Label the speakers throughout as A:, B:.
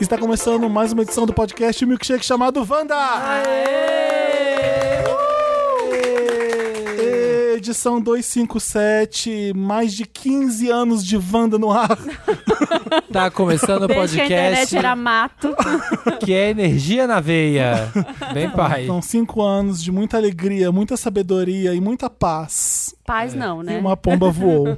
A: Está começando mais uma edição do podcast Milkshake chamado Vanda. Edição 257, mais de 15 anos de Wanda no ar.
B: Tá começando o
C: Desde que a internet
B: podcast
C: era mato.
B: que é energia na veia. Bem, pai.
A: São 5 anos de muita alegria, muita sabedoria e muita paz.
C: Paz não, né?
A: E uma pomba voou.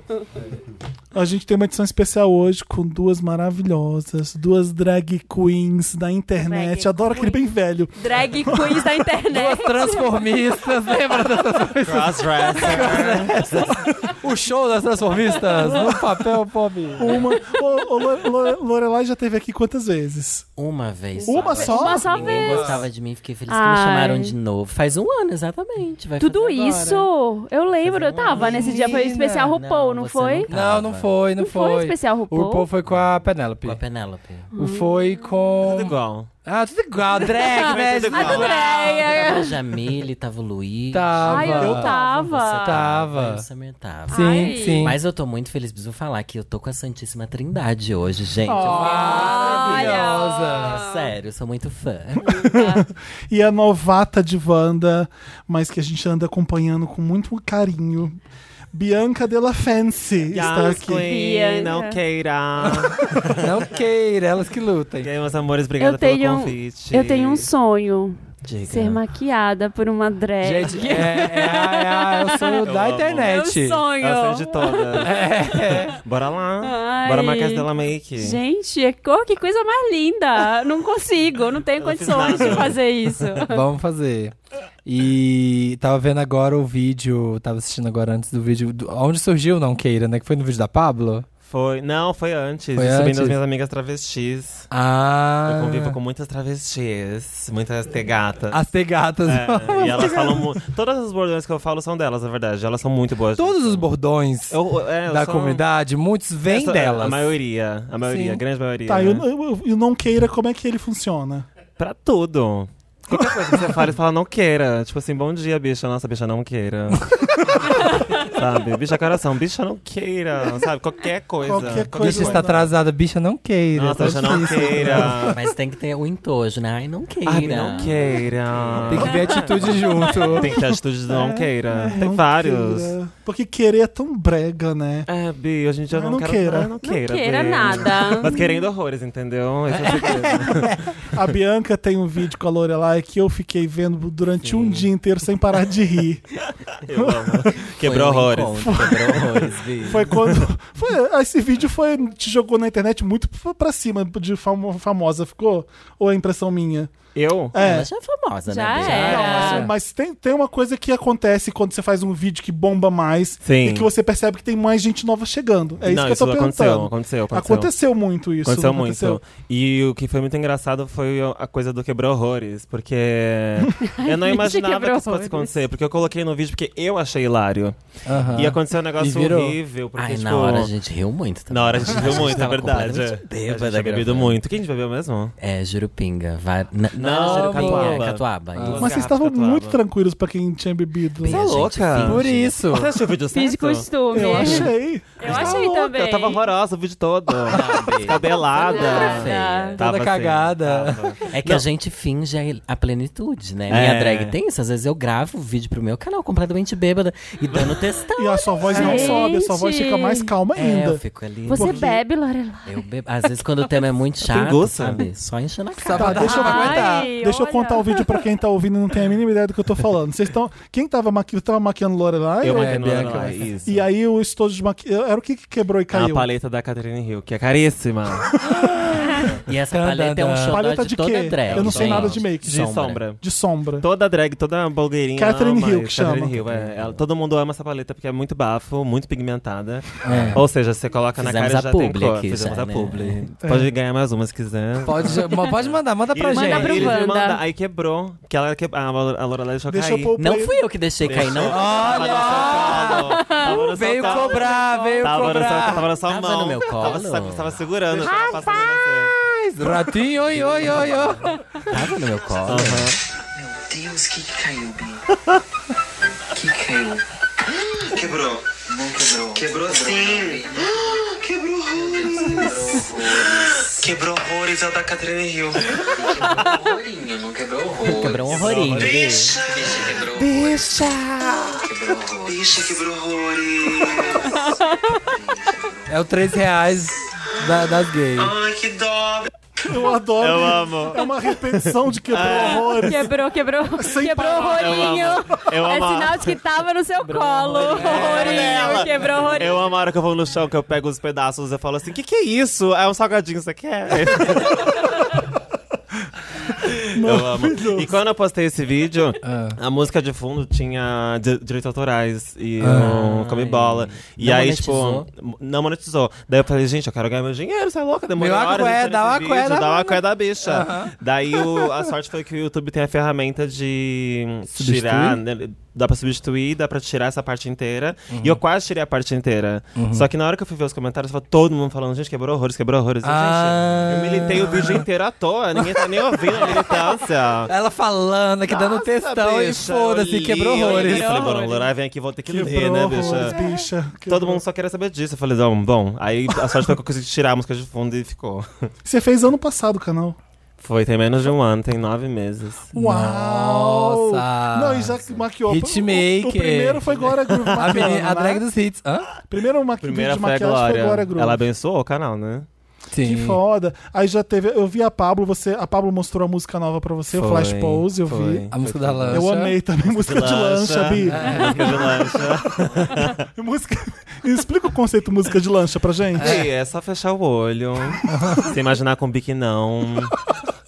A: A gente tem uma edição especial hoje com duas maravilhosas, duas drag queens da internet.
C: Drag
A: Adoro aquele bem velho.
C: Drag queens da
B: Duas
C: internet.
B: transformistas, lembra das
D: Crossdresser.
B: O show das transformistas no papel pop.
A: Uma. Ô, ô, Lore- Lore- Lorelai já teve aqui quantas vezes?
D: Uma vez.
A: Uma só?
C: Uma só
D: Ninguém
C: vez.
D: gostava de mim, fiquei feliz que
C: Ai.
D: me chamaram de novo. Faz um ano, exatamente. vai
C: Tudo
D: fazer agora.
C: isso. Eu lembro, eu tava nesse dia. Foi
B: Menina,
C: especial RuPaul, não,
D: você
C: foi?
D: não
B: Não, não foi, não,
C: Não foi especial
B: O
C: RuPaul.
B: RuPaul foi com a Penélope.
D: Com a Penélope.
B: O foi
E: Tudo
B: com.
E: igual.
B: Ah, tudo igual. Drag, né?
E: tudo
C: Hum. A do
E: igual.
C: Dreia.
D: Tava a Jamile, tava o Luiz.
B: Tava.
C: Ai, eu
D: Você
C: tava.
B: Tava.
D: Eu também tava.
B: Sim,
C: Ai.
B: sim.
D: Mas eu tô muito feliz, preciso falar que eu tô com a Santíssima Trindade hoje, gente.
B: Maravilhosa.
D: Eu- Sério, eu sou muito fã.
A: E a novata de Wanda, mas que a gente anda acompanhando com muito carinho. Bianca Della Fancy está
E: Yas
A: aqui.
E: Queen,
C: Bianca.
E: não queira.
B: Não queira, elas que lutem.
E: e aí, meus amores,
C: Eu
E: obrigada
C: tenho,
E: pelo convite.
C: eu tenho um sonho.
D: Diga.
C: Ser maquiada por uma drag.
B: Gente, é, é, é, é, eu sou da
E: amo.
B: internet.
C: Meu sonho.
E: Eu sei de toda.
B: É.
E: Bora lá.
C: Ai.
E: Bora marcar essa dela make.
C: Gente, é co- que coisa mais linda. Não consigo, não tenho
E: Eu não fiz
C: condições de
E: nada.
C: fazer isso.
B: Vamos fazer. E tava vendo agora o vídeo, tava assistindo agora antes do vídeo, do- onde surgiu o Não Queira, né? Que foi no vídeo da Pablo.
E: Foi. Não, foi antes.
B: Foi
E: eu subi
B: antes?
E: nas minhas amigas travestis.
B: Ah.
E: Eu convivo com muitas travestis, muitas tegatas.
B: As tegatas.
E: É, e elas falam muito. Todas as bordões que eu falo são delas, na verdade. Elas são muito boas.
B: Todos os bordões
E: Eu- é, eu
B: da
E: sou-
B: comunidade, muitos vêm
E: Essa- é,
B: delas.
E: A maioria. A maioria,
B: Sim.
E: a grande maioria.
A: Tá,
E: né?
A: e o- o- e o não queira, como é que ele funciona?
E: Pra tudo. Qualquer coisa que você fala, você fala não queira. Tipo assim, bom dia, bicha. Nossa, bicha não queira. Sabe? Bicha coração, bicha não queira. Sabe? Qualquer coisa.
A: Qualquer coisa.
B: Bicha tá está atrasada, bicha não queira. tá
E: Nossa, bicha não queira.
D: Mas tem que ter o entojo, né? Ai, não queira.
E: Ai, não queira.
B: Tem que ver atitude junto.
E: Tem que ter atitude de não queira. Tem
A: É, Não
E: vários.
A: queira. Porque querer é tão brega, né?
E: É, Bi, hoje em dia eu
A: Ah,
E: não,
A: não
E: quero.
A: queira.
E: Ah, não queira.
C: queira
E: Bi.
C: nada.
E: Mas querendo horrores, entendeu? Esse é o segredo.
A: A Bianca tem um vídeo com a Lorelai que eu fiquei vendo durante um dia inteiro sem parar de rir.
E: Eu amo.
D: Foi
E: Quebrou
D: um
E: horrores.
D: encontro, Quebrou horrores, Vi.
A: Foi quando. foi- esse vídeo foi, te jogou na internet muito pra cima de famo- famosa, ficou? Ou é impressão minha?
E: Eu?
A: É.
D: Ela já é famosa,
C: Já
D: né? Bi?
C: era.
A: Não, mas-
B: É.
A: mas tem, tem uma coisa que acontece quando você faz um vídeo que bomba mais
E: Sim.
A: e que você percebe que tem mais gente nova chegando. É isso
E: não,
A: que eu tô
E: isso
A: pensando.
E: aconteceu, aconteceu, aconteceu.
A: Aconteceu muito isso.
E: Aconteceu
A: não
E: muito. E o que foi muito engraçado foi a coisa do quebrou horrores, porque eu não
C: Ai,
E: imaginava
C: quebrou
E: que isso fosse
C: horrores.
E: acontecer, porque eu coloquei no vídeo porque eu achei hilário.
B: Aham.
E: E aconteceu um
B: Ah. E
E: negócio
B: virou.
E: horrível, porque
D: Ai,
E: tipo,
D: na hora a gente riu muito também.
E: na hora a gente viu muito, é
D: tava
E: verdade.
D: completamente
E: é. A
D: bêbada
E: gente tinha bebido
D: gravando.
E: muito. Quem a gente bebeu mesmo?
D: É, Jurupinga. Vai... N-
E: Não,
D: não, Jurupinga,
E: Catuaba.
D: Catuaba.
B: Ah.
D: isso.
A: Mas
E: Garrafa
A: vocês estavam
E: tatuava.
A: muito tranquilos pra quem tinha bebido.
D: Bem,
E: Você é
D: a gente
E: louca?
D: finge.
B: Por isso.
E: Você achou o vídeo certo?
C: Fiz de costume.
A: Eu achei.
C: Eu
E: Tá
C: achei
E: louca,
C: também.
E: Eu tava horrorosa o vídeo todo.
D: Sabe?
E: Cabelada.
D: é Feia.
B: Toda
E: assim,
B: cagada.
E: tava.
D: É que
E: Não.
D: a gente finge a- a plenitude, né?
E: É.
D: Minha drag tem isso. Às vezes eu gravo vídeo pro meu canal completamente bêbada e dando textão.
A: E a sua voz não
C: Gente.
A: sobe, a sua voz fica mais calma
D: É,
A: ainda.
D: eu fico ali.
C: Você
A: Porque-
C: bebe, Lorelai?
D: Eu bebo. Às vezes quando o tema é muito chato,
E: gosto. né?
D: sabe? Só enchendo a cara.
A: Tá, deixa eu
C: Ai,
A: contar. Deixa eu
C: olha.
A: contar o vídeo pra quem tá ouvindo e não tem a mínima ideia do que eu tô falando. Vocês estão. Quem tava, maqui... tava maquiando Lorelai?
E: Eu
B: É,
E: mandei no
B: Bianca,
E: Lorelai,
B: mas-
E: isso.
A: E aí o estojo de maqui... Era o que, que quebrou e
E: É uma
A: caiu?
E: paleta da Catherine Hill, que é caríssima.
D: E essa
B: Tan,
D: paleta é
B: tan,
D: um
B: tan.
D: show
A: Paleta
D: de,
A: de
D: toda
A: quê?
D: drag.
A: Eu não sei
D: gente.
A: nada de make.
E: De sombra.
A: De sombra.
E: Toda drag, toda blogueirinha.
A: Catherine
E: ama
A: Hill
E: isso,
A: que
E: Catherine
A: chama.
E: Hill, é. Ela- todo mundo ama essa paleta porque é muito bafo, muito pigmentada.
B: É.
E: Ou seja, você coloca na
D: Fizemos
E: cara e
D: a
E: já
D: publi
E: tem cor.
D: aqui,
E: Fizemos
D: já,
E: a
D: né?
E: publi. Pode ganhar mais uma se quiser.
B: Pode, já- ma- pode mandar, manda pra
E: E-
B: gente.
C: Manda pro
E: eles me
C: Wanda.
E: mandaram- Aí quebrou. Que ela que, a Lo- a Lorelai deixou
A: Deixa
E: cair.
A: eu pôr o
D: Não
A: play-
D: fui eu que deixei cair, não.
E: Olha! Tava no seu
B: Veio
E: colo.
B: cobrar, veio
E: Tava na sua,
B: cobrar.
E: tava na sua
D: Tava
E: mão.
D: no meu colo.
E: Tava, sabe, tava segurando. Tava passando você.
B: Ratinho, oi, oi, oi, oi.
D: Tava no meu colo.
F: Meu Deus, o que, que caiu, Bi? O que, que caiu? Quebrou. Não quebrou. Quebrou sim. Quebrou horrores. Quebrou horrores ao da Catrina Hill. Quebrou horrorinho, não quebrou horrores.
D: Quebrou um horrorinho, viu?
F: Bicha! Bicha quebrou horrores. Quebrou horrores. Bicha quebrou horrores.
B: É o 3 reais da- das gays.
F: Ai, que dó.
A: Eu adoro.
E: Eu amo. Ah,
A: É uma repetição de quebrou horrores.
C: Quebrou, quebrou.
A: Sem
C: quebrou o
A: palavras.
C: rolinho.
E: Eu
C: É
E: amo.
C: sinal de que tava no seu colo. Rolinho, quebrou o rolinho.
E: É, Eu amo a hora que eu vou no chão, que eu pego os pedaços e falo assim: que que é isso? É um salgadinho, você quer? eu amo. E quando eu postei esse vídeo,
B: Ah.
E: a música de fundo tinha di- direitos autorais e
B: Ah.
E: não come bola. E
D: Não
E: aí,
D: monetizou?
E: tipo, m- não monetizou. Daí eu falei, gente, eu quero ganhar meu dinheiro, você é louca, demorou
B: Meu
E: horas.
B: aqué,
E: editando
B: dá
E: esse
B: o aqué
E: vídeo,
B: da-
E: Dá o aqué da bicha. Daí o- a sorte foi que o YouTube tem a ferramenta de
B: Substituir?
E: tirar, né, Dá pra substituir, dá pra tirar essa parte inteira. E
B: Uhum.
E: eu quase tirei a parte inteira. Só que na hora que eu fui ver os comentários, tava todo mundo falando, gente, quebrou horrores, quebrou horrores. Eu,
B: Ah.
E: Gente, eu militei o vídeo inteiro à toa, ninguém tá nem ouvindo a militância.
B: Ela falando aqui, dando
E: Nossa,
B: textão
E: bicha,
B: e foda-se,
E: eu
B: quebrou
E: li, eu li,
B: horrores.
E: Eu falei, bora, Loura, vem aqui, vou ter que ler,
A: Quebrou
E: né,
A: horrores,
E: bicha?
A: bicha.
E: Todo
A: Quebrou.
E: mundo só queria saber disso. Eu falei, não, bom. Aí a sorte foi que eu consegui tirar a música de fundo e ficou.
A: Você fez ano passado o canal.
E: Foi, tem menos de um ano, tem nove meses.
A: Uau!
B: Nossa!
A: Não, e já que maquiou.
B: Hitmaker.
A: O, o primeiro foi Glória Groove
B: A,
A: maquiando,
B: menina, a
A: né?
B: drag dos hits. Hã?
A: Primeiro maqui...
E: Primeira
A: vídeo de
E: foi a
A: maquiagem foi Glória
E: Glória.
A: Groove.
E: Ela abençoou o canal, né?
B: Sim.
A: Que foda. Aí já teve. Eu vi a Pablo, você. A Pablo mostrou a música nova pra você, o
E: Foi,
A: Flash Pose, eu
E: foi.
A: vi.
B: A música da Lancha.
A: Eu amei também música de lancha, Bi.
E: É, música de lancha.
A: Música... Explica o conceito música de lancha pra gente.
E: Bi, é só fechar o olho. se imaginar com bique não.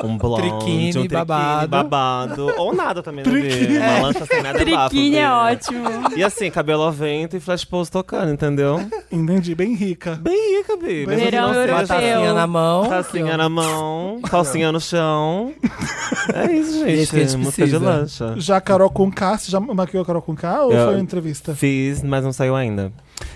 E: Um blonde,
B: Triquine,
E: um triquine
B: babado.
E: babado. Ou nada também, né, Bi?
A: Triquine.
E: Uma lancha sem nada é bafo,
C: Triquinha é
E: Bi.
C: ótimo.
E: E assim, cabelo ao vento e flash pose tocando, entendeu?
A: Entendi, bem rica.
E: Bem rica, Bi. Mesmo que
C: Verão
E: não seja-
B: Uma tacinha
C: europeu.
B: na mão.
E: Calcinha na mão, calcinha no chão. É isso, gente.
B: isso que a gente
E: Música
B: precisa.
E: de lancha.
A: Já a Carol com K, você já maquiou a Carol com K ou
E: Eu-
A: foi uma entrevista?
E: Fiz, mas não saiu ainda.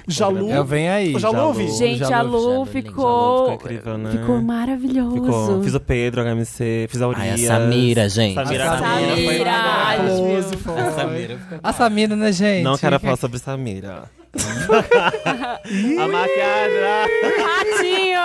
A: Já Lu.
B: Eu venho
E: É
B: aí.
A: Já
E: Jalu.
A: ouvi.
C: Gente,
D: já
C: a
D: Lu- já
C: Lu
D: Lu-
A: Oh,
E: Ficou
C: ficou.
E: incrível, né?
C: Ficou maravilhoso.
E: Ficou. Fiz o Pedro, HMC, fiz a Urias.
D: Ai, a Samira, gente.
E: Samira,
B: A Samira.
E: foi-
C: Samira. Ai,
A: Close,
C: meu.
A: foi.
B: A Samira, né, gente?
E: Não quero falar sobre Samira. a maquiagem.
C: Ratinho!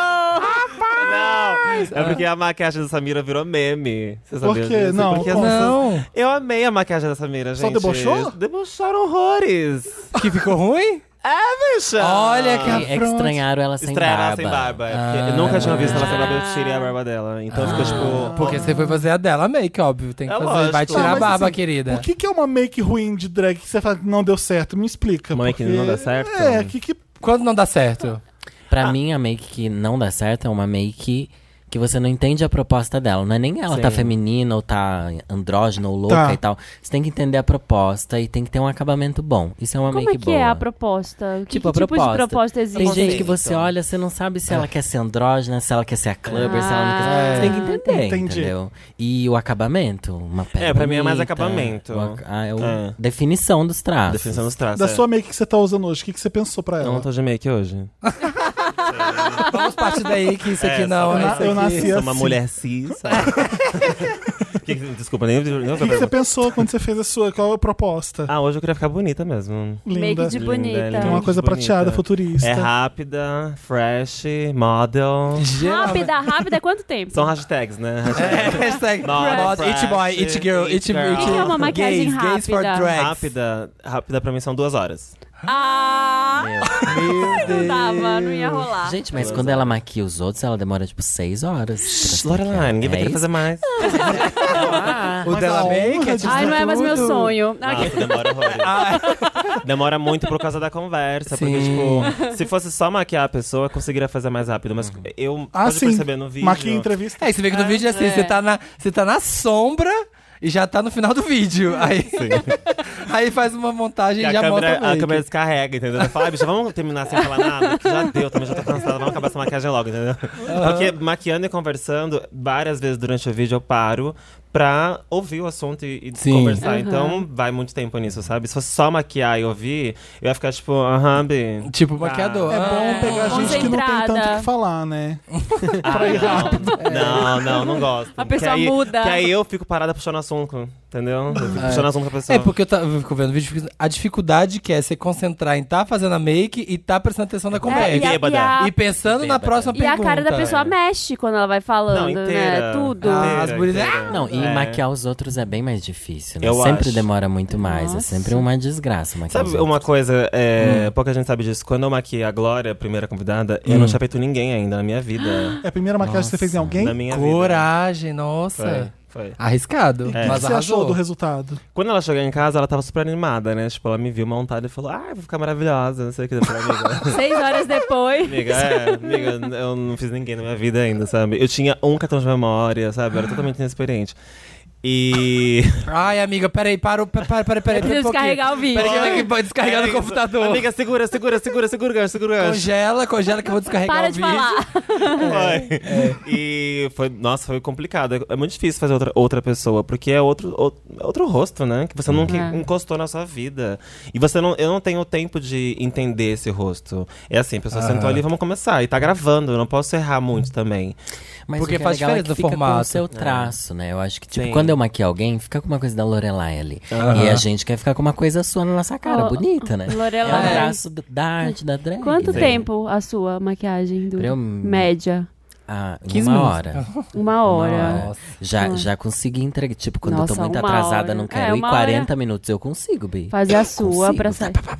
E: Não! É porque a maquiagem da Samira virou meme. Você
A: Por
E: sabia
A: quê?
E: disso?
A: Não,
E: Porque
A: como?
E: as-
B: Não.
E: Eu amei a maquiagem da Samira,
A: Só
E: gente.
A: debochou?
E: Debocharam horrores.
B: Que ficou ruim?
E: É, bicha!
B: Olha que
D: É que estranharam ela sem
E: Estreia
D: barba. Ah.
E: sem barba. é, porque eu nunca tinha visto ela sem barba, eu tirei a barba dela. Então ficou
D: Ah.
E: tipo.
B: Ah. Porque você foi fazer a dela, make, óbvio. Tem que
E: É
B: fazer.
E: lógico.
B: Vai
A: Tá,
B: tirar a
A: mas
B: barba,
A: assim,
B: querida.
A: O que, que é uma make ruim de drag que você fala que não deu certo? Me explica.
E: Mãe, que não dá certo?
A: É, o que, que
B: Quando não dá certo?
D: Pra
E: Ah.
D: mim, a make que não dá certo é uma make que você não entende a proposta dela. Não é nem ela tá
E: Sim.
D: feminina ou tá andrógena ou louca
A: Tá.
D: e tal. Você tem que entender a proposta e tem que ter um acabamento bom. Isso é uma
C: Como é
D: make
C: que
D: boa.
C: é a proposta? O que,
D: Tipo,
C: que tipo
D: a
C: de
D: proposta.
C: proposta
D: Tem
C: existe?
D: gente que você
E: então.
D: olha, você não sabe se
A: É.
D: ela quer ser andrógena, se ela quer ser a clubber, se ela não quer
C: Ah,
D: ser... Você tem que entender,
A: entendi.
D: entendeu? E o acabamento, uma pele
E: É, pra mim é mais
D: bonita,
E: acabamento.
D: o ac- ah, é o-
E: É.
D: definição dos traços.
E: Definição dos traços.
A: da
E: é.
A: sua make que você tá usando hoje? O que, que você pensou pra
E: Eu
A: ela?
E: não tô de make hoje.
B: Vamos partir daí que isso aqui
E: É,
B: não.
E: só-
B: é
A: eu
B: isso aqui.
A: nasci-
E: Sou uma
A: assim.
E: mulher cis. sabe? Que que- Desculpa, nem. nem outra
A: O que, que você
E: pergunta.
A: pensou quando você fez a sua? Qual é a proposta?
E: Ah, hoje eu queria ficar bonita mesmo.
A: Linda.
C: Make de
E: Linda,
C: bonita.
A: Tem uma
E: Muito
A: coisa
E: bonita.
A: prateada, futurista.
E: É rápida, fresh, model.
B: Geral- né?
C: Rápida, rápida, é quanto tempo?
E: São hashtags, né? Hashtag
B: É, hashtag
E: Nossa,
B: mod, it boy, it girl, it,
E: it girl.
B: it-
E: O que é
C: uma maquiagem
B: gays, gays for
C: rápida?
B: drags.
E: Rápida, rápida pra mim são duas horas.
C: Ah!
B: Meu
C: Não
B: Deus.
C: dava, não ia rolar.
D: Gente, mas quando ela maquia os outros, ela demora tipo seis horas. pra se maquiar.
E: Loreline, ninguém
D: É
E: vai querer
D: isso?
E: fazer mais.
B: O dela
A: a
B: make
A: honra
B: é
A: de-
B: tipo
C: Ai, não é mais meu
B: tudo.
C: sonho. Ah,
E: Nossa, demora horrores.
A: Ah, é.
E: Demora muito por causa da conversa. Porque,
B: Sim.
E: tipo, se fosse só maquiar a pessoa, eu conseguiria fazer mais rápido. Mas eu
A: Ah,
E: pode
A: sim.
E: perceber no vídeo.
A: Maquia entrevista.
B: É, você vê que no vídeo é assim, você tá, na, você tá na sombra e já tá no final do vídeo. Aí, aí faz uma montagem
E: que
B: e,
E: a
B: já
E: câmera,
B: monta o
E: a
B: make.
E: câmera descarrega, entendeu? Ela Fala, ah, bicho, vamos terminar sem falar nada, que já deu, também já tô cansada, vamos acabar essa maquiagem logo, entendeu? Porque maquiando e conversando, várias vezes durante o vídeo eu paro pra ouvir o assunto e, e
B: Sim.
E: conversar.
C: Aham.
E: Então vai muito tempo nisso, sabe? Se fosse só maquiar e ouvir, eu ia ficar tipo, aham, Bi.
B: Tipo, maquiador. Ah,
E: É
A: bom pegar gente que não tem tanto o que
C: Ah, Concentrada.
A: falar, né?
E: Ah, não. não, não, não gosto.
C: A pessoa
E: que aí,
C: muda.
E: Que aí eu fico parada puxando assunto, entendeu? Eu fico
B: É.
E: puxando assunto pra pessoa.
B: É porque eu, tava eu fico vendo o vídeo, a dificuldade que é se concentrar em tá fazendo a make e tá prestando atenção
C: É,
B: na
C: e,
B: conversa.
C: a, e, a,
B: e, pensando na
D: Bêbada.
B: próxima
C: e a
B: pergunta. é.
C: cara da pessoa mexe quando ela vai
E: Não,
C: falando,
E: inteira.
C: né? Tudo.
B: Ah,
E: Inteira,
B: as gurias-
E: inteira.
D: Não, e
E: É.
D: maquiar os outros é bem mais difícil, né?
E: Eu
D: sempre
E: acho.
D: demora muito mais. É sempre uma desgraça maquiar os
E: Sabe uma
D: outros.
E: coisa, é, pouca gente sabe disso. Quando eu maquiei a Glória, a primeira convidada, eu não tinha feito ninguém ainda na minha vida.
A: É a primeira maquiagem que você fez em alguém?
E: na minha né? É.
B: Coragem,
E: vida.
B: nossa.
E: Foi, foi.
B: Arriscado.
A: E o que
B: É. Mas
A: É. você achou
B: arrasou.
A: do resultado?
E: Quando ela chegou em casa, ela tava super animada, né? Tipo, ela me viu montada e falou, ah, eu vou ficar maravilhosa, não sei o que. Eu falei, amiga,
C: Seis horas depois.
E: amiga, é, amiga, eu não fiz ninguém na minha vida ainda, sabe? Eu tinha um cartão de memória, sabe? Eu era totalmente inexperiente. E...
B: Ai, amiga, peraí, parou, peraí, peraí, peraí.
C: Eu
B: peraí,
C: preciso
B: um pouquinho.
C: descarregar o vídeo.
B: Peraí, que eu tenho que pôr descarregar
E: É
B: no
E: isso.
B: computador.
E: Amiga, segura, segura, segura, segura o gancho, segura o gancho.
B: Congela, congela que eu vou descarregar
C: Para
B: o
C: de
B: vídeo.
C: falar.
D: É,
E: Foi. E foi, nossa, foi complicado. É- É muito difícil fazer outra, outra pessoa, porque é outro, ou- é outro rosto, né? Que você nunca
D: Uhum.
C: É.
E: encostou na sua vida. E você não, eu não tenho tempo de entender esse rosto. É assim, a pessoa sentou ali, vamos começar. E tá gravando, eu não posso errar muito também.
D: Mas
B: Porque
D: o que
B: faz
D: é legal é
B: diferença
D: que
B: no
D: fica com
B: formato.
D: o seu traço, né? Eu acho que, tipo,
E: Sim.
D: quando eu maquio alguém, fica com uma coisa da Lorelai ali. E a gente quer ficar com uma coisa sua na nossa cara,
C: Oh,
D: bonita, né? É um
C: Lorelai.
D: traço do- da arte, da drag. né?
C: Quanto
D: Sim.
C: tempo a sua maquiagem dura?
D: Eu-
C: Média.
D: Ah,
B: 15
D: uma
B: minutos.
D: hora.
C: Uma hora.
B: Nossa.
D: Já, já consegui entregar. Tipo, quando eu
C: Nossa,
D: tô muito
C: uma
D: atrasada,
C: hora.
D: não
C: É,
D: quero. ir
C: uma
D: 40 minutos eu consigo, Bi.
C: Fazer a sua
D: Consigo.
C: pra sair.
E: Nossa,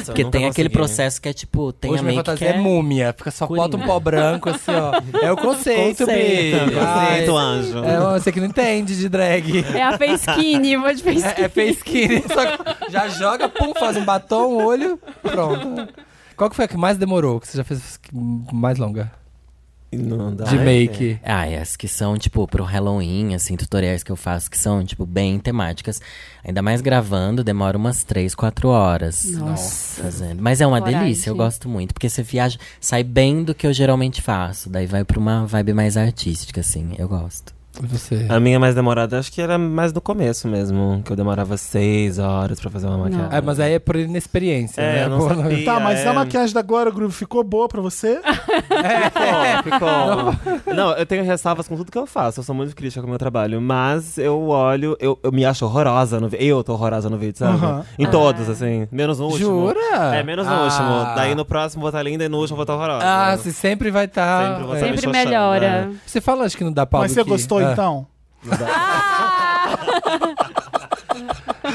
E: eu
D: Porque
E: nunca
D: tem aquele
E: consegui. né?
D: processo que é tipo, tem
B: Hoje
D: a
B: minha
D: make que
B: fantasia é
D: é...
B: múmia. Fica só
D: Coringa.
B: bota um pó branco, assim, ó. É o conceito, Bi.
E: Conceito,
B: Ai,
E: conceito, anjo.
B: É, você que não entende de drag.
C: É a face skinny, vou de face skinny.
B: É, é face skinny, só que já joga, pum, faz um batom, um olho, pronto. Qual que foi a que mais demorou, que você já fez mais longa?
E: E não dá,
B: De
E: né?
B: make.
D: Ah, e as que são, tipo, pro Halloween, assim, tutoriais que eu faço que são, tipo, bem temáticas. Ainda mais gravando, demora umas 3, 4 horas.
C: Nossa.
D: Fazendo. Mas é uma
C: Coragem.
D: delícia, eu gosto muito. Porque você viaja, sai bem do que eu geralmente faço. Daí vai pra uma vibe mais artística, assim. Eu gosto.
E: É.
B: E Você.
E: A minha mais demorada, acho que era mais no começo mesmo, que eu demorava seis horas pra fazer uma maquiagem.
B: Ah, mas aí é por inexperiência,
E: É,
B: né?
E: eu não
B: Por-
E: sabia.
A: Tá, mas
E: é...
A: a maquiagem da Glória Groove ficou boa pra você?
D: Ah,
A: É,
E: Ficou, ficou. Não, eu tenho ressalvas com tudo que eu faço. Eu sou muito crítica com o meu trabalho. Mas eu olho, eu, eu me acho horrorosa no vídeo. Eu tô horrorosa no vídeo, sabe?
A: Aham.
E: Em todos, assim. Menos no último.
B: Jura?
E: É, menos no
B: Ah.
E: último. Daí no próximo eu vou estar linda e no último eu vou estar horrorosa.
B: Ah, você sempre vai estar.
E: Sempre você vai-
C: Sempre
E: me xoxando,
C: melhora.
B: Você fala, acho que não dá pau
A: mas
B: do
A: é você
B: que-
A: gostou
B: Ah.
A: então?
C: Ah!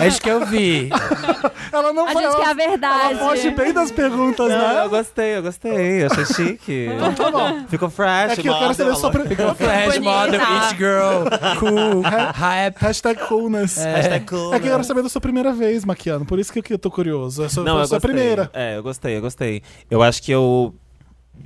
B: Acho que eu vi.
A: Ela não
C: A
A: vai.
C: gente quer a
A: Ela, ela
C: verdade.
A: foge bem das perguntas,
E: Não,
A: né?
E: eu gostei, eu gostei. Achei chique.
A: Tá bom.
E: Ficou fresh.
A: É que eu quero saber só pra.
B: Flash
C: Bonita.
B: model, it girl, cool, hype.
A: Hashtag coolness.
B: É.
E: Hashtag cool,
A: É que
E: né?
A: eu quero saber da sua primeira vez maquiando, por isso que eu, que eu tô curioso. É sua,
E: Não,
A: foi a
E: eu
A: sua
E: gostei.
A: primeira.
E: É, eu gostei, eu gostei. Eu acho que eu.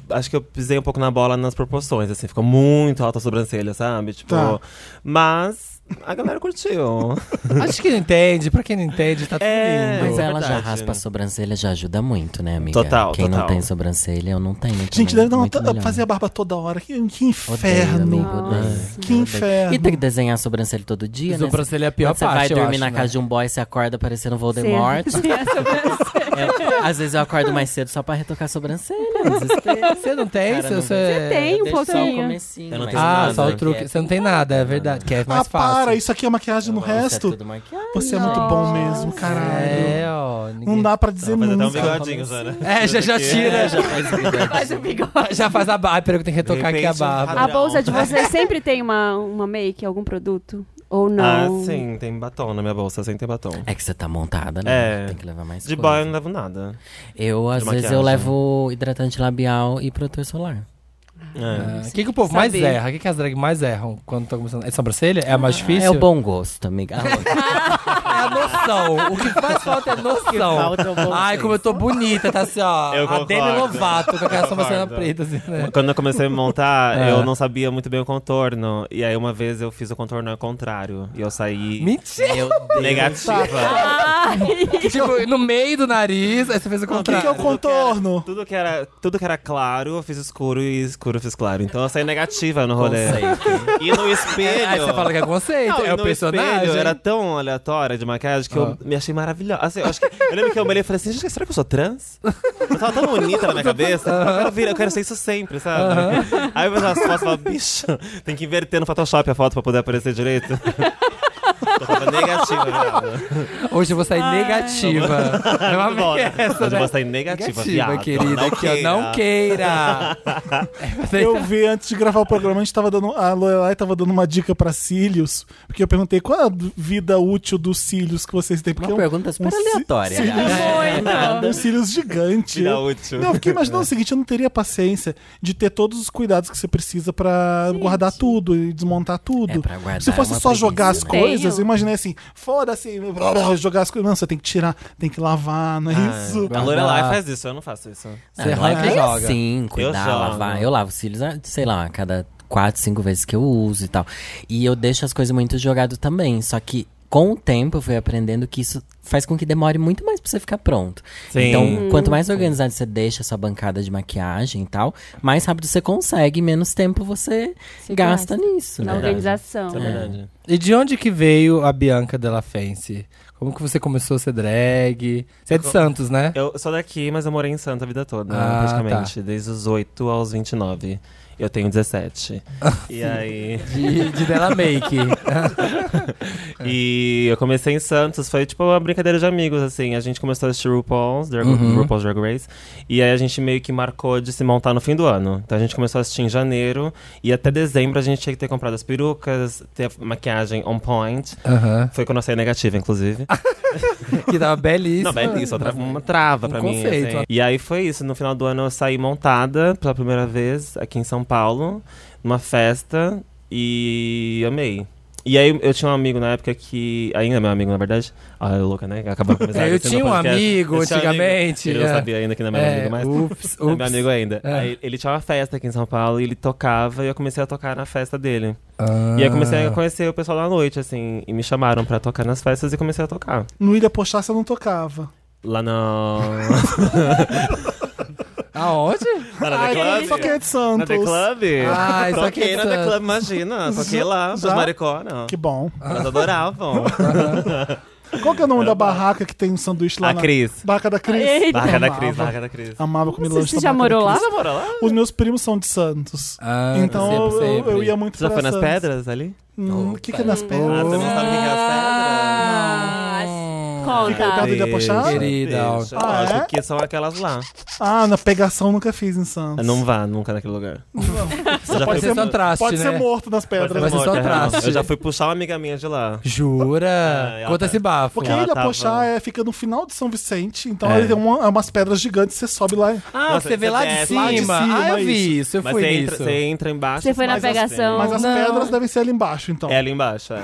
E: Acho que eu pisei um pouco na bola nas proporções, assim, ficou muito alta a sobrancelha, sabe? Tipo.
A: Tá.
E: Mas a galera curtiu.
B: Acho que não entende, pra quem não entende, tá tudo
E: É,
B: lindo.
D: Mas um ela já
E: verdade,
D: raspa
E: né?
D: a sobrancelha, já ajuda muito, né, amiga?
E: Total,
D: Quem não
E: total.
D: tem sobrancelha, eu não tenho.
A: Gente,
D: também,
A: deve dar uma
D: muito melhor.
A: fazer a barba toda hora. Que, que
D: Odeio,
A: inferno.
D: amigo, odeio.
C: Nossa.
A: que inferno.
D: E tem que desenhar a sobrancelha todo dia, né?
B: Sobrancelha é a pior
D: Quando você
B: parte,
D: vai
B: eu
D: dormir
B: acho,
D: na
B: né?
D: casa de um boy, você acorda parecendo
C: Sim,
D: Voldemort.
C: sim, é sobre-
D: Eu- às vezes eu acordo mais cedo só pra retocar a sobrancelha. desespero.
B: Você não tem?
D: Cara,
B: você,
D: não-
B: você
C: tem. um
D: Deixa Só o
C: pouquinho.
D: comecinho,
E: Eu não
D: mas
E: tenho
B: Ah,
E: nada,
B: só o
E: né?
B: truque. Você não tem nada, é verdade. Que é
A: Ah,
B: mais fácil.
A: para, isso aqui é maquiagem no
D: Isso é
A: resto.
D: tudo maquiagem.
A: Você é muito bom mesmo, caralho.
B: É, ó. ninguém-
A: Não dá pra dizer
E: Vou fazer até um
A: nunca.
E: bigodinho já, né?
B: É, já, já tira. Já,
C: Faz o bigode.
B: já faz a barba. Ai, peraí, que eu tenho que retocar
E: De
B: aqui a
E: repente,
B: barba.
C: A bolsa de vocês sempre tem uma, uma make, algum produto? Ou
E: Ah,
C: não?
E: sim, tem batom na minha bolsa, sem ter batom.
D: É que você tá montada, né?
E: É.
D: Tem que levar mais
E: De
D: coisa.
E: boy eu não levo nada.
D: Eu, às
E: de
D: vezes,
E: maquiagem.
D: eu levo hidratante labial e protetor solar.
E: É.
B: O que, que o povo mais tá
C: Saber.
B: erra? O que, É que as drag mais erram quando estão começando? É sobrancelha? É a mais difícil?
D: É o bom gosto, amiga. Ah,
B: É a a noção. O que mais falta é noção.
G: Faltam bons
B: Ai, como eu tô bonita, tá assim, ó.
E: Eu
B: a Demi
E: concordo.
B: Lovato com aquela
E: Eu
B: sobrancelha
E: concordo.
B: preta, assim, né?
E: Quando eu comecei a me montar,
B: É.
E: eu não sabia muito bem o contorno. E aí uma vez eu fiz o contorno ao contrário. E eu saí
B: Mentira!
D: Meu Deus.
A: Tá.
E: negativa.
B: tipo, no meio do nariz, aí você fez o
A: O que, que é
B: contrário.
A: o contorno?
E: Tudo que, era, tudo que era claro, eu fiz escuro e escuro eu fiz claro. Então eu saí negativa no rolê. E no espelho.
B: Aí você fala que é conceito,
E: Não,
B: é
E: e
B: o
E: no
B: personagem.
E: espelho, era tão aleatória de maquiagem que
B: Ah.
E: eu me achei maravilhosa. Assim, eu, acho que, eu lembro que eu olhei e falei assim, gente, será que eu sou trans? Eu tava tão bonita na minha cabeça. Eu quero, vir, eu quero ser isso sempre, sabe? Aí eu vejo as fotos e falo, bicho, tem que inverter no Photoshop a foto pra poder aparecer direito. Eu tava negativa, viado.
B: Hoje eu vou sair negativa. Eu
E: Muito bom,
B: amei
E: né?
B: essa,
E: Hoje eu
B: né?
E: vou sair negativa,
B: Negativa,
E: viado.
B: querida, que eu não queira. É, tá
A: Eu vi antes de gravar o programa, a gente tava dando. A Lorelai tava dando uma dica pra cílios. Porque eu perguntei qual é a vida útil dos cílios que vocês têm. Porque
D: Uma
A: eu-
D: pergunta
B: assim,
D: super
A: um ci-
D: aleatória. né?
A: Cílios,
C: Muito.
D: É.
A: um cílios gigante.
E: Vida útil.
A: Não, eu fiquei imaginando o seguinte: eu não teria paciência de ter todos os cuidados que você precisa pra guardar tudo e desmontar tudo.
D: É, pra guardar
A: Se fosse
D: é uma
A: só jogar as
D: preguiça,
C: né?
A: coisas,
C: Tenho.
A: eu imaginei assim: foda-se, blá, blá, jogar as coisas. Não, você tem que tirar, tem que lavar, não é
D: Ah.
A: isso?
E: Ah, A Lorelai faz isso, eu não faço isso.
D: Não,
B: Você
D: ela
B: arranca e
D: tem
B: joga.
D: assim, cuidar,
E: jogo.
D: lavar. Eu lavo os cílios, ah, sei lá, a cada quatro, cinco vezes que eu uso e tal. E eu deixo as coisas muito jogado também. Só que com o tempo eu fui aprendendo que isso faz com que demore muito mais pra você ficar pronto.
E: Sim.
D: Então, quanto mais organizado você deixa a sua bancada de maquiagem e tal, mais rápido você consegue, menos tempo você
C: Se
D: gasta nisso,
C: Na
D: né?
C: organização.
E: Isso é verdade.
B: E de onde que veio a Bianca Della Fence? Como que você começou a ser drag? Você é de Santos, né?
E: Eu sou daqui, mas eu morei em Santa a vida toda,
B: Ah,
E: praticamente. Desde os 8 aos 29. Eu tenho 17. e aí.
B: De, de Della Make.
E: E eu comecei em Santos, foi tipo uma brincadeira de amigos, assim. A gente começou a assistir RuPaul's, Drag,
B: Uhum.
E: RuPaul's Drag Race. E aí a gente meio que marcou de se montar no fim do ano. Então a gente começou a assistir em janeiro. E até dezembro a gente tinha que ter comprado as perucas, ter a maquiagem on point.
B: Aham.
E: Foi quando eu saí negativa, inclusive.
B: Que tava belíssima.
E: Não, bem, isso, outra- uma trava
B: Um
E: pra
B: conceito,
E: mim.
B: ó.
E: Assim. E aí foi isso. No final do ano eu saí montada pela primeira vez aqui em São Paulo, numa festa, e amei. E aí eu tinha um amigo na época que. Ainda é meu amigo, na verdade. Ah, é louca, né? Acabou com a amizade,
B: É, eu
E: assim, no
B: tinha um
E: podcast.
B: amigo
E: Eu tinha um amigo.
B: antigamente,
E: Ele
B: é.
E: não sabia ainda que não é meu amigo, mas.
B: Ups,
E: É
B: ups.
E: meu amigo ainda.
B: É.
E: Aí ele tinha uma festa aqui em São Paulo e ele tocava e eu comecei a tocar na festa dele.
B: Ah.
E: E aí eu comecei a conhecer o pessoal da noite, assim, e me chamaram pra tocar nas festas e comecei a tocar.
A: No Ilha Pochaça eu não tocava.
E: Lá no.
B: Aonde?
E: Lá na
A: Ai,
E: Declave?
A: só quem é de
E: Na The
A: Santos.
E: Club?
B: Ah, isso aqui
E: Toquei
B: é
E: na
B: Santos.
E: The Club, imagina. Toquei lá, pros
A: Já?
E: maricona.
A: Que bom.
E: Elas adoravam.
A: Qual que é o nome da barraca que tem um sanduíche lá
E: A
A: na...
E: Cris.
A: Barraca da Cris.
C: Eita.
E: Barraca da
A: Amava.
E: Cris, né? barraca da Cris.
A: Amava comer
C: Você,
A: lanche
C: você
A: da
C: já
A: Barraca da
C: morou lá?
A: Cris. Os meus primos são de Santos.
B: Ah,
A: então eu-
B: sempre,
A: eu,
B: sempre.
A: eu ia muito
E: Já
A: pra
E: foi nas
A: Santos.
E: pedras ali?
A: Hum, O que, que é nas
E: Ah,
A: pedras?
E: você não sabe o que que é as pedras?
A: Fica
C: Conta.
A: ligado. Ilha Pochá?
B: Querida, ó.
E: Deixa.
A: Ah,
E: Lógico
A: é?
E: que são aquelas lá.
A: Ah, na pegação nunca fiz em Santos.
E: Ah, Não vá nunca naquele lugar. Você já
B: Pode
E: foi-
B: ser só traste,
A: Pode
B: né?
A: ser um morto nas
E: Pode ser
A: pedras.
B: Vai ser
E: morte,
B: só
E: é real.
B: traste.
E: Eu já fui puxar uma amiga minha de lá.
B: Jura?
E: É, ela
B: Conta
E: tá-
B: esse bafo.
A: Porque
E: Ela
A: Ilha
E: tava-
A: Pochá é, fica no final de São Vicente, então
E: É.
A: ele tem uma- umas pedras gigantes, você sobe lá.
B: Ah,
E: Nossa,
B: você vê lá de,
E: desce
B: cima.
E: lá de
A: cima,
B: Ah, eu
A: isso.
B: vi isso. Eu
E: Mas
B: fui
E: você entra,
B: nisso.
E: você entra embaixo.
C: Você foi na
E: mas as
C: pegação.
E: pedras-
A: Mas as
B: Não.
A: pedras devem ser ali embaixo, então.
E: É ali embaixo, é.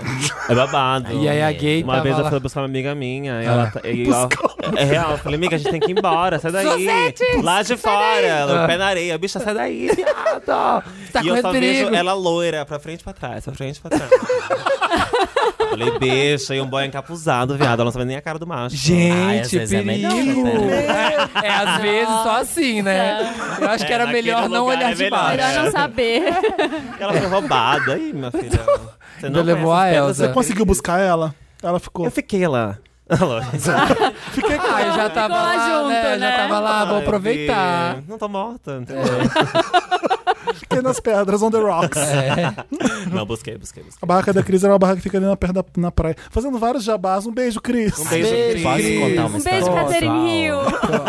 E: É babado.
B: E aí a gay
E: Uma
B: tava
E: vez eu
B: lá. Ah.
E: fui buscar uma amiga minha, e ela, tá- e ela- é real, eu falei, amiga, a gente tem que ir embora, sai daí. lá de fora, ela, o pé na areia, bicha, sai daí, viado.
B: Ah. Tá
E: e eu
B: correndo
E: só
B: perigo.
E: vejo ela loira, pra frente e pra trás, pra frente e pra trás. falei, bicha, e um boy encapuzado, viado, ela não sabe nem a cara do macho.
D: Ai, às
B: Gente,
D: vezes é
B: perigo.
D: melhor
B: É, é, às vezes só assim, né? Eu acho
E: É,
B: que era
E: naquele
B: melhor não
E: lugar
B: olhar
E: é
B: de
E: melhor.
B: baixo.
C: Melhor não saber.
E: Ela foi roubada, aí, minha filha. Você
B: Ainda levou
E: conhece
B: a
E: as pedras,
B: Elsa.
E: você-
A: Conseguiu buscar ela? Ela ficou.
E: Eu fiquei lá. Ela-
A: Fiquei com
B: Ah, eu já tava
C: lá
B: lá,
C: junto,
B: né? Já
C: né?
B: tava lá, vou
E: Ai,
B: aproveitar. É.
E: Bi, Não tô morta, entendeu?
A: Fiquei nas pedras, on the rocks.
E: Não, busquei, busquei, busquei.
A: A barraca da Cris era uma barraca que fica ali na, perto da, na praia. Fazendo vários jabás. Um beijo, Cris.
E: Um beijo,
B: Beijo.
E: Cris.
D: Posso contar uma
C: Um
D: história?
C: beijo,
B: Nossa.
C: Catherine Hill.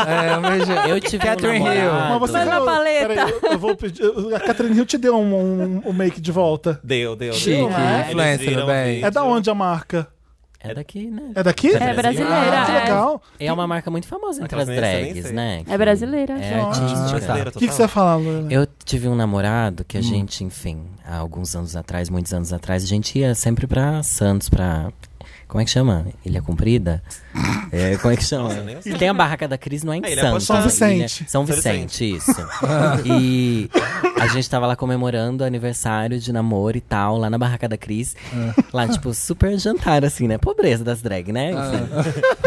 B: É, mas
D: Eu tive
B: Catherine
D: um
B: Hill.
D: namorado.
A: Ah, Mas você
C: Manda
A: ganhou-
C: a paleta.
A: Peraí, eu, eu vou pedir. eu- A Catherine Hill te deu um, um- um make de volta.
E: Deu, deu,
B: Chique,
E: deu. Eles
B: influencer,
E: viram
B: bem.
E: o vídeo.
A: É da onde a marca?
D: É daqui, né?
A: É daqui?
E: É
C: É
A: Ah, que
C: brasileira. é.
A: legal.
D: É uma marca muito famosa entre as
E: Aquelas meninas, eu nem
D: drags,
E: sei.
D: né?
C: É brasileira.
D: É
C: já.
D: artística.
E: Brasileira
A: O que, que
E: total.
A: você ia falar, Lorelai?
D: Eu tive um namorado que a gente, enfim, há alguns anos atrás, muitos anos atrás, a gente ia sempre pra Santos pra Como é que chama? Ilha Comprida? É, como é que chama?
E: Nossa, nem assim. sei.
D: Tem a barraca da Cris, não é em
E: É, Ilha
D: Santos.
E: São
D: Ilha-
A: Vicente.
D: São
E: São
D: Vicente, isso. e a gente tava lá comemorando o aniversário de namoro e tal, lá na barraca da Cris.
E: É.
D: Lá, tipo, super jantar, assim, né? Pobreza das drag, né?
E: Ah.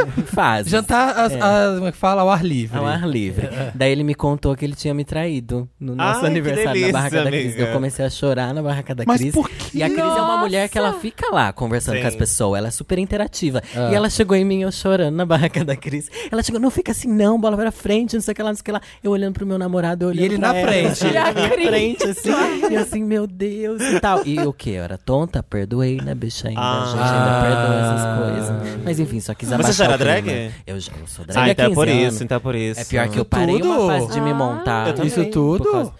D: Enfim. Fase.
B: Jantar, as-
D: É.
B: as- como é que fala? Ao ar livre.
D: Ao ar livre. Daí ele me contou que ele tinha me traído no nosso
E: É. Ai, que
D: aniversário
E: delícia,
D: na Barraca da Cris.
E: amiga.
D: Eu comecei a chorar na Barraca da
A: Mas
D: Cris.
A: por quê?
D: E a Cris é uma
C: Nossa!
D: mulher que ela fica lá conversando
E: Sim. Ah.
D: com as pessoas. Ela é super interativa. E ela chegou em mim, eu chorando na Barraca da Cris. Ela chegou, não fica assim não, bola pra frente, não sei o que lá, não sei o que lá. Eu olhando pro meu namorado, eu olhando
B: E ele
D: pra
B: na
D: ela,
B: frente.
D: ele na minha
C: Cris.
D: frente, assim. e eu assim, meu Deus e tal. E o quê? Eu era tonta? Perdoei, né, bicha? Ainda,
E: Ah.
D: a gente ainda perdoa essas coisas. Mas enfim, só quis abaixar
E: você já
D: o
E: era drag?
D: clima. Eu, já- eu sou drag
E: Ah,
D: há
E: então é por
D: 15 anos.
E: isso, então é por isso.
D: É pior que eu
B: Tudo?
D: parei uma fase de me montar.
C: Eu também.
B: Isso tudo?
D: Por causa-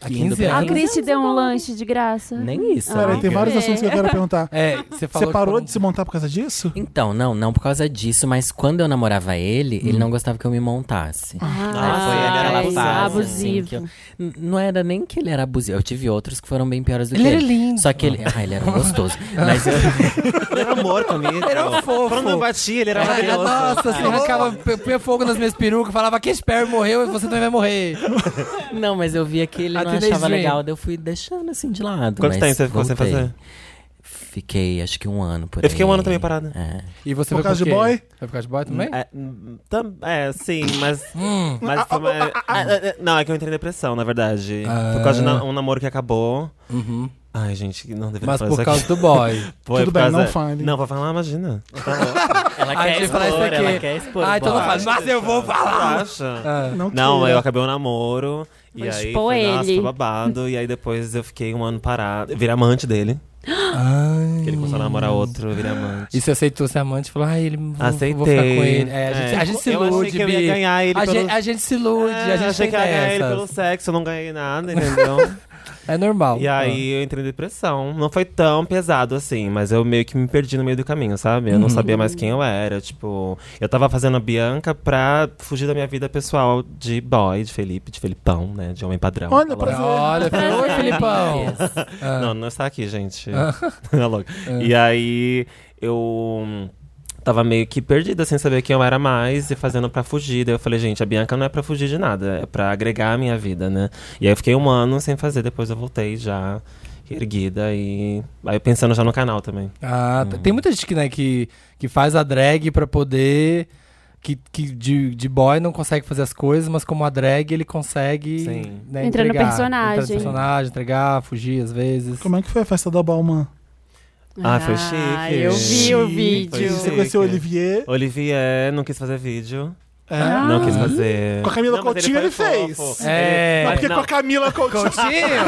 B: Há
D: Indo
B: 15
D: pra
C: A
B: anos.
C: Cris te deu um lanche de graça?
D: Nem isso.
C: Ah,
A: Peraí, tem
D: amiga.
A: vários
C: ok.
A: assuntos que eu quero perguntar.
B: É, você falou.
A: Você
B: que
A: parou
B: quando-
A: de se montar por causa disso?
D: Então, não, não por causa disso, mas quando eu namorava ele, ele não gostava que eu me montasse.
E: Ah, foi, ele era
C: ai,
D: assim,
E: abusivo.
C: é abusivo.
D: que eu- N- não era nem que ele era abusivo. Eu tive outros que foram bem piores do
B: Ele
D: que
B: era
D: ele.
B: lindo.
D: Só que ele. Ah, ele era um gostoso. mas eu-
E: Ele era um amor comigo.
B: Era um fofo.
E: Quando eu batia, ele era
B: Ai,
E: maravilhoso.
B: É,
E: Ah.
B: nossa, você arrancava, punha fogo nas minhas perucas, falava que esse Perry morreu e você também vai morrer.
D: não, mas eu via que ele
B: A
D: não
B: teenage
D: achava
B: dream.
D: legal, daí eu fui deixando assim de lado.
E: Quanto
D: mas
E: tempo você ficou sem
D: voltei.
E: fazer?
D: Fiquei acho que um ano por aí.
E: Eu fiquei um ano também parada.
D: É.
B: E você
A: Por
B: foi
A: causa
B: por
A: de
B: quê?
A: boy?
B: Foi por causa de boy também?
E: É, hum, tam- é, sim, mas. mas foi uma- Ah, ah, ah, não, é que eu entrei em depressão, na verdade.
B: Ah.
E: Por causa de na- um namoro que acabou.
B: Uhum.
E: Ai, gente, não deveria
B: Mas
E: falar
B: por
E: isso
B: causa
E: aqui.
B: do boy.
E: Foi por
A: Tudo bem,
E: causa-
A: não fale.
E: Não, vou falar, imagina.
D: Ela
B: Ai,
D: quer
B: deixa eu falar
D: expor,
B: isso daqui.
D: ela quer expor.
B: Ah, então não
D: bora.
B: faz. Mas eu vou falar.
E: Acha?
B: Ah.
A: Não,
E: Não,
A: queira.
E: eu acabei o namoro. E
C: Mas,
E: aí,
B: tipo,
C: pô,
E: foi, nossa,
C: ele.
E: foi babado. E aí depois eu fiquei um ano parado. Eu Virei amante dele.
B: Ai.
E: Que ele começou a namorar outro, eu virei amante.
B: E você aceitou ser amante? Falou, ah, ele vou, vou
E: Aceitei.
B: ficar com ele. É, a gente,
E: É.
B: a gente se
E: Eu achei
B: ilude,
E: que eu ia
B: Bi.
E: ganhar ele
B: a,
E: pelo-
B: gente, a gente se ilude, a
E: É,
B: gente
E: achei
B: tem
E: que ia ganhar ele
B: dessas.
E: pelo sexo, eu não ganhei nada, entendeu?
B: É normal.
E: e aí eu entrei em depressão. Não foi tão pesado assim, mas eu meio que me perdi no meio do caminho, sabe? Eu
B: Uhum.
E: não sabia mais quem eu era. Tipo, eu tava fazendo a Bianca pra fugir da minha vida pessoal de boy, de Felipe, de Felipão, né? De homem padrão. Falou.
A: Olha, pra-
B: Ah. Olha, falou, oi, Filipão. Ah.
E: Não, não está aqui, gente. é louco. E aí eu tava meio que perdida, sem saber quem eu era mais e fazendo pra fugir. Daí eu falei, gente, a Bianca não é pra fugir de nada, é pra agregar a minha vida, né? E aí eu fiquei um ano sem fazer, depois eu voltei já erguida e. Aí pensando já no canal também.
B: Ah,
E: Uhum.
B: tá. tem muita gente que, né, que, que faz a drag pra poder. Que, que de, de boy não consegue fazer as coisas, mas como a drag ele consegue.
E: Sim.
B: Né,
C: Entrar no
B: entregar.
C: personagem.
B: Entrar no personagem, entregar, fugir às vezes.
A: Como é que foi a festa da Balmain?
E: Ah, foi chique.
C: Ah, eu vi o
A: Chique.
E: Foi
C: vídeo.
A: Você
E: chique.
A: conheceu o Olivier?
E: Olivier não quis fazer vídeo.
A: É.
B: Ah.
E: Não quis fazer.
A: Com a Camila
E: Não, mas
A: Coutinho ele,
E: foi
A: fez.
E: fofo.
B: É.
A: Não,
E: Mas
A: porque
E: não.
A: com a Camila Coutinho.
B: Coutinho?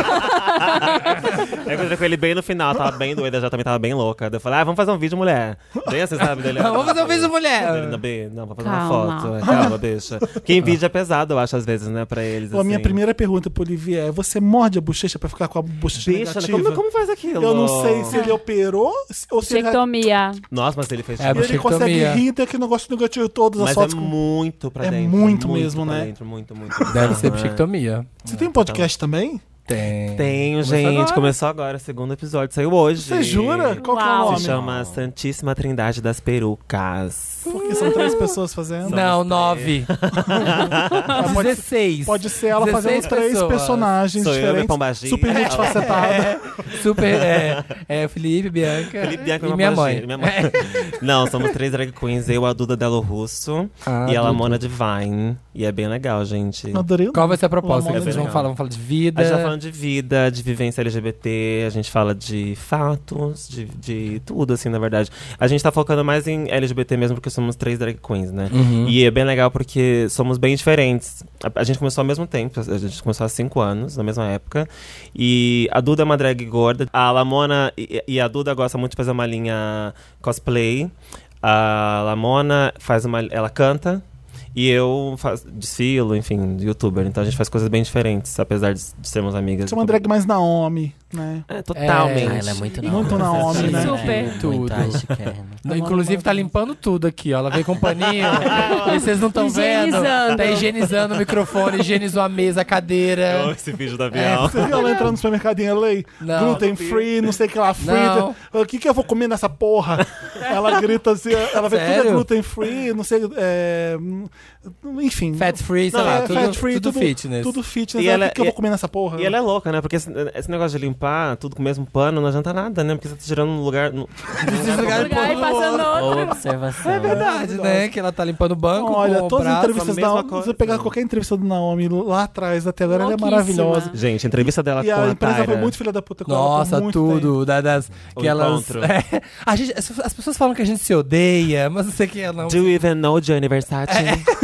E: Aí eu encontrei com ele bem no final, tava bem doida, já também tava bem louca. Daí eu falei, ah, vamos fazer um vídeo, mulher. Bem assim, sabe? Dele,
B: Vamos fazer um vídeo,
E: Dele,
B: mulher.
E: não, bem, não, vou fazer
C: Calma.
E: uma foto. É, calma, deixa. Porque em vídeo é pesado, eu acho, às vezes, né, pra eles.
A: A minha
E: assim.
A: primeira pergunta pro Olivier é: você morde a bochecha pra ficar com a bochecha
E: Bicha, né,
A: negativa?
E: como, como faz aquilo?
A: Eu não sei se ele operou se- ou se ele,
C: Chectomia.
E: Nossa, mas ele fez.
B: É,
E: tipo-
A: ele consegue
B: Chectomia.
A: rir então daquele negócio negativo todas as
E: mas
A: fotos.
E: é
A: com-
E: muito pra
A: É
E: dentro.
A: muito mesmo,
E: pra
A: né?
E: Dentro, muito, muito.
B: Deve
E: bizarro,
B: ser né?
E: né?
B: psicotomia.
A: Você tem um podcast também?
B: Tem.
E: Tenho,
B: Começou
E: gente.
B: agora.
E: Começou agora, segundo episódio, saiu hoje.
A: Você jura? Qual que é o
C: Uau.
A: nome?
E: Se chama Santíssima Trindade das Perucas.
A: Porque são três pessoas fazendo.
B: Não, nove.
A: Ah, pode,
B: 16.
A: pode ser ela
B: 16
A: fazendo três
B: pessoas.
A: personagens
E: Sou eu, meu É.
A: diferentes.
E: pombagira.
A: super multifacetada.
B: Super. É, é o Felipe, Bianca.
E: Felipe Bianca
B: e
E: é
B: minha
E: minha
B: mãe.
E: pombagira, minha mãe. Não, somos três drag queens, eu, a Duda Delo Russo
B: Ah,
E: e a
B: Duda.
E: Lamona Divine. E é bem legal, gente.
A: Adorei. o
B: Qual vai ser a proposta?
A: Lamona
B: que vocês vão
E: Divine.
B: falar? Vamos falar de vida.
E: A gente tá falando de vida, de vivência LGBT, a gente fala de fatos, de, de tudo, assim, na verdade. A gente tá focando mais em LGBT mesmo, porque somos três drag queens, né? E é bem legal porque somos bem diferentes. A, a gente começou ao mesmo tempo, a gente começou há cinco anos, na mesma época. E a Duda é uma drag gorda, a Lamona e, e a Duda gosta muito de fazer uma linha cosplay. A Lamona faz uma. Ela canta. E eu faço, desfilo, enfim, youtuber. Então a gente faz coisas bem diferentes, apesar de, de sermos amigas.
A: Você é uma drag mais Naomi. né?
E: É, totalmente.
B: É.
D: Ah, ela é muito Naomi.
A: Muito Naomi, né?
C: Super.
D: Muito
B: Tudo.
D: agiquérrima.
B: Não, Inclusive, tá limpando tudo aqui, ó. Ela veio com paninho. e vocês não estão vendo.
C: Higienizando.
B: Tá higienizando o microfone, higienizou a mesa,
E: Eu
B: a
E: amo
B: cadeira.
E: esse vídeo da
A: É,
E: Bial.
A: você viu ela entrando no supermercado em LA?
B: Não.
A: Gluten free, não sei o que lá, frita.
B: Não.
A: "Ah, O que, que eu vou comer nessa porra? ela grita assim, ela vê tudo é
B: Sério?
A: gluten free, não sei. é, enfim.
B: Fat free, sei
A: Não,
B: lá,
A: é
B: tudo,
A: fat free,
B: tudo fitness.
A: Tudo fitness.
E: E
A: Ela,
E: ela-
A: o que, que eu
E: e-
A: vou comer nessa porra?
E: E ela é louca, né? Porque esse, esse negócio de limpar tudo com o mesmo pano não adianta nada, né? Porque você tá tirando um lugar. no-
A: tá um
B: Desligar e pôr
C: Lugar e
B: no
C: passando
B: outro.
D: Ou
C: outro.
D: observação.
B: É verdade, né? Que ela tá limpando o
E: é
B: banco.
A: Olha,
B: com o
A: todas as
B: braço,
A: entrevistas
E: a mesma
A: da Naomi,
E: coisa.
A: você pegar qualquer entrevista do Naomi lá atrás, até agora, ela é
C: Louquíssima.
A: maravilhosa.
E: Gente, a entrevista dela
A: E
E: com
A: a
E: a,
A: empresa foi
E: Tyra.
A: muito filha da puta com ela
B: Nossa,
A: por muito tempo.
B: tudo. da- das,
E: O
B: que elas,
E: encontro.
B: É, a gente, as, as pessoas falam que a gente se odeia, mas eu sei que ela não.
E: Do you even know Gianni Versace?
A: É.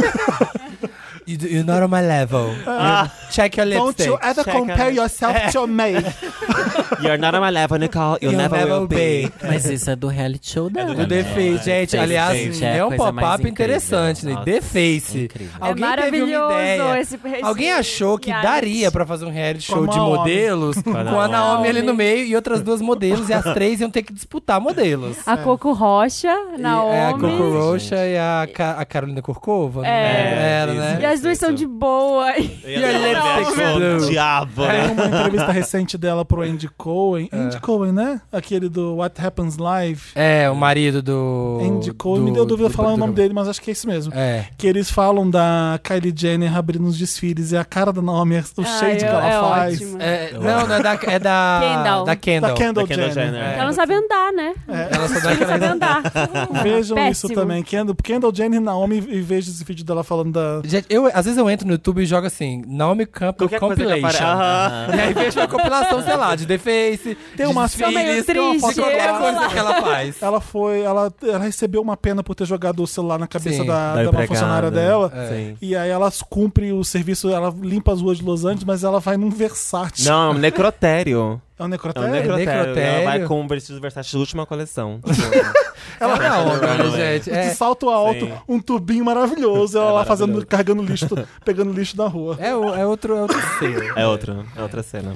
B: You, do- you're not on my level. You- Check your
A: Ah. Don't
B: lipstick.
A: you ever
E: Checa-
A: compare
E: É.
A: yourself to me.
E: You're not on my level, Nicole. You
B: You'll
E: never will be.
D: Mas isso é do reality show dela. né?
B: Do The Face, gente.
D: Face,
B: aliás,
D: gente, é a
B: é um
D: coisa mais
B: pop-up
D: incrível.
B: interessante, né?
D: Nossa,
B: The Face.
D: incrível.
C: É
B: Alguém teve uma
C: maravilhoso
B: ideia.
C: esse, esse
B: Alguém achou que
C: reality.
B: daria pra fazer um reality
A: Com
B: show
A: a
B: de
A: Naomi.
B: modelos com
E: a
B: a Naomi
C: Naomi.
B: ali no meio e outras duas modelos, e as três iam ter que disputar modelos.
C: A Coco Rocha,
B: E
C: Naomi.
B: É a Coco
D: Gente.
B: Rocha e a, Ca- a Carolina Corcova, né?
C: É.
B: Era, né?
C: E as duas são de boa.
E: E
B: Your lipstick blue.
E: Diabo, né?
B: É.
A: Tem uma entrevista recente dela pro Andy
E: É.
A: Cohen. Andy Cohen, né? Aquele do What Happens Live.
B: É, o marido do.
A: Andy Cohen,
B: do-
A: me deu dúvida
B: do-
A: falar o
B: do-
A: nome
B: do-
A: dele, mas acho que é isso mesmo.
B: É.
A: Que eles falam da Kylie Jenner abrindo os desfiles e a cara da Naomi, o shade que
C: é-
A: ela
C: é
A: faz.
C: ótimo.
B: É, não, não é da. É da.
C: Kendall.
B: Da Kendall. é.
E: Da
A: Da Kendall,
E: Kendall
A: Jenner.
E: Jenner.
C: Ela não sabe andar, né?
A: É.
B: Ela só dá
C: Não sabe
B: aquela.
C: andar.
A: Vejam isso
C: Péssimo.
A: também. Kendall, Kendall Jenner e Naomi, e vejo esse vídeo dela falando da.
B: Gente, eu, às vezes eu entro no YouTube e jogo assim, Naomi Campbell
E: Qualquer coisa que aparece.
B: Compilation. né?
E: Aham.
B: E aí vejo uma compilação, sei lá, de The Face.
A: Tem
B: de
A: umas
B: desfiles,
C: meio
B: tem uma foto
C: triste,
B: com
C: eu
B: qualquer
C: vou
B: coisa
C: lá.
B: que ela faz.
A: Ela foi. Ela, ela recebeu uma pena por ter jogado o celular na cabeça
B: Sim,
A: da,
E: da
A: da uma
E: empregada.
A: funcionária dela.
B: É.
E: Sim.
A: E aí ela cumpre o serviço, ela limpa as ruas de Los Angeles, mas ela vai num Versace.
E: Não, é um necrotério.
A: É um
E: É um
A: necrotério?
E: necrotério. Ela vai
B: necrotério.
E: com o vestido Versace da última coleção.
A: É
B: Ela não, olha,
E: Runaway.
B: gente.
A: De
B: É,
A: salto alto,
E: Sim.
A: um tubinho maravilhoso, ela
E: É
A: lá fazendo,
E: maravilhoso.
A: carregando lixo, pegando lixo na rua.
B: é, o- é outro, é outro selo.
E: é outra, é outra cena.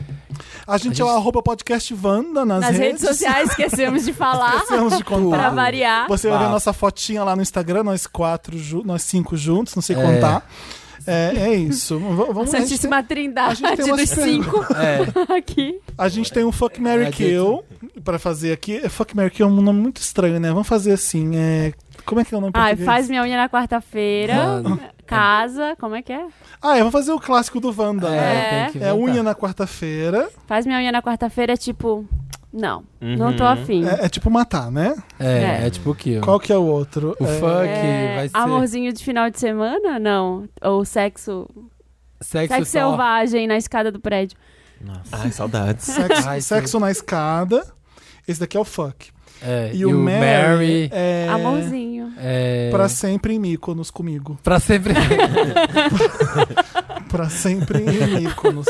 A: A gente é o arroba podcast Wanda nas,
C: Nas redes sociais Ah. esquecemos de falar.
A: Esquecemos de contar.
C: pra variar.
A: Você vai ver a
B: Bafo.
A: nossa fotinha lá no Instagram, nós quatro, ju- nós cinco juntos, não sei contar. É, é isso. V-
C: A
A: vamos lá, a gente tem-
C: Santíssima
A: a gente
C: Trindade
A: tem umas
C: dos
A: perguntas.
C: cinco
B: É.
C: aqui.
A: A gente tem um Fuck Mary
B: A gente-
A: Kill pra fazer aqui. Fuck Mary Kill é um nome muito estranho, né? Vamos fazer assim. é, Como é que é o nome
C: Ai,
A: português?
C: faz minha unha na quarta-feira.
B: é,
C: Casa, como é que é?
A: Ah, eu vou fazer o clássico do Wanda. né?
B: É,
C: É.
B: tem que
A: É
B: inventar.
A: unha na quarta-feira.
C: Faz minha unha na quarta-feira é tipo. Não,
E: Uhum.
C: não tô afim.
A: É, é tipo matar, né?
B: É,
C: É.
B: é tipo que
A: Qual que é o outro?
B: O
A: É,
B: funk
C: É,
B: vai ser
C: Amorzinho de final de semana? Não. Ou sexo.
B: sexo,
C: Sexo
B: só.
C: selvagem na escada do prédio.
D: Nossa.
E: Ai, saudades.
A: Sexo,
B: Ai,
A: sexo na escada. Esse daqui é o fuck.
B: É,
A: E, o Mary, é
C: Amorzinho.
B: é,
A: pra sempre em Míconos comigo.
B: pra sempre,
A: Pra sempre em Míconos.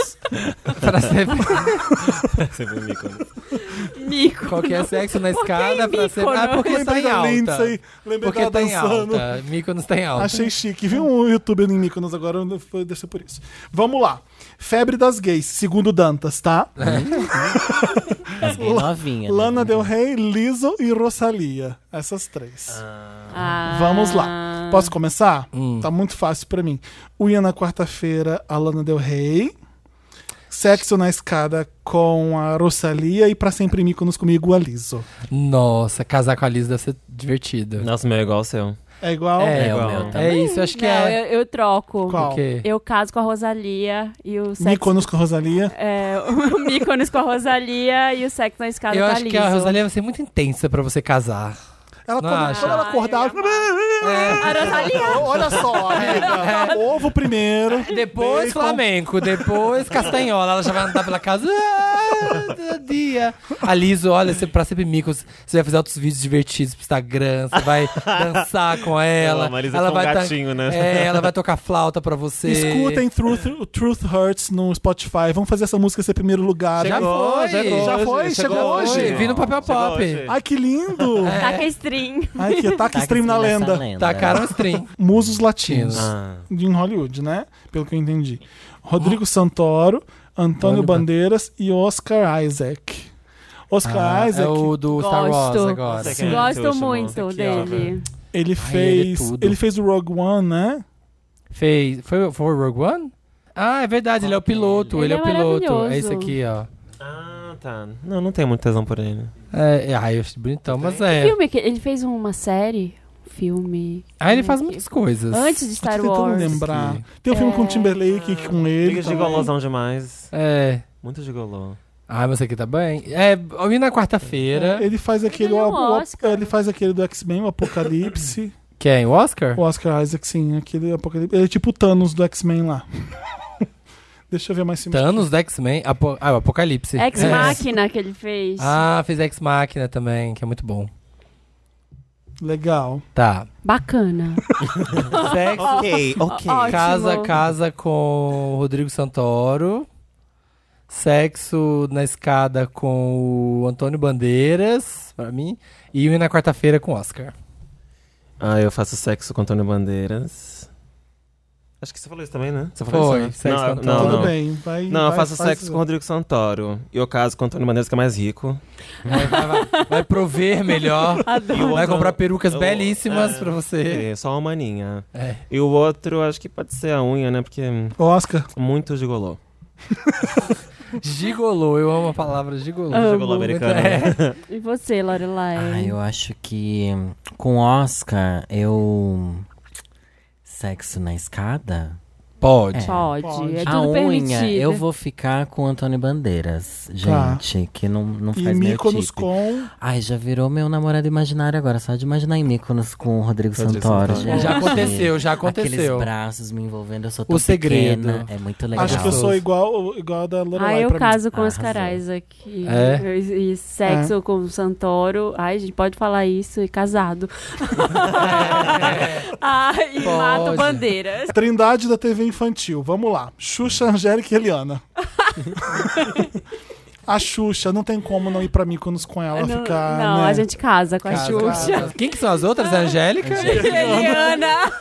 B: pra sempre.
E: Você viu, Mico?
C: Mico.
B: Qualquer é sexo na
C: Por que
B: escada, pra sempre.
C: Mykonos?
B: Ah, porque tá em
A: da
B: alta.
A: Lindsay, lembrei
B: Porque
A: dela
B: tá em
A: dançando.
B: alta. Mykonos tá em alta.
A: Achei chique. Vi um youtuber em Mykonos agora, foi descer por isso. Vamos lá. Febre das gays, segundo Dantas, tá?
D: Mas bem novinha. né?
A: Lana Del Rey, Lizzo e Rosalia. Essas três.
C: Ah.
A: Vamos lá. Posso começar?
B: Hum.
A: Tá muito fácil pra mim. Unha na quarta-feira, a Lana Del Rey. Sexo na escada com a Rosalia e pra sempre Míconos comigo, a Lizzo.
B: Nossa, casar com a Liz deve ser divertido.
E: Nossa, o meu é igual ao seu.
A: É igual?
B: é,
D: É o
B: igual.
D: meu
B: é
D: também.
B: isso, acho que
C: Não,
B: é.
C: eu, eu troco.
A: Qual?
B: O quê?
C: Eu caso com a Rosalia e o sexo.
A: Míconos com a Rosalia.
C: É, o Míconos com a Rosalia e o sexo na escada
B: Eu
C: com a
B: acho que a
C: Lizzo.
B: Rosalia vai ser muito intensa pra você casar.
A: Ela,
B: Não
A: quando,
B: acha?
A: quando ela
C: Ah,
A: acordar...
C: eu
E: É.
C: A Rosalia.
A: Olha só, amiga. Ovo primeiro.
B: Depois
A: bacon.
B: Flamengo, depois Castanhola. Ela já vai andar pela casa. Ah, do dia. A Liso, olha, você, pra sempre micos, você vai fazer outros vídeos divertidos pro Instagram, você vai dançar com ela.
E: amo, a Lisa é
B: ela
E: tão
B: vai tá-
E: gatinho, né?
B: É, ela vai tocar flauta pra você.
A: Escutem Truth, Truth Hurts no Spotify. Vamos fazer essa música ser primeiro lugar.
B: Já foi,
A: já
E: hoje,
A: foi, chegou hoje.
B: Vi no papel
E: Chegou
B: pop.
E: hoje.
A: Ai, que lindo!
B: É.
C: Taca stream.
A: Ai, que ataque
D: Tá
A: stream na
D: nessa
A: lenda. Tá
B: Tacaram um stream.
A: Musos latinos.
E: Ah.
A: Em Hollywood, né? Pelo que eu entendi. Rodrigo Santoro, Antônio
B: Antônio Ba-
A: Bandeiras e Oscar Isaac. Oscar
B: Ah,
A: Isaac,
B: é o do Star Wars
C: Gosto.
B: agora.
E: Sim.
B: Sim.
E: Esse
C: Gosto
E: último,
C: muito
E: esse aqui, ó.
C: dele.
A: ele
B: ele é
A: fez. ele,
B: tudo.
A: fez o Rogue One, né?
B: Fez. Foi, foi o Rogue One? Ah, é verdade, ele é o piloto.
C: Ele
B: Ele, é o
C: é
B: piloto.
C: maravilhoso.
B: É esse aqui, ó.
E: Ah, tá. Não, não tenho muito tesão por ele.
B: É, é, ai, eu acho bonitão, mas é.
C: Filme que ele fez uma série, filme.
B: Aí ele faz muitas coisas.
C: Antes de
A: Tô
C: Star
A: tentando
C: Wars.
A: lembrar. Tem um filme
C: É.
A: com o Timberlake que com ele.
E: Fica de golosão demais.
B: É.
E: Muito de golô.
B: Ah, mas aqui tá bem. É, eu ia na quarta-feira.
A: Ele faz aquele.
C: Ele é um
A: o- o-
C: Oscar.
A: ele faz aquele do X-Men, o Apocalipse.
B: Quem? O é Oscar?
A: o Oscar Isaac, sim, aquele Apocalipse. Ele é tipo o Thanos do X-Men lá. Deixa eu ver mais filmes.
B: Thanos, do X-Men. Apo- Ah, o Apocalipse.
C: Ex
B: É.
C: Machina que ele fez.
B: Ah, fez Ex Machina também, que é muito bom.
A: Legal.
B: Tá.
C: Bacana.
B: Sexo.
E: Ok, ok.
C: Ótimo.
B: Casa, casa com o Rodrigo Santoro. Sexo na escada com o Antônio Bandeiras, pra mim. E o na quarta-feira com o Oscar.
E: Ah, eu faço sexo com Antônio Bandeiras. Acho que você falou isso também, né? Você falou
B: Foi,
E: isso, né?
B: sexo
E: não,
B: com
E: não,
B: Antônio.
A: Tudo
E: não.
A: bem. Vai,
E: Não, eu
A: vai,
E: faço
A: faz-
E: sexo com o Rodrigo Santoro. E eu caso com o Antônio Bandeiras, que é mais rico.
B: Vai, vai, vai. Vai prover melhor. Vai comprar perucas
E: Eu-
B: belíssimas
E: é.
B: pra você.
E: É, só uma maninha.
B: É.
E: E o outro, acho que pode ser a unha, né? Porque hum,
A: Oscar.
E: muito gigolô.
B: É. Gigolô, eu amo a palavra gigolô.
C: Amo.
D: é.
E: Gigolô americano. né?
C: E você, Lorelai?
D: Ah, eu acho que com Oscar eu. Sexo na escada?
B: Pode.
D: É.
C: Pode,
A: Pode.
C: é
D: a
C: tudo
D: unha,
C: permitido.
D: eu vou ficar com o Antônio Bandeiras,
A: Tá.
D: gente, que não, não
A: E
D: faz meu
A: Míconos
D: tipo.
A: com.
D: Ai, já virou meu namorado imaginário agora, só de imaginar em Míconos com o Rodrigo,
E: Rodrigo
D: Santoro.
E: Santoro.
D: gente.
B: Já aconteceu, já
D: Aqueles
B: aconteceu.
D: braços me envolvendo, eu sou tão
B: segredo.
D: pequena, é muito legal.
A: Acho que eu sou igual, igual a da Lorelai.
C: Ah, eu
A: pra mim.
C: caso com os
D: Arrasou.
C: carais aqui.
B: É?
C: E, e sexo
A: É.
C: com o Santoro. Ai, a gente pode falar isso e casado. Ai, e
B: Pode.
C: mato bandeiras.
A: Trindade da TV infantil. Vamos lá. Xuxa, Angélica e Eliana. a Xuxa, não tem como não ir pra Míconos com ela
C: não,
A: ficar.
C: não,
A: né?
C: a gente casa com a
B: Casa,
C: Xuxa.
B: casa. Quem que são as outras? A Angélica?
C: Eliana.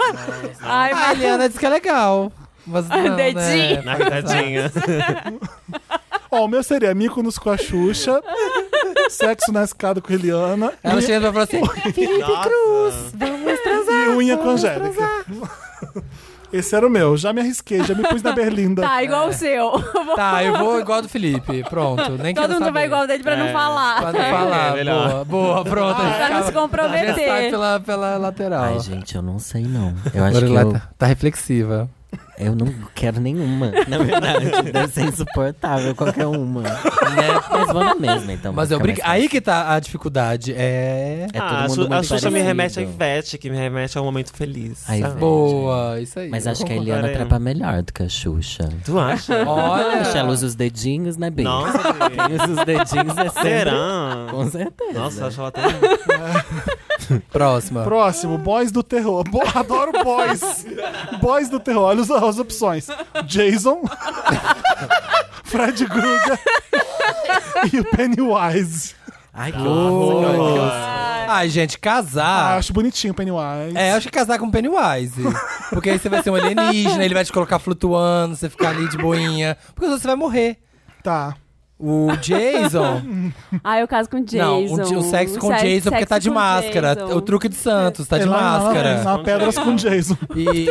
C: Ai,
B: A
C: mas
B: Eliana diz que é legal. Mas não, né?
C: Dedinho.
E: Na verdadeinha.
A: Ó, o meu seria Míconos com a Xuxa, Sexo na Escada com a Eliana
C: É?
B: Ela chega pra falar assim,
E: Felipe Cruz.
A: e Unha com a Angélica. Esse era o meu. Já me arrisquei, já me pus na berlinda.
C: tá igual o seu.
B: tá, eu vou igual a do Felipe. Pronto, nem
C: Todo
B: quero
C: mundo
B: saber.
C: vai igual o dele pra não
E: É.
B: Pra
C: falar.
B: não falar.
E: É, melhor.
B: boa, boa, pronto.
C: Pra não se
B: Destaque
C: comprometer.
B: pela, pela lateral.
D: Ai, gente, eu não sei não. Eu acho que
B: Lorelai
D: eu,
B: tá, tá reflexiva.
D: eu não quero nenhuma, na verdade. Deve ser insuportável qualquer uma. Mas vamos na mesma, então.
B: né? Mas eu
D: fica mais
B: brinco. Aí que tá a dificuldade. É.
D: É todo
E: Ah, a
D: mundo
E: Xu-
D: muito
E: a Xuxa me
D: parecido.
E: remete a Ivete, que me remete a um momento feliz.
D: A
E: sabe?
D: Ivete.
B: Boa, isso aí.
D: Mas
B: eu
D: acho que a
B: concordo.
D: Eliana
E: Cara, é.
D: trapa melhor do que a Xuxa.
E: Tu acha?
B: Olha.
D: Xuxa, ela usa os dedinhos, né, Bia?
E: Nossa,
D: Quem usa os dedinhos é sempre-
E: será?
D: Com certeza.
E: Nossa, eu acho ela tão...
B: Próxima.
A: Próximo, Boys do Terror. Bo- adoro Boys. Boys do Terror. Olha as, as opções: Jason, Fred Krueger e o Pennywise.
D: Ai, que
B: Oh. Boa.
D: horror.
B: Ai, gente,
A: Ah,
B: casar.
A: acho bonitinho o Pennywise.
B: É, acho que casar com o Pennywise. Porque aí você vai ser um alienígena, ele vai te colocar flutuando, você ficar ali de boinha. Porque senão você vai morrer.
A: Tá.
B: O Jason.
C: Ah, eu caso com
B: Não,
C: Jason.
B: o, J- o sexo com o
C: Sex-
B: Jason porque tá
C: sexo
B: de
C: com
B: máscara.
C: Jason.
B: O truque de Santos tá de
A: Lá- lá- lá-
B: máscara.
A: lá- é pedras com Jason.
B: E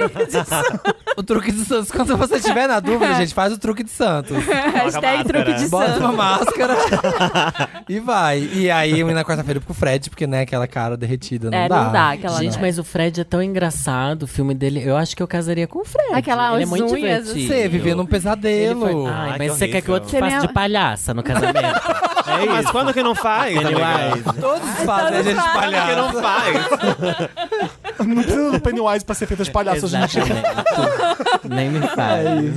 B: o truque de Santos, quando você tiver na dúvida, gente, faz o truque de Santos.
E: máscara.
C: Hashtag truque de
B: Bota
C: santo.
B: uma máscara e vai. E aí eu ia na quarta-feira pro Fred, porque né, aquela cara derretida não
C: É,
B: dá.
C: não dá aquela.
D: Gente, mas o Fred é tão engraçado, o filme dele. Eu acho que eu casaria com o Fred.
C: Aquela
D: Ele é muito
C: unhas, assim.
D: divertido.
B: Você vivendo um
D: Ele
B: pesadelo.
D: foi- Ai,
E: Ai,
D: mas
E: que
D: você quer que o outro
C: horrível.
D: faça
C: Você
D: de
C: nem-
D: palhaça no casamento?
E: É isso. Mas quando que não faz? amiga?
D: Pennywise.
B: Todos fazem a gente
E: Quando que
B: palhaço.
E: não faz?
A: Não precisa do Pennywise pra ser feita de palhaço hoje em dia.
D: Exatamente. Nem
A: É
D: me fale.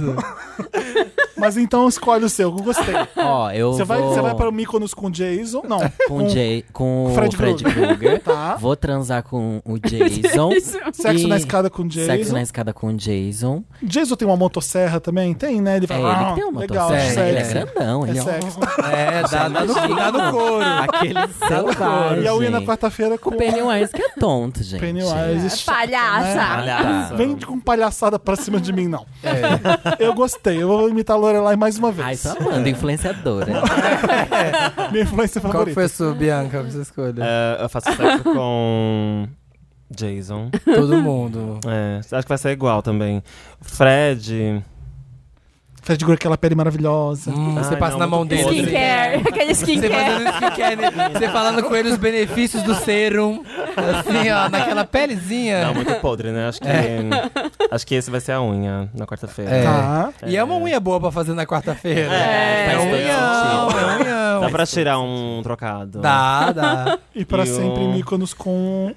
A: Mas então escolhe o seu, eu gostei.
D: Ó, eu
A: Você vai,
D: vou
A: você vai para o Mykonos com Jason? Não.
D: com, o Jay, com o
A: Fred
D: Fred,
A: Krueger.
D: Krueger.
A: Tá.
D: Vou transar com o Jason.
A: Sexo
D: E-
A: na escada com
D: Sexo
A: Jason.
D: na escada com o Jason.
A: Jason tem uma motosserra também? Tem, né? Ele
D: É
A: vai.
D: ele
A: "Ah,
D: que tem uma
A: legal,
D: torcida.
B: sexo.
D: Ele é
A: sexy."
D: grandão. Ele
A: É
D: é um
A: sexo.
B: É, dá, dá no, dá no couro.
D: Aquele selvagem.
A: E a Wii na quarta-feira com
D: O Pennywise que é tonto, gente. Ah, tá.
A: Pennywise. chato, né?
C: Palhaça.
D: Olha.
A: Vem com palhaçada pra cima de mim, não. Eu gostei, eu vou imitar a Lorelai mais uma
D: Ai,
A: vez.
D: só amando, influenciadora.
A: Minha influência
B: Qual que
A: favorita.
B: foi a sua, Bianca, pra você escolha?
E: É, eu faço sexo com Jason.
B: Todo mundo.
E: É, acho que vai ser igual também. Fred.
A: Fred Gru, aquela pele maravilhosa.
B: Hum,
E: Ai,
B: você passa
E: não,
B: na mão
E: muito
B: dele.
E: podre.
C: Skincare. Aquele
B: Você
E: É.
C: skincare.
B: fazendo skincare, né? você falando com ele os benefícios do serum. Assim, ó, naquela pelezinha.
E: Não, muito podre, né? Acho que, acho que esse vai ser a unha na quarta-feira.
B: É.
A: Tá.
B: E é uma unha boa pra fazer na quarta-feira.
E: É,
B: é
E: faz Tá
B: um
E: todo
B: unhão,
E: sentido.
B: é um unhão.
E: Dá pra tirar um trocado.
B: Dá, dá.
A: E pra
E: E o-
A: sempre Mykonos com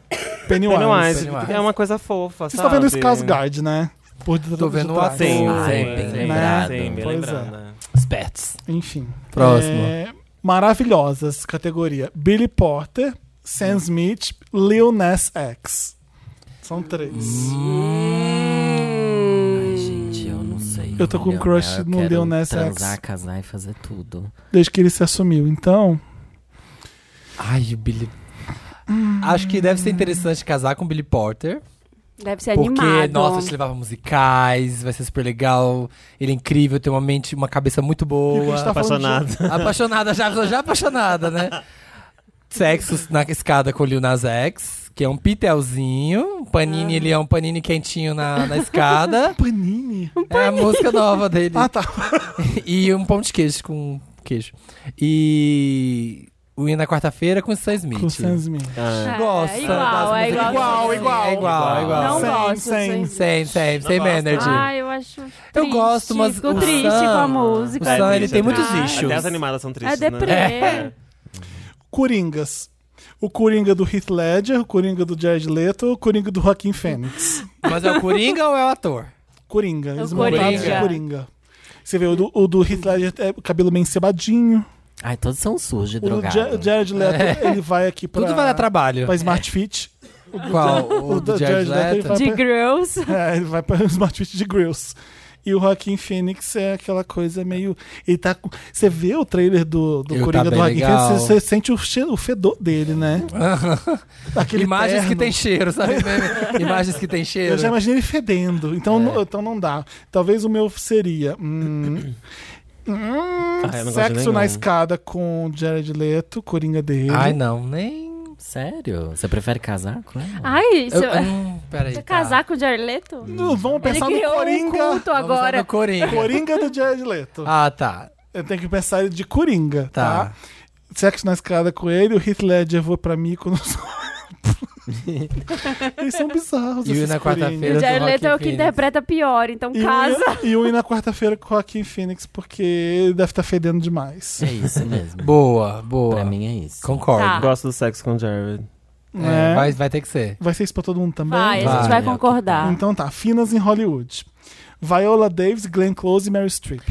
A: Pennywise.
E: Pennywise,
B: Pennywise.
E: é uma coisa fofa,
A: Vocês
E: sabe?
A: estão vendo esse Skarsgård, né? Por
B: Tô vendo o
A: trás.
B: ator.
E: Sim,
D: Ai,
B: é
E: sim,
D: bem
E: sim,
D: lembrado.
E: Sim, bem
A: Pois
B: Tá
E: lembrado. né?
B: Espertos.
A: Enfim.
B: Próximo.
A: É, maravilhosas. Categoria. Billy Porter, Sam Smith, Lil Nas X. São três.
D: Ai, gente, eu não sei.
A: Eu tô com
D: entendeu?
A: crush
D: Eu
A: no
D: quero
A: Lil Nas
D: transar,
A: X.
D: casar e fazer tudo.
A: Desde que ele se assumiu. Então,
B: Ai, o Billy. Acho que deve ser interessante casar com o Billy Porter.
C: Deve
E: É
C: ser
B: Porque,
C: animado.
B: nossa, te levar pra musicais, vai ser super legal. Ele é incrível, tem uma mente, uma cabeça muito
A: E o que a
B: boa.
A: gente tá
E: Apaixonado.
B: Apaixonada já, pessoa já apaixonada, né? Sexo na escada com o Lil Nas X, que é um pitelzinho. Um Panini, ele é um panini quentinho na, na escada.
A: Um Panini.
B: é a música nova dele.
A: Ah, tá.
B: E um pão de queijo com queijo. E o Ia na quarta-feira com o Sam Smith.
A: Com Sam Smith.
E: Ah.
B: Gosta
C: É
B: das
C: igual, é
B: músicas.
C: igual.
A: Igual, igual.
B: É igual, é igual.
C: Não
A: Same,
C: gosto.
A: same.
C: same.
B: Same, same,
E: Não
B: same
E: gosto.
B: energy.
E: Ah,
C: Ai, eu acho triste.
B: Eu gosto, mas
C: Fico
B: o
C: triste
B: Sam-
C: com a música. né?
B: o Sam, ele tem muitos
E: triste. né?
B: issues.
E: Até as animadas são tristes,
C: É deprê.
E: né?
B: É.
A: Coringas. O Coringa do Heath Ledger, o Coringa do Jared Leto, o Coringa do Joaquim Fênix.
B: Mas é o Coringa ou é o ator?
A: Coringa. Eles
C: O
A: montaram de
B: Coringa.
A: é Coringa. Você vê, o do, o do Heath Ledger é o cabelo meio encebadinho.
D: Ai, todos são sujos de
A: O do
D: drogado.
A: Ja- o Jared Leto, ele vai aqui pra,
B: É. Tudo vai dar trabalho.
A: pra Smart Fit.
B: Qual? O
A: do
B: do Jared
A: Jared Leto, ele
B: Leto?
A: fala-
C: De Girls.
A: É, ele vai pra Smart Fit de Grills. E o Joaquim Phoenix é aquela coisa meio. Ele tá com. Você vê o trailer do, do
B: Ele tá
A: Coringa do
B: bem
A: Joaquim
B: legal.
A: Phoenix, você, você sente o, cheiro, o fedor dele, né? Aquele
B: Imagens que
A: terno.
B: tem cheiro, sabe? meme? Imagens que tem cheiro.
A: Eu já imaginei ele fedendo. Então, não, então não dá. Talvez o meu seria. Hum, hum,
E: Ah, eu não gosto de
A: sexo
E: nenhum.
A: na escada com o Jared Leto, Coringa dele.
B: Ai, não, nem.
D: Sério? Você prefere casar com ela?
C: Ai,
B: Eu,
C: você-
B: eu, hum, peraí.
C: você
B: tá.
C: casar com o Jarleto?
A: Não, Vamos
C: Ele
A: pensar no
C: criou um
A: Coringa.
C: culto
B: Vamos lá
C: agora.
B: no Coringa.
A: Coringa do Jared Leto.
B: Ah, tá.
A: Eu tenho que pensar ele de Coringa, tá?
B: Tá.
A: Sexo na escada com ele, o Heath Ledger vou pra mim quando... Eles são bizarros,
B: E o
A: esses
B: na
A: Coringas.
B: quarta-feira.
C: O Jared
B: do
C: Leto é o
B: Joaquim
C: que
B: Phoenix.
C: interpreta pior, então
A: E o-
C: casa.
A: E um ir na quarta-feira com o Joaquim Phoenix, porque ele deve estar fedendo demais.
D: É isso mesmo.
B: Boa, boa.
D: pra mim é isso.
B: Concordo.
C: Tá.
E: Gosto do sexo com Jared.
A: né?
B: É,
A: vai...
B: vai, vai ter que ser.
A: ser isso pra todo mundo também?
C: Vai, a gente
B: Vai,
C: vai
D: é o que
C: concordar.
A: Então tá, finas em Hollywood. Viola Davis, Glenn Close e Mary Streep.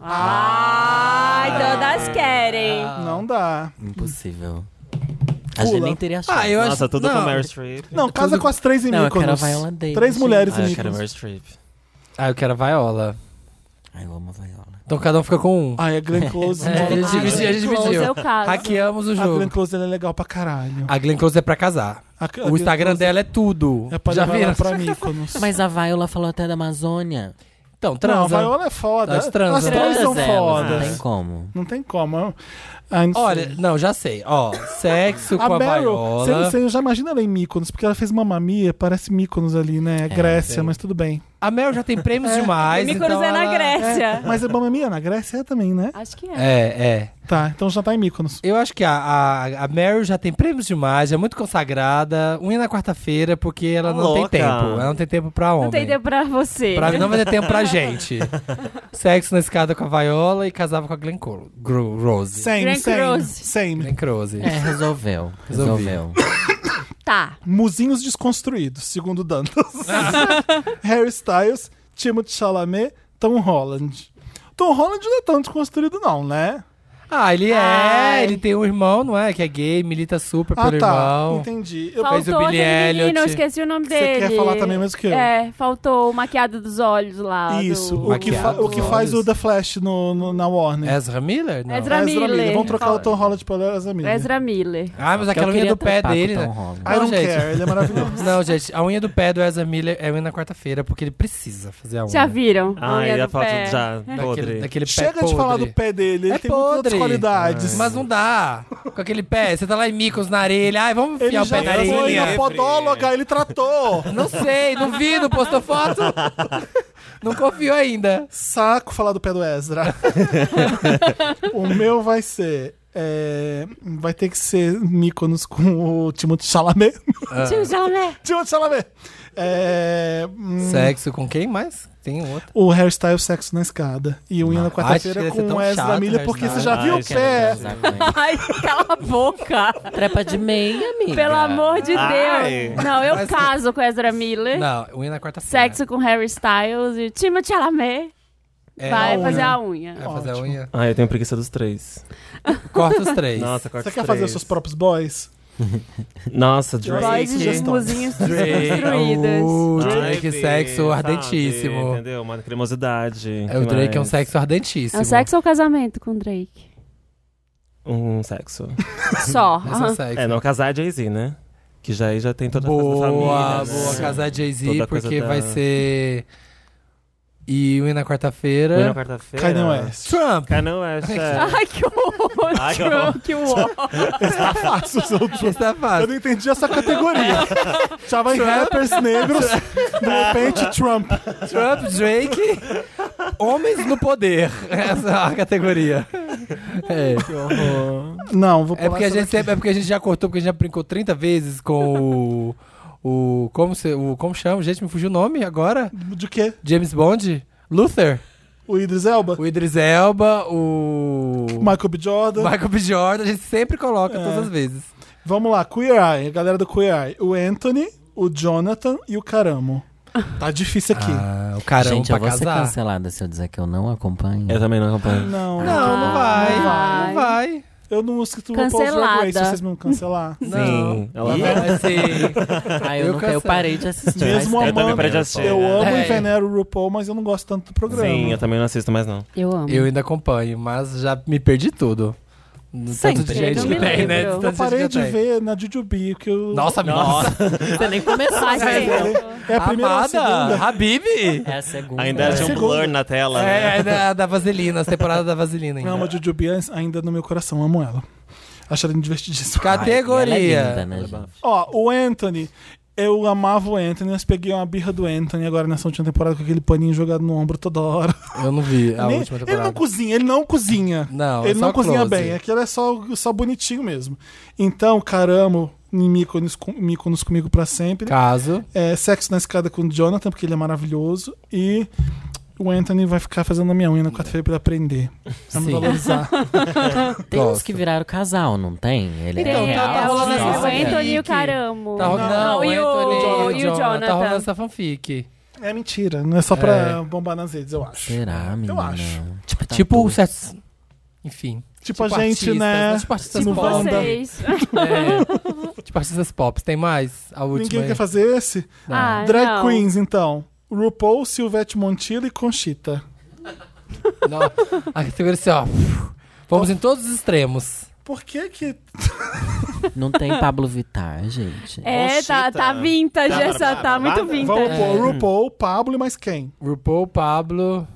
A: Ah,
C: Ai, todas Ah, então querem.
B: Ah.
A: Não dá.
D: Impossível. A gente
A: Pula.
D: nem teria chance.
B: Ah, eu acho.
E: Nossa, tudo
B: não.
E: com Meryl Streep.
A: Não, casa com as três em
D: Não, eu quero a
A: Mykonos.
D: Viola Davis.
A: Três mulheres
E: Ah,
A: em
E: eu quero
A: Mykonos.
E: Meryl Streep.
B: Ah, eu quero a Viola.
D: Ai, eu amo a Viola.
B: Então cada um fica com um.
A: Ah, é Glenn Close.
B: É,
A: Viola
B: ele
A: Davis.
B: dividiu, ele
C: Close
B: dividiu.
C: eu caso.
B: Hackeamos o
A: A Glenn
B: jogo.
A: Close ela é legal pra caralho.
B: A Glenn Close é pra casar.
A: A- a
B: O
A: Glenn
B: Instagram
A: Close
B: dela é tudo.
A: É pra
B: Já
A: Já levar
B: viram?
A: ela pra Mykonos.
D: Mas a Viola falou até da Amazônia.
B: Então,
A: Não, a
B: transa.
A: Viola é foda.
B: Elas transam.
A: As três são
D: Todas elas, Não
A: fodas.
D: tem como.
A: Não tem como. Ah, não sei.
B: Olha, não, já sei. Ó, sexo com
A: a
B: a
A: Meryl, você,
B: Viola.
A: você já imagina ela em Mykonos, porque ela fez uma mamia, parece Mykonos ali, né?
B: É,
A: Grécia,
B: sim.
A: mas tudo bem.
B: A Meryl já tem prêmios
A: É.
B: demais.
C: Me
B: então
C: cruzei na
B: ela-
C: Grécia.
A: Mas a mamamia é na Grécia é também, né?
C: Acho que é.
B: É, é.
A: Tá, então já tá em Mykonos.
B: Eu acho que a, a, a Meryl já tem prêmios demais, já é muito consagrada. Unha na quarta-feira, porque ela
E: Tá
B: não
E: louca.
B: tem tempo. Ela não tem tempo pra homem.
C: Não tem tempo pra você.
B: Pra, não vai ter tempo pra gente. Sexo na escada com a Viola e casava com a Glenn Clo- Gro- Rose.
A: Same,
C: Glenn
A: same,
C: Close.
A: same.
B: Glenn Close.
D: É, resolveu.
B: Resolvi.
D: Resolveu.
C: Tá.
A: Muzinhos desconstruídos, segundo Dantas. Harry Styles, Timothée Chalamet, Tom Holland. Tom Holland não é tão desconstruído não, né?
B: Ah, ele é,
C: Ai.
B: ele tem um irmão, não é? Que é gay, milita super
A: Ah,
B: pelo
A: tá.
B: irmão.
A: Entendi. Eu,
B: Faz o
C: Faltou
B: Billy
C: aquele menino, eu
B: Elliot.
C: esqueci o nome
A: Você
C: dele.
A: quer falar também mesmo que eu.
C: É, faltou o maquiado dos olhos lá.
A: Isso,
C: do-
A: o que, fa- o que faz o The Flash no, no- na Warner.
B: É Ezra Miller? Não.
C: Ezra- Miller.
A: Vamos trocar o Tom Holland pelo Ezra Miller.
C: Ezra Miller.
B: Ah, mas
D: Eu
B: aquela unha
D: queria
B: do pé
D: trepar com o
B: dele,
D: Tom
B: né?
D: Holland.
A: I
B: Não,
A: don't
B: gente.
A: care, ele é maravilhoso.
B: Não, gente, a unha do pé do Ezra Miller é unha na quarta-feira, porque ele precisa fazer a unha.
C: Já né? viram?
E: Ai,
B: é
C: Unha
E: a
C: do
E: foto
C: pé.
E: já
B: Daquele,
E: podre.
B: daquele pé
A: Chega de falar
B: é podre.
A: do pé dele, ele
B: É
A: tem muitas outras
B: podre.
A: qualidades.
B: Mas não dá. Com aquele pé, você tá lá em Micos na areia, ai, vamos
A: ele
B: enfiar o
A: já
B: pé na
E: foi
A: foi
B: areia.
A: na podóloga, ele tratou.
B: Não sei, não vi, não postou foto. Não confio ainda.
A: Saco falar do pé do Ezra. o meu vai ser. é, vai ter que ser Mykonos com o Timothée Chalamet.
C: Tio Jalé.
A: Timothée Chalamet! É, hum,
B: Sexo com quem mais? Tem um outro.
A: o hairstyle sexo na escada. E o Unha na quarta-feira
B: Ah, acho que ia ser
A: com
B: tão
A: o Ezra
B: chato
A: Miller,
B: o
A: porque você
B: hairstyle.
A: já viu
E: Ai,
A: o
E: que
A: pé.
D: Transar com ele.
C: Ai, cala a boca.
D: Trepa de meia, amiga.
C: Pelo amor de
E: Ai.
C: Deus. Não, eu
B: Mas-
C: caso com Ezra Miller.
B: Não, unha na quarta-feira.
C: É. Sexo com Harry Styles e Timothée Chalamet
B: É,
C: vai
A: a
C: fazer
A: unha.
C: a unha.
B: Vai fazer a
A: Ótimo.
B: unha.
E: Ai, Ah, eu tenho preguiça dos três.
B: Corta os três.
E: Nossa, corta
A: Você
E: os
A: quer fazer
E: três.
A: os seus próprios boys?
E: Nossa, Drake.
C: Boys de
A: sugestões.
C: musinhos
B: É. Drake, É
C: desconstruídas.
B: o
E: Ai,
B: Drake,
E: Fê,
B: sexo
E: sabe,
B: ardentíssimo.
E: Entendeu? Uma cremosidade.
B: É, o Drake é um
E: mais?
B: sexo
C: É
B: ardentíssimo.
C: o sexo ou casamento com o Drake?
E: Um sexo.
C: Só.
B: Esse é o
C: Aham.
B: sexo.
E: É, não casar é Jay-Z, né? Que já aí já tem toda
B: Boa,
E: a coisa da família. né? É.
B: boa. Casar é Jay-Z,
E: Toda a
B: porque
E: coisa da-
B: vai ser... E
E: Fui
B: unha na
E: na
B: quarta-feira...
E: quarta-feira.
A: Kanye West.
B: Trump!
E: Kanye West. é.
C: Ai, que horror.
E: Ai, que horror.
C: Trump, que horror.
A: Tá fácil, seu Ju.
B: Está
A: Eu
B: é fácil.
A: não entendi essa categoria. Já vai rappers negros, de repente Trump.
B: Trump, Drake, homens no poder. Essa é a categoria. É.
A: Não, vou
B: É
A: pular
B: porque, a
A: essa
B: gente sempre- é porque a gente já cortou, porque a gente já brincou 30 vezes com o. o como, se, o como chama? Gente, me fugiu o nome agora.
A: daqui. De quê?
B: James Bond? Luther?
A: O Idris Elba?
B: O Idris Elba, o.
A: Michael B. Jordan.
B: Michael B. Jordan, a gente sempre coloca
A: É.
B: todas as vezes.
A: Vamos lá, Queer Eye, a galera do Queer Eye. O Anthony, o Jonathan e o Caramo. Tá difícil aqui.
B: Ah, o caramba
D: Gente, eu
B: pra
D: vou ser
B: casar.
D: cancelada se eu dizer que eu não
A: É
D: acompanho.
E: Eu também não acompanho.
A: Não,
B: Não, Ah, não vai. Não vai.
A: eu não escuto o Paul's Drag
C: Cancelada.
A: Race, vocês vão cancelar.
B: Não.
E: ela
B: Ih,
E: vai.
B: vai ser-
D: Ah, eu,
B: Eu
D: nunca, eu
B: cancelo.
D: parei de assistir.
A: Mesmo
D: faz tempo.
A: amando- Eu também parei de
E: assistir.
A: Eu amo
B: É.
A: e venero o RuPaul, mas eu não gosto tanto do programa.
E: Sim, eu também não assisto mais, não.
C: Eu amo.
B: Eu ainda acompanho, mas já me perdi tudo. Tanto de
D: Sempre.
B: gente
C: Eu
B: que
C: me
B: tem, né?
C: lembro.
B: Tanto
A: Eu
B: de
A: parei
B: gente que tem.
A: de ver na Jujubi, que eu...
B: Nossa, nossa.
D: Você nem começou a
C: Faz
D: assistir.
C: tempo.
A: É a primeira ou a segunda?
B: Amada, Habib.
D: É a segunda.
E: Ainda tinha um
A: Segunda.
E: blur na tela. né?
B: É, é da, da Vaselina, as temporadas da Vaselina ainda.
A: Não, mas Jujubi ainda no meu coração, amo ela. Acho ela divertidíssima.
D: Ai, e ela é
B: Categoria.
D: linda, né, gente?
A: Ó, o Anthony. Eu amava o Anthony, mas peguei uma birra do Anthony agora nessa última temporada com aquele paninho jogado no ombro toda hora.
B: Eu não vi É a
A: Nem-
B: última
A: Ele
B: temporada.
A: não cozinha, ele não cozinha.
B: Não, é
A: ele
B: só
A: não cozinha
B: close.
A: bem, aquilo é só, só bonitinho mesmo. Então, caramba, em Mykonos, com- Mykonos comigo pra sempre.
B: Caso.
A: É, sexo na escada com o Jonathan, porque ele é maravilhoso. E o Anthony vai ficar fazendo a minha unha na quarta-feira pra ele aprender. Pra me
B: Sim.
A: valorizar.
D: Tem
B: Gosto.
D: uns que viraram casal, não tem? Ele
B: Então,
D: é
B: tá-
D: real.
B: tá rolando
C: Sim,
B: essa
C: o Anthony e
B: fanfic.
C: o Caramo.
B: Tá rolando, não,
C: e o,
B: Anthony,
C: e o Jonathan. Tipo
B: Tá rolando essa fanfic.
A: É mentira, não é só pra bombar nas redes, eu acho.
D: Será, menina?
A: Eu acho.
D: Tipo, tá
B: tipo,
D: tudo.
B: certos. Enfim.
A: Tipo, a gente,
B: artistas,
A: né?
B: Tipo artistas
C: Tipo
A: Não vai
B: pop.
A: andar.
C: vocês.
B: É. tipo artistas pop. Tem mais? A última.
A: Ninguém
B: aí?
A: quer fazer esse?
B: Não.
C: Ah,
A: Drag
C: não.
A: Queens, então. RuPaul, Silvete Montilla e Conchita.
B: Não. A categoria assim, ó. Vamos em todos os extremos.
A: Por que que...
D: Não tem Pablo Vittar, gente.
C: É, tá, tá vintage
E: Tá
C: essa,
E: barbada,
C: tá muito
E: barbada.
A: Vamos
C: vintage.
A: pôr RuPaul, Pablo e mais quem?
B: RuPaul, Pablo.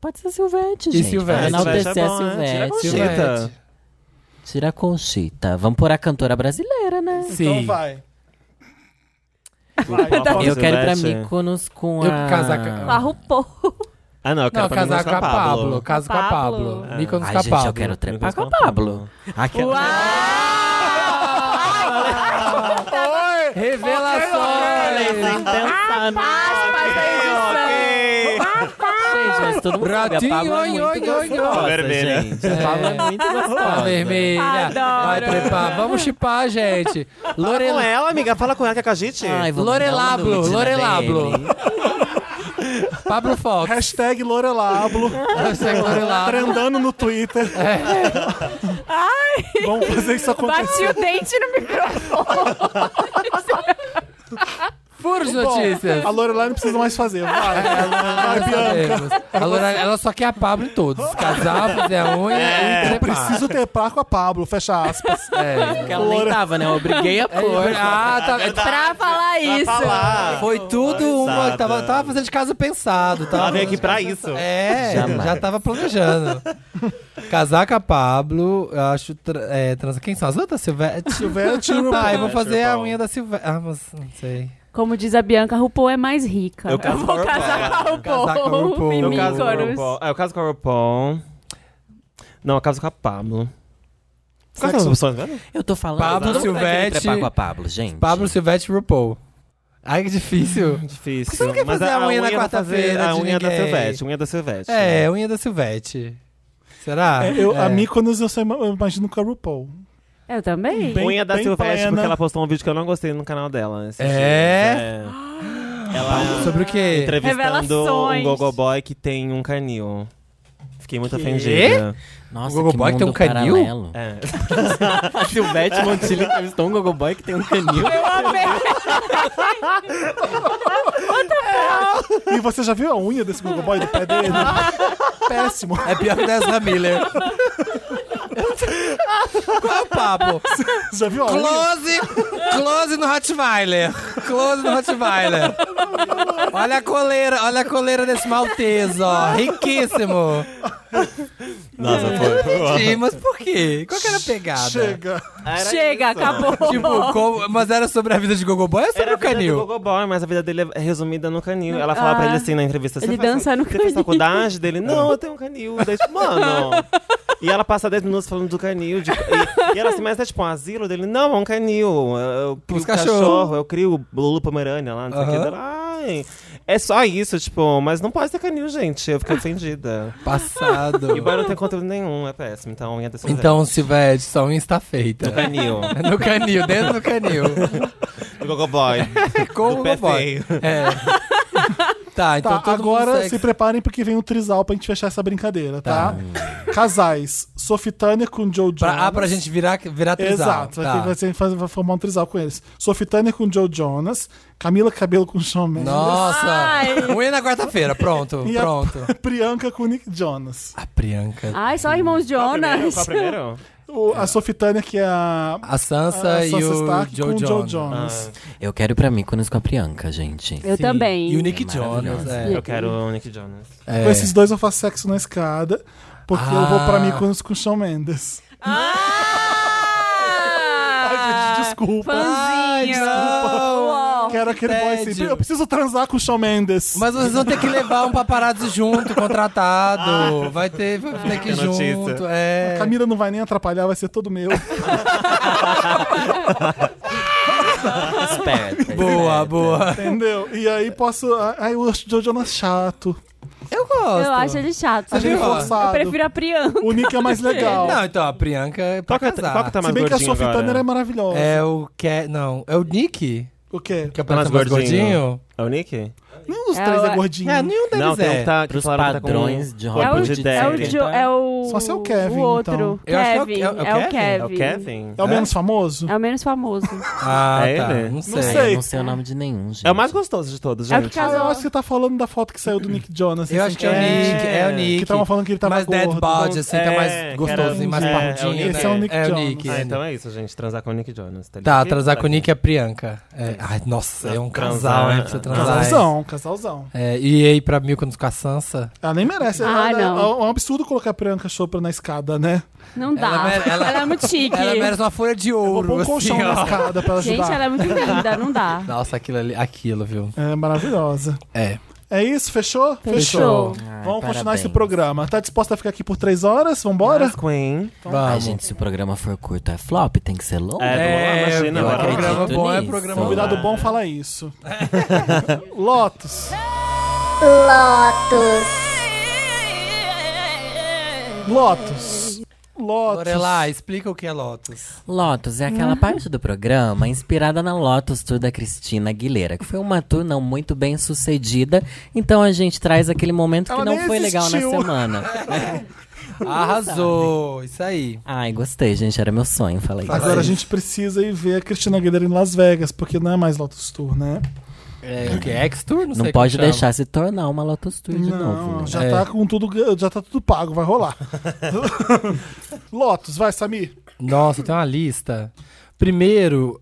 D: Pode ser Silvete,
B: E
D: gente.
B: Silvete?
D: Vai enaltecer
E: Silvete é
D: a
E: bom, né? Tira a
D: Silvete.
E: Conchita.
B: Silvete.
D: Tira a Conchita. Vamos pôr a cantora brasileira, né?
B: Sim.
A: Então vai.
E: Vai, tá. Pablo
D: Eu quero ir pra
E: Silvete.
D: Mykonos com a...
B: Eu casar com-
C: A RuPaul.
E: Ah, não, eu quero
B: Não,
E: pra Mykonos
B: casar com a Pablo.
E: Pabllo.
B: Caso com a
C: Pablo.
B: Pablo.
E: É.
B: Mykonos
D: Ai,
B: com a
D: gente,
B: Pablo.
D: eu quero trepar
E: Mykonos
D: com
E: com
D: a
E: a
D: Pablo. Aquela...
B: Revelações!
E: Ok, ok.
D: Gente, mas todo mundo sabe, a Pablo é muito
B: Ratinho, oi, oi,
D: gostosa,
E: oi. Vermelha.
D: gente. A Pablo é muito
B: Tá
D: gostosa.
B: vermelha.
C: Adoro.
B: Vai trepar. Vamos chipar, gente.
E: Fala com
B: Lorela.
E: ela, amiga. Fala com ela que é com a é gente.
D: Ai, vou mandar um
B: Lorelablo,
D: nude na
B: Lorelablo.
D: DM.
B: Pablo Fox.
A: Hashtag Lorelablo.
B: Hashtag Lorelablo.
A: Trendando no Twitter.
C: Ai!
A: Vamos fazer isso
C: Bati
A: acontecer.
C: o dente no microfone.
B: Furo de
A: Bom,
B: notícias.
A: a Lorelai não precisa mais fazer. Vai, vai,
B: Nós
A: Bianca.
B: sabemos. A Lorena- ela só quer a Pablo em todos. Casar, fazer a unha
E: É,
B: e
A: Eu
B: trepar.
A: preciso ter par com a Pablo, fecha aspas.
B: É.
D: Porque ela nem tava, né? Eu obriguei a pôr.
B: Foi, ah, tá- é,
C: pra falar isso.
E: falar.
B: foi tudo uma.
E: Avisada.
B: Tava, tava fazendo de caso pensado. Tava,
E: Ela veio aqui pra isso.
B: É,
D: Jamais.
B: já tava planejando. Casar com a Pablo, eu acho. tra- é, trans... Quem são as outras? Silvete?
A: Silvete e o
B: Tá, eu vou
E: Silvete,
B: fazer a
E: RuPaul.
B: unha da Silvete. Ah, mas não sei.
C: Como diz a Bianca, a RuPaul é mais rica.
E: Eu caso com
C: vou
E: a RuPaul.
C: casar com a
B: Casar com a
C: RuPaul.
B: RuPaul.
C: em
E: Eu caso com a
C: Mykonos.
E: RuPaul. É, eu caso com a RuPaul. Não, eu caso com a Pablo. Quais são as
A: Sexo-
E: opções, velho?
D: Eu tô falando.
B: Pablo
D: todo mundo vai querer
B: Silvete-
D: trepar com a Pablo, gente.
B: Pablo, Silvete e RuPaul. Ai, que difícil.
E: Difícil.
B: Você não quer fazer a unha na
E: dá pra
B: quarta-feira
E: fazer- A
B: de
E: unha da
B: ninguém?
E: Silvete, unha da Silvete.
B: É, unha da Silvete. Será?
A: Eu,
B: é.
A: A Mykonos eu, só ima- eu imagino com a RuPaul.
C: Eu também.
A: Bem-
E: unha da
A: bem
E: Silvete,
A: plena.
E: porque ela postou um vídeo que eu não gostei no canal dela. esses
B: É? Ah,
E: dias. É. Ela
B: Sobre o quê?
E: entrevistando
C: Revelações.
E: um gogoboy que tem um canil. Fiquei muito ofendida.
D: Nossa,
B: O Gogo
D: que
B: Boy
D: mundo
B: tem um canil?
D: paralelo.
E: É.
D: A Silvete Montilho entrevistou um gogoboy que tem um canil.
C: Eu amei.
A: E você já viu a unha desse gogoboy do pé dele? Péssimo.
B: É pior que o da Ezra Miller. Qual é o papo?
A: Já viu a unha?
B: Close, close no Rottweiler. Close no Rottweiler. Olha a coleira, olha a coleira desse maltês, ó. Riquíssimo.
E: Nossa, foi.
B: Sim, mas por quê? Qual que era a pegada?
A: Chega.
E: Era
C: Chega,
E: isso.
C: acabou.
B: Tipo, como- mas era sobre a vida de Gogoboy ou sobre
E: Era
B: o canil?
E: do Gogoboy, mas a vida dele é resumida no canil. Ela falava
C: Ah.
E: pra ele assim na entrevista. "Você
C: Ele
E: faz-
C: dança no
E: Você fez
C: canil."
E: faculdade dele? Não, eu tenho um canil. Daí, tipo, mano... E ela passa 10 minutos falando do canil. de- e, e ela assim, mas é tipo um asilo dele? Não, é um canil. Eu, eu crio
B: Os
E: cachorro.
B: cachorro,
E: eu crio o Lulu Pomerânia lá, não sei o
B: Aham.
E: que. Dela, Ai, é só isso, tipo, mas não pode ter canil, gente. Eu fiquei ofendida.
B: Passado.
E: E boy não tem conteúdo nenhum, é péssimo. Então, ia descer
B: Então, Silvete, só um está
E: no
B: feita.
E: canil.
B: No canil, dentro do canil.
E: Do Gogoboy.
B: Com o
E: Do pé
B: Gogoboy.
E: feio.
B: É. Tá, então
A: Tá,
B: todo mundo
A: agora
B: segue-
A: se preparem porque vem o trisal pra gente fechar essa brincadeira, tá? Casais. Sofitânia com Joe Jonas.
B: Pra, ah, pra gente virar, virar trisal.
A: Exato,
B: Tá.
A: vai, ser- vai formar um trisal com eles. Sofitânia com Joe Jonas, Camila Cabelo com Shawn Mendes
B: Nossa!
C: Ai.
B: Unha na quarta-feira, pronto,
A: e
B: pronto.
A: a Priyanka com Nick Jonas.
B: A Priyanka.
C: Ai, só irmãos
E: Qual o primeiro?
C: Jonas.
E: Qual é o primeiro?
A: O- a Sofitânia que é a,
B: A Sansa
A: a
B: e
A: Sansa
B: o
A: Stark
B: Joe
A: com Joe
B: Jonas.
E: Ah,
A: Jonas.
D: Eu quero ir pra Mykonos com a Priyanka, gente.
C: Eu
B: Sim.
C: também.
B: E o Nick
D: É
B: Jonas,
D: maravilhoso.
B: é.
E: Eu quero o Nick Jonas.
B: É.
A: Com esses dois eu faço sexo na escada, porque eu vou pra
B: Ah.
A: mim com, com o Shawn Mendes.
C: Ah!
A: Ai, gente, desculpa.
B: Ai,
C: Fãzinho.
B: não.
C: Uau.
A: Quero aquele boy
B: tédio.
A: assim. Eu preciso transar com o Shawn Mendes.
B: Mas vocês vão ter que levar um paparazzo junto, contratado.
A: Ah.
B: vai ter, vai ter que ir
E: Tem Ah. notícia.
B: junto.
A: A
B: É.
A: Camila não vai nem atrapalhar, vai ser todo meu.
D: Esperta,
B: Boa,
D: esperta.
B: boa.
A: Entendeu? E aí posso. Ai, eu acho o Joe Jonas chato.
B: Eu gosto.
C: Eu acho ele chato.
A: Acho ele
B: viu?
A: forçado.
C: Eu prefiro a Priyanka.
A: O Nick é mais legal.
B: Não, então, a Priyanka é pra
E: Qual que,
B: casar.
E: qual que tá
A: Se
E: mais
A: bem que a
E: gordinho
A: Sophie Turner é
E: agora?
A: maravilhosa.
B: É o que... Não, é o Nick?
A: O quê?
B: Que é o
E: mais
B: mais gordinho?
E: gordinho. É o Nick?
A: Nenhum dos
C: É,
A: três
C: eu-
A: é gordinho.
B: É, nenhum deles
E: Não,
B: é.
E: tem um que tá, que
D: Pros
E: falaram que tá
D: padrões
E: com
D: de
E: corpo
C: É o,
D: Hollywood
E: de
D: Depp.
C: é o
E: Derek.
C: Jo- é o-
A: Só se é o Kevin,
C: O outro.
B: então. Eu acho que
C: Kevin.
B: é o- é o Kevin?
E: É o Kevin?
A: É o menos famoso?
C: É o menos famoso.
B: Ah,
E: É
B: tá.
E: ele?
B: Não
E: Não
B: sei.
A: Não
D: Ai,
A: sei.
D: eu não sei o nome de nenhum, gente.
E: É o mais gostoso de todos,
C: É o que
E: gente.
A: Ah,
C: casou.
A: eu acho que você tá falando da foto que saiu do Nick Jonas.
B: Eu
A: assim,
B: acho que é o
E: é.
B: Nick, é o Nick.
A: Que estavam falando que ele tava
B: mais dead
A: gordo. né?
B: body, assim, tá
E: É,
B: mais gostosinho, mais
E: que era-
B: parrudinho.
E: é, é o Nick,
B: né?
E: esse é o
A: Nick
B: É o
A: Jones.
B: Nick.
E: Ah, então é isso, gente. Transar com o Nick Jonas. Tá,
B: Tá,
E: ligado?
B: transar com o Nick e a Priyanka. É, ai, nossa, é um casal,
E: Transar.
B: né? Precisa transar. é.
A: Casalzão, casalzão.
B: É, e aí, pra mim, quando com a Sansa.
A: Ela nem merece.
C: Ah,
A: Ela-
C: não.
A: É um absurdo colocar a Priyanka Chopra na escada, né?
C: Não dá.
B: Ela
C: Ela,
B: mere- ela-
C: é muito chique.
B: Ela merece uma folha de
A: Vou pôr
B: ouro.
A: um
B: Assim,
A: colchão na
B: ó.
A: escada pra ajudar.
C: Gente, ela é muito linda. Não dá.
B: Nossa, aquilo ali, aquilo, viu?
A: É maravilhosa.
B: É.
A: É isso? Fechou?
C: Fechou.
D: Ai,
A: Vamos continuar
D: parabéns.
A: esse programa. Tá disposta a ficar aqui por três horas? Vambora?
E: Mas, Queen.
D: Ai,
B: Vamos.
D: gente, se o programa for curto, é flop, tem que ser longo.
E: É,
B: É,
E: imagina,
B: eu
E: agora eu
B: programa
D: acredito
B: bom é
D: nisso.
B: programa bom.
A: Um Convidado bom fala isso. Lotus.
G: Lotus.
A: Lotus. Lotus.
B: Lorelai, explica o que é Lotus.
D: Lotus é aquela parte do programa inspirada na Lotus Tour da Cristina Aguilera, que foi uma tour não muito bem sucedida, então a gente traz aquele momento
A: Ela
D: que não
A: nem
D: foi legal
A: existiu.
D: na semana.
B: Arrasou, isso aí.
D: Ai, gostei, gente, era meu sonho, falei.
A: Agora a gente precisa ir ver a Cristina Aguilera em Las Vegas, porque não é mais Lotus Tour, né?
B: É, o que é X-Tour? Não,
D: Não
B: sei
D: pode
B: como chama.
D: deixar se tornar uma Lotus Tour de novo.
A: Não,
D: né?
A: já
B: É.
A: tá com tudo, ga- já tá tudo pago, vai rolar. Lotus, vai, Samir.
B: Nossa, tem uma lista. Primeiro,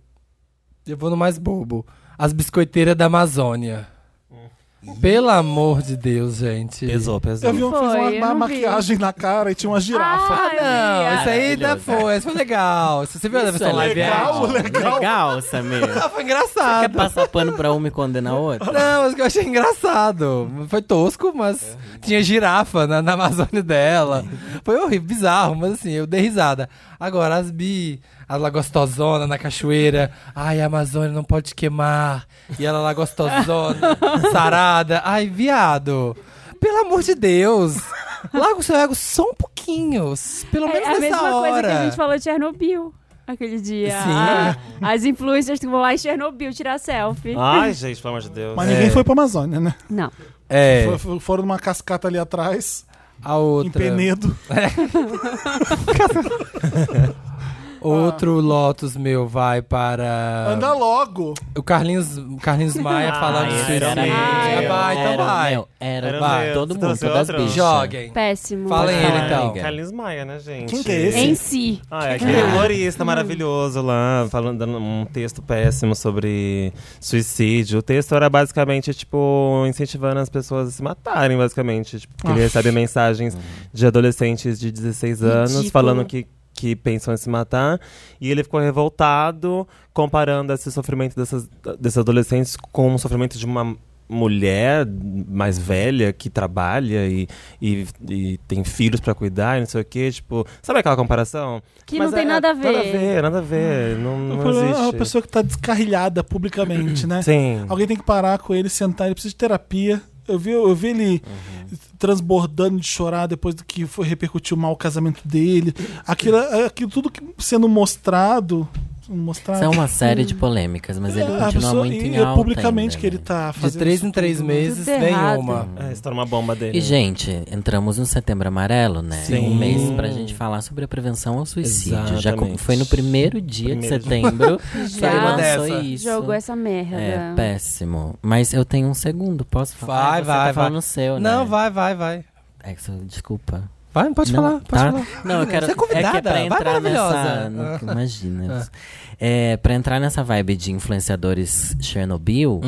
B: eu vou no mais bobo. As biscoiteiras da Amazônia.
D: Hum.
B: Pelo amor de Deus, gente.
E: Pesou, pesou.
A: Eu vi um fez
C: Foi,
A: uma,
C: eu
A: uma
C: não vi.
A: maraquiagem na cara e tinha uma
B: Tá
A: girafa.
C: Ah,
B: Não, isso aí ainda
D: Maravilhoso.
B: foi, isso foi legal. Isso Você viu a
D: Isso
B: versão
D: é
B: live
D: legal,
B: action?
D: legal. Legal, Samir.
B: Ah, foi engraçado.
D: Quer passar pano pra uma e condenar a outra?
B: Não, mas que eu achei engraçado. Foi tosco, mas tinha girafa na, na Amazônia dela. Foi horrível, bizarro, mas assim, eu dei risada. Agora, as bi, a lá gostosona na cachoeira. Ai, a Amazônia não pode queimar. E ela lá gostosona, sarada. Ai, viado. Pelo amor de Deus. Larga o seu ego só um pouquinho. s- Pelo
C: É
B: menos
C: a
B: nessa
C: mesma
B: hora.
C: coisa que a gente falou de Chernobyl aquele dia.
B: Sim. Ah.
C: Ah, as influencers que vão lá em Chernobyl tirar selfie.
E: Ai, gente, pelo amor de Deus.
A: Mas ninguém
B: É.
A: foi pra Amazônia, né?
C: Não.
B: É,
A: Fo- fo- Foram numa cascata ali atrás,
B: a
A: em
B: outra.
A: Penedo.
B: Outro Lotus meu vai para.
A: Anda logo.
B: O Carlinhos, o Carlinhos Maia falando
E: era
B: de suicídio.
E: meu.
B: Ah, vai, então
D: era
B: vai.
D: meu, era,
E: Era
B: vai.
E: meu.
D: todo
E: Você
D: mundo,
E: trouxe
D: todas
E: outro?
D: bichas.
B: Joguem.
C: Péssimo.
B: Fala aí, ele, então.
D: Amiga.
E: Carlinhos Maia, né, gente?
A: Quem que é esse?
C: Em si.
E: Ah, é aquele humorista maravilhoso lá, falando dando um texto péssimo sobre suicídio. O texto era basicamente, tipo, incentivando as pessoas a se matarem, basicamente. Tipo, porque ele recebe mensagens de adolescentes de 16 anos
C: Ridículo.
E: falando que. Que pensam em se matar, e ele ficou revoltado comparando esse sofrimento dessas, desses adolescentes com o sofrimento de uma mulher mais velha que trabalha e, e, e tem filhos pra cuidar, e não sei o quê. Tipo, sabe aquela comparação?
C: Que
E: Mas
C: não tem
E: é-
C: nada a ver. Ah.
E: Nada a ver, nada a ver. Não, não
A: É uma
E: existe.
A: pessoa que tá descarrilhada publicamente, né?
E: Sim.
A: Alguém tem que parar com ele, sentar, ele precisa de terapia. Eu vi, eu vi ele transbordando de chorar depois do que foi repercutiu mal o casamento dele. Aquilo, aquilo tudo que sendo mostrado. Mostrado.
D: São é uma série de polêmicas, mas ele
A: É, a
D: continua
A: pessoa-
D: muito
A: e
D: em
A: é
D: alta
A: publicamente
D: ainda,
A: que ele
D: né?
A: tá fazendo.
B: De três em
A: isso
B: três
A: tudo.
B: meses,
C: Tudo errado.
B: nenhuma.
E: É, estoura uma bomba dele.
D: E, gente, entramos no Setembro Amarelo, né?
E: Sim.
D: Um mês pra gente falar sobre a prevenção ao suicídio. Já co-
E: Exatamente.
D: foi no primeiro dia de
E: Primeiro dia.
D: setembro que
C: Já
D: ele lançou
B: dessa.
D: isso.
C: Jogou essa merda.
D: É, péssimo. Mas eu tenho um segundo, posso falar?
B: Vai,
D: Ah, você
B: vai,
D: tá falando
B: vai.
D: o seu, né?
B: Não, vai, vai, vai.
D: É, que você- desculpa.
B: Vai, pode
D: Não,
B: falar, pode
D: tá?
B: falar.
D: Não, eu quero.
B: Você é convidada,
D: é que é pra
B: vai,
D: entrar
B: maravilhosa.
D: nessa. no- Imagina. É, pra entrar nessa vibe de influenciadores Chernobyl,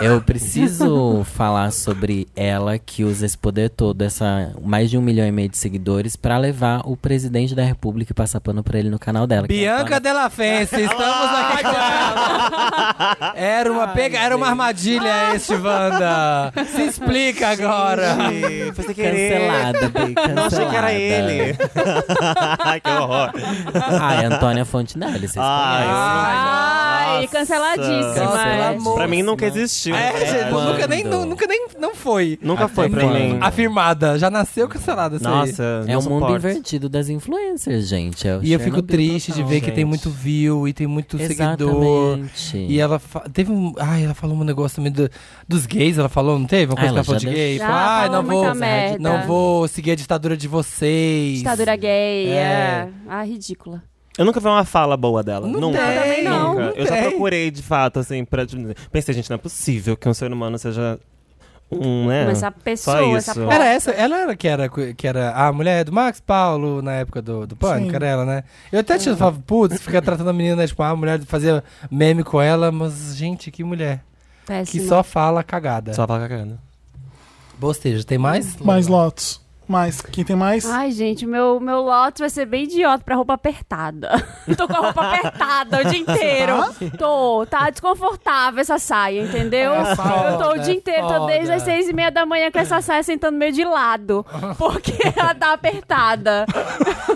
D: eu preciso falar sobre ela que usa esse poder todo, essa mais de um milhão e meio de seguidores, pra levar o presidente da república e passar pano pra ele no canal dela. que é a
B: Bianca
D: Antônia-
B: Della Fence, estamos aqui com ela. Era uma, pega... Era uma armadilha este, Wanda. Se explica agora.
E: Ih, Foi sem querer.
D: Cancelada, Bi, cancelada.
E: Não achei que era ele. Ai, que horror.
D: Ai, Ah, é Antônia Fontinelli, vocês
E: Ah, Ai,
C: Ai,
E: Nossa.
C: canceladíssima.
D: Canceladíssima.
E: pra mim nunca existiu.
B: É, gente,
D: Quando?
B: nunca nem, nu- nunca nem não foi.
E: né? Nunca foi pra
D: quando?
E: mim.
B: Afirmada, já nasceu cancelada essa aí.
E: Nossa,
D: É
E: não
D: o mundo
E: suporto.
D: invertido das influencers, gente. É o
B: E eu fico
D: Chernobyl
B: triste de
D: total.
B: ver que tem
E: gente.
B: muito view e tem muito seguidor.
D: Exatamente.
B: E ela fa- teve um. Ai, ela falou um negócio também do- dos gays, ela falou, não teve? Uma coisa
D: Ah,
B: que ela
D: ela
B: falou de
D: já
B: gay.
C: deixou.
B: Falou,
C: Já
B: ai,
C: falou
B: não vou.
C: muita merda.
B: Não vou seguir a ditadura de vocês.
C: Ditadura gay.
B: É.
C: É. Ah, ridícula.
E: Eu nunca vi uma fala boa dela.
B: Não
E: nunca.
B: tem,
C: também não,
E: Nunca.
B: não
E: eu já
B: tem.
E: procurei, de fato, assim, pra. Pensei, gente, não é possível que um ser humano seja um, né?
C: Mas essa pessoa, essa
E: isso.
C: porra.
B: Era essa, É. ela é era que era, que era a mulher do Max Paulo na época do, do Pânico,
A: Sim.
B: era ela, né? Eu até tinha falava, putz, fica tratando a menina, né, tipo, ah, a mulher fazia meme com ela, mas, gente, que mulher. Que
C: Péssima.
B: só fala cagada.
E: Só pra né? cagando.
B: Bosteja, tem mais?
A: Mais Lotus. Mais. Quem tem mais?
C: Ai, gente, o meu, meu lote vai ser bem idiota pra roupa apertada. Tô com a roupa apertada o dia
B: tá?
C: inteiro. Tô, tá desconfortável essa saia, entendeu?
B: É foda,
C: eu tô o dia
B: é
C: inteiro, tô desde
B: foda.
C: as seis e meia da manhã com essa saia sentando meio de lado. Porque ela tá apertada.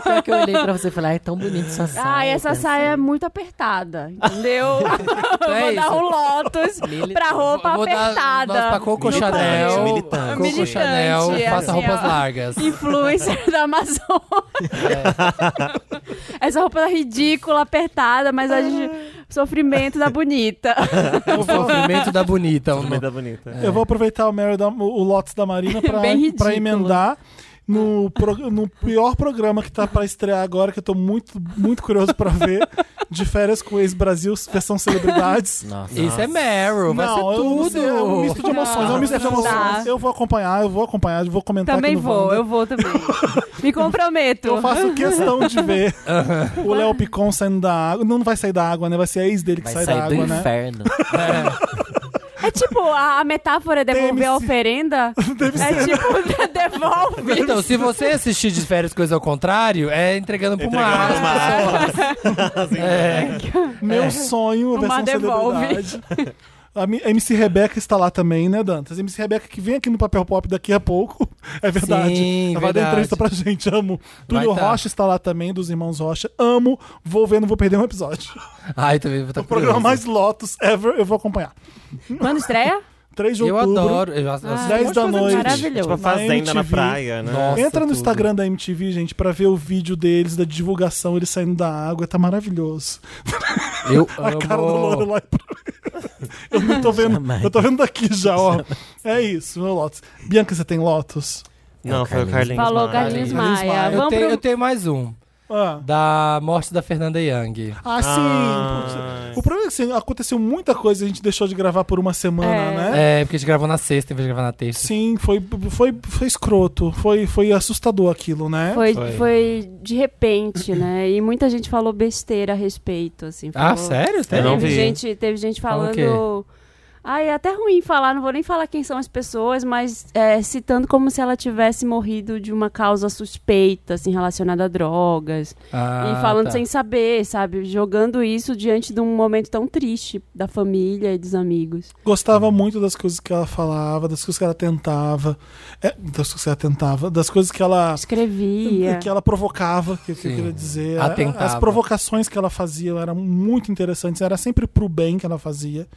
D: pior que eu olhei pra você e falei, ai, é tão bonito sua saia.
C: Ai, essa
D: Eu pensei,
C: saia é muito apertada, entendeu?
B: assim. É
C: vou
B: isso.
C: dar um Lotus
D: Mili-
C: pra roupa
B: Vou dar
C: apertada.
B: nota pra Coco Chanel.
E: militante.
B: Coco
C: Militante,
B: Chanel,
C: assim,
B: faça roupas
C: ó.
B: largas.
C: Influencer da Amazônia.
A: É.
C: Essa roupa tá ridícula, apertada, mas a gente. Sofrimento da bonita.
A: Tá
B: O sofrimento da bonita. o
E: Tudo bem,
B: nome.
E: tá bonita.
A: É. Eu vou aproveitar o Mary da, o o Lotus da Marina pra,
C: É Bem ridículo.
A: pra emendar no, pro- no pior programa que tá pra estrear agora, que eu tô muito, muito curioso pra ver. De férias com o ex-Brasil, versão celebridades.
D: Nossa.
B: Isso é Meryl, vai
A: Não,
B: ser
A: eu não
B: tudo.
A: sei, é um misto de emoções, é um misto de
C: Não dá.
A: emoções. Eu vou acompanhar, eu vou acompanhar, eu vou comentar
C: também
A: aqui no
C: vou,
A: Wanda.
C: eu vou também. Me comprometo.
A: Eu faço questão de ver o Léo Picon saindo da água. Não vai sair da água, né? Vai ser a ex dele que
D: Vai
A: sai
D: sair
A: da
D: do
A: água, né?
D: inferno.
C: É tipo, a, a metáfora é devolver
A: Deve
C: a
A: se-
C: oferenda. é tipo, devolve.
B: Então, se você assistir de férias coisa ao contrário, é entregando É. pra uma
E: Entregando
B: arte.
E: uma arte.
A: Meu sonho, a
C: Uma
A: versão
C: devolve.
A: celebridade. A mi- a MC Rebeca está lá também, né, Dantas? A MC Rebeca que vem aqui no Papel Pop daqui a pouco. É verdade.
B: Sim,
A: Ela vai dar
B: verdade.
A: entrevista pra gente, amo.
B: Vai
A: Túlio
B: tá.
A: Rocha está lá também, dos Irmãos Rocha. Amo. Vou ver, não vou perder um episódio.
B: Ai, tá também vou estar
A: O programa mais Lotus ever, eu vou acompanhar.
C: Quando estreia?
A: 3 de
B: Eu
A: outubro.
B: adoro. Eu, eu,
C: Ah,
A: 10
C: um monte de
A: da
C: coisa
A: noite.
C: Maravilhoso.
E: Tipo, a fazenda na
A: MTV.
E: praia, né?
B: Nossa,
A: Entra no
B: tudo.
A: Instagram da MTV, gente, pra ver o vídeo deles, da divulgação, eles saindo da água. Tá maravilhoso.
B: eu
A: A cara do
B: amo.
A: Lorelai. Eu não tô vendo. Eu tô vendo daqui já, ó. É isso, meu Lotus. Bianca, você tem Lotus?
E: Não, foi o Carlinhos.
C: Falou
E: Maia.
C: Carlinhos Maia.
B: Eu
C: Vamos
B: tenho,
C: pro...
B: eu tenho mais um.
A: Ah,
B: Da morte da Fernanda Young.
A: Ah, sim.
E: Ah.
A: O problema é que assim, aconteceu muita coisa, a gente deixou de gravar por uma semana,
C: É.
A: né?
B: É, porque a gente gravou na sexta em vez de gravar na terça.
A: Sim, foi, foi, foi escroto. Foi, foi assustador aquilo, né?
C: Foi,
B: Foi.
C: foi de repente, né? E muita gente falou besteira a respeito, assim.
B: Ah,
C: falou-
B: sério?
E: Eu
B: Sério?
E: não
C: teve
E: vi.
C: gente, teve gente
B: Falou o
C: falando. Ai, é até ruim falar, não vou nem falar quem são as pessoas, mas é, citando como se ela tivesse morrido de uma causa suspeita, assim, relacionada a drogas.
B: Ah,
C: e falando
B: tá.
C: sem saber, sabe? Jogando isso diante de um momento tão triste da família e dos amigos.
A: Gostava muito das coisas que ela falava, das coisas que ela tentava. É, das coisas que ela tentava, das coisas que ela.
C: Escrevia.
A: Que ela provocava, que, que eu
B: Sim.
A: queria dizer.
B: Atentava.
A: As provocações que ela fazia eram muito interessantes, era sempre pro bem que ela fazia.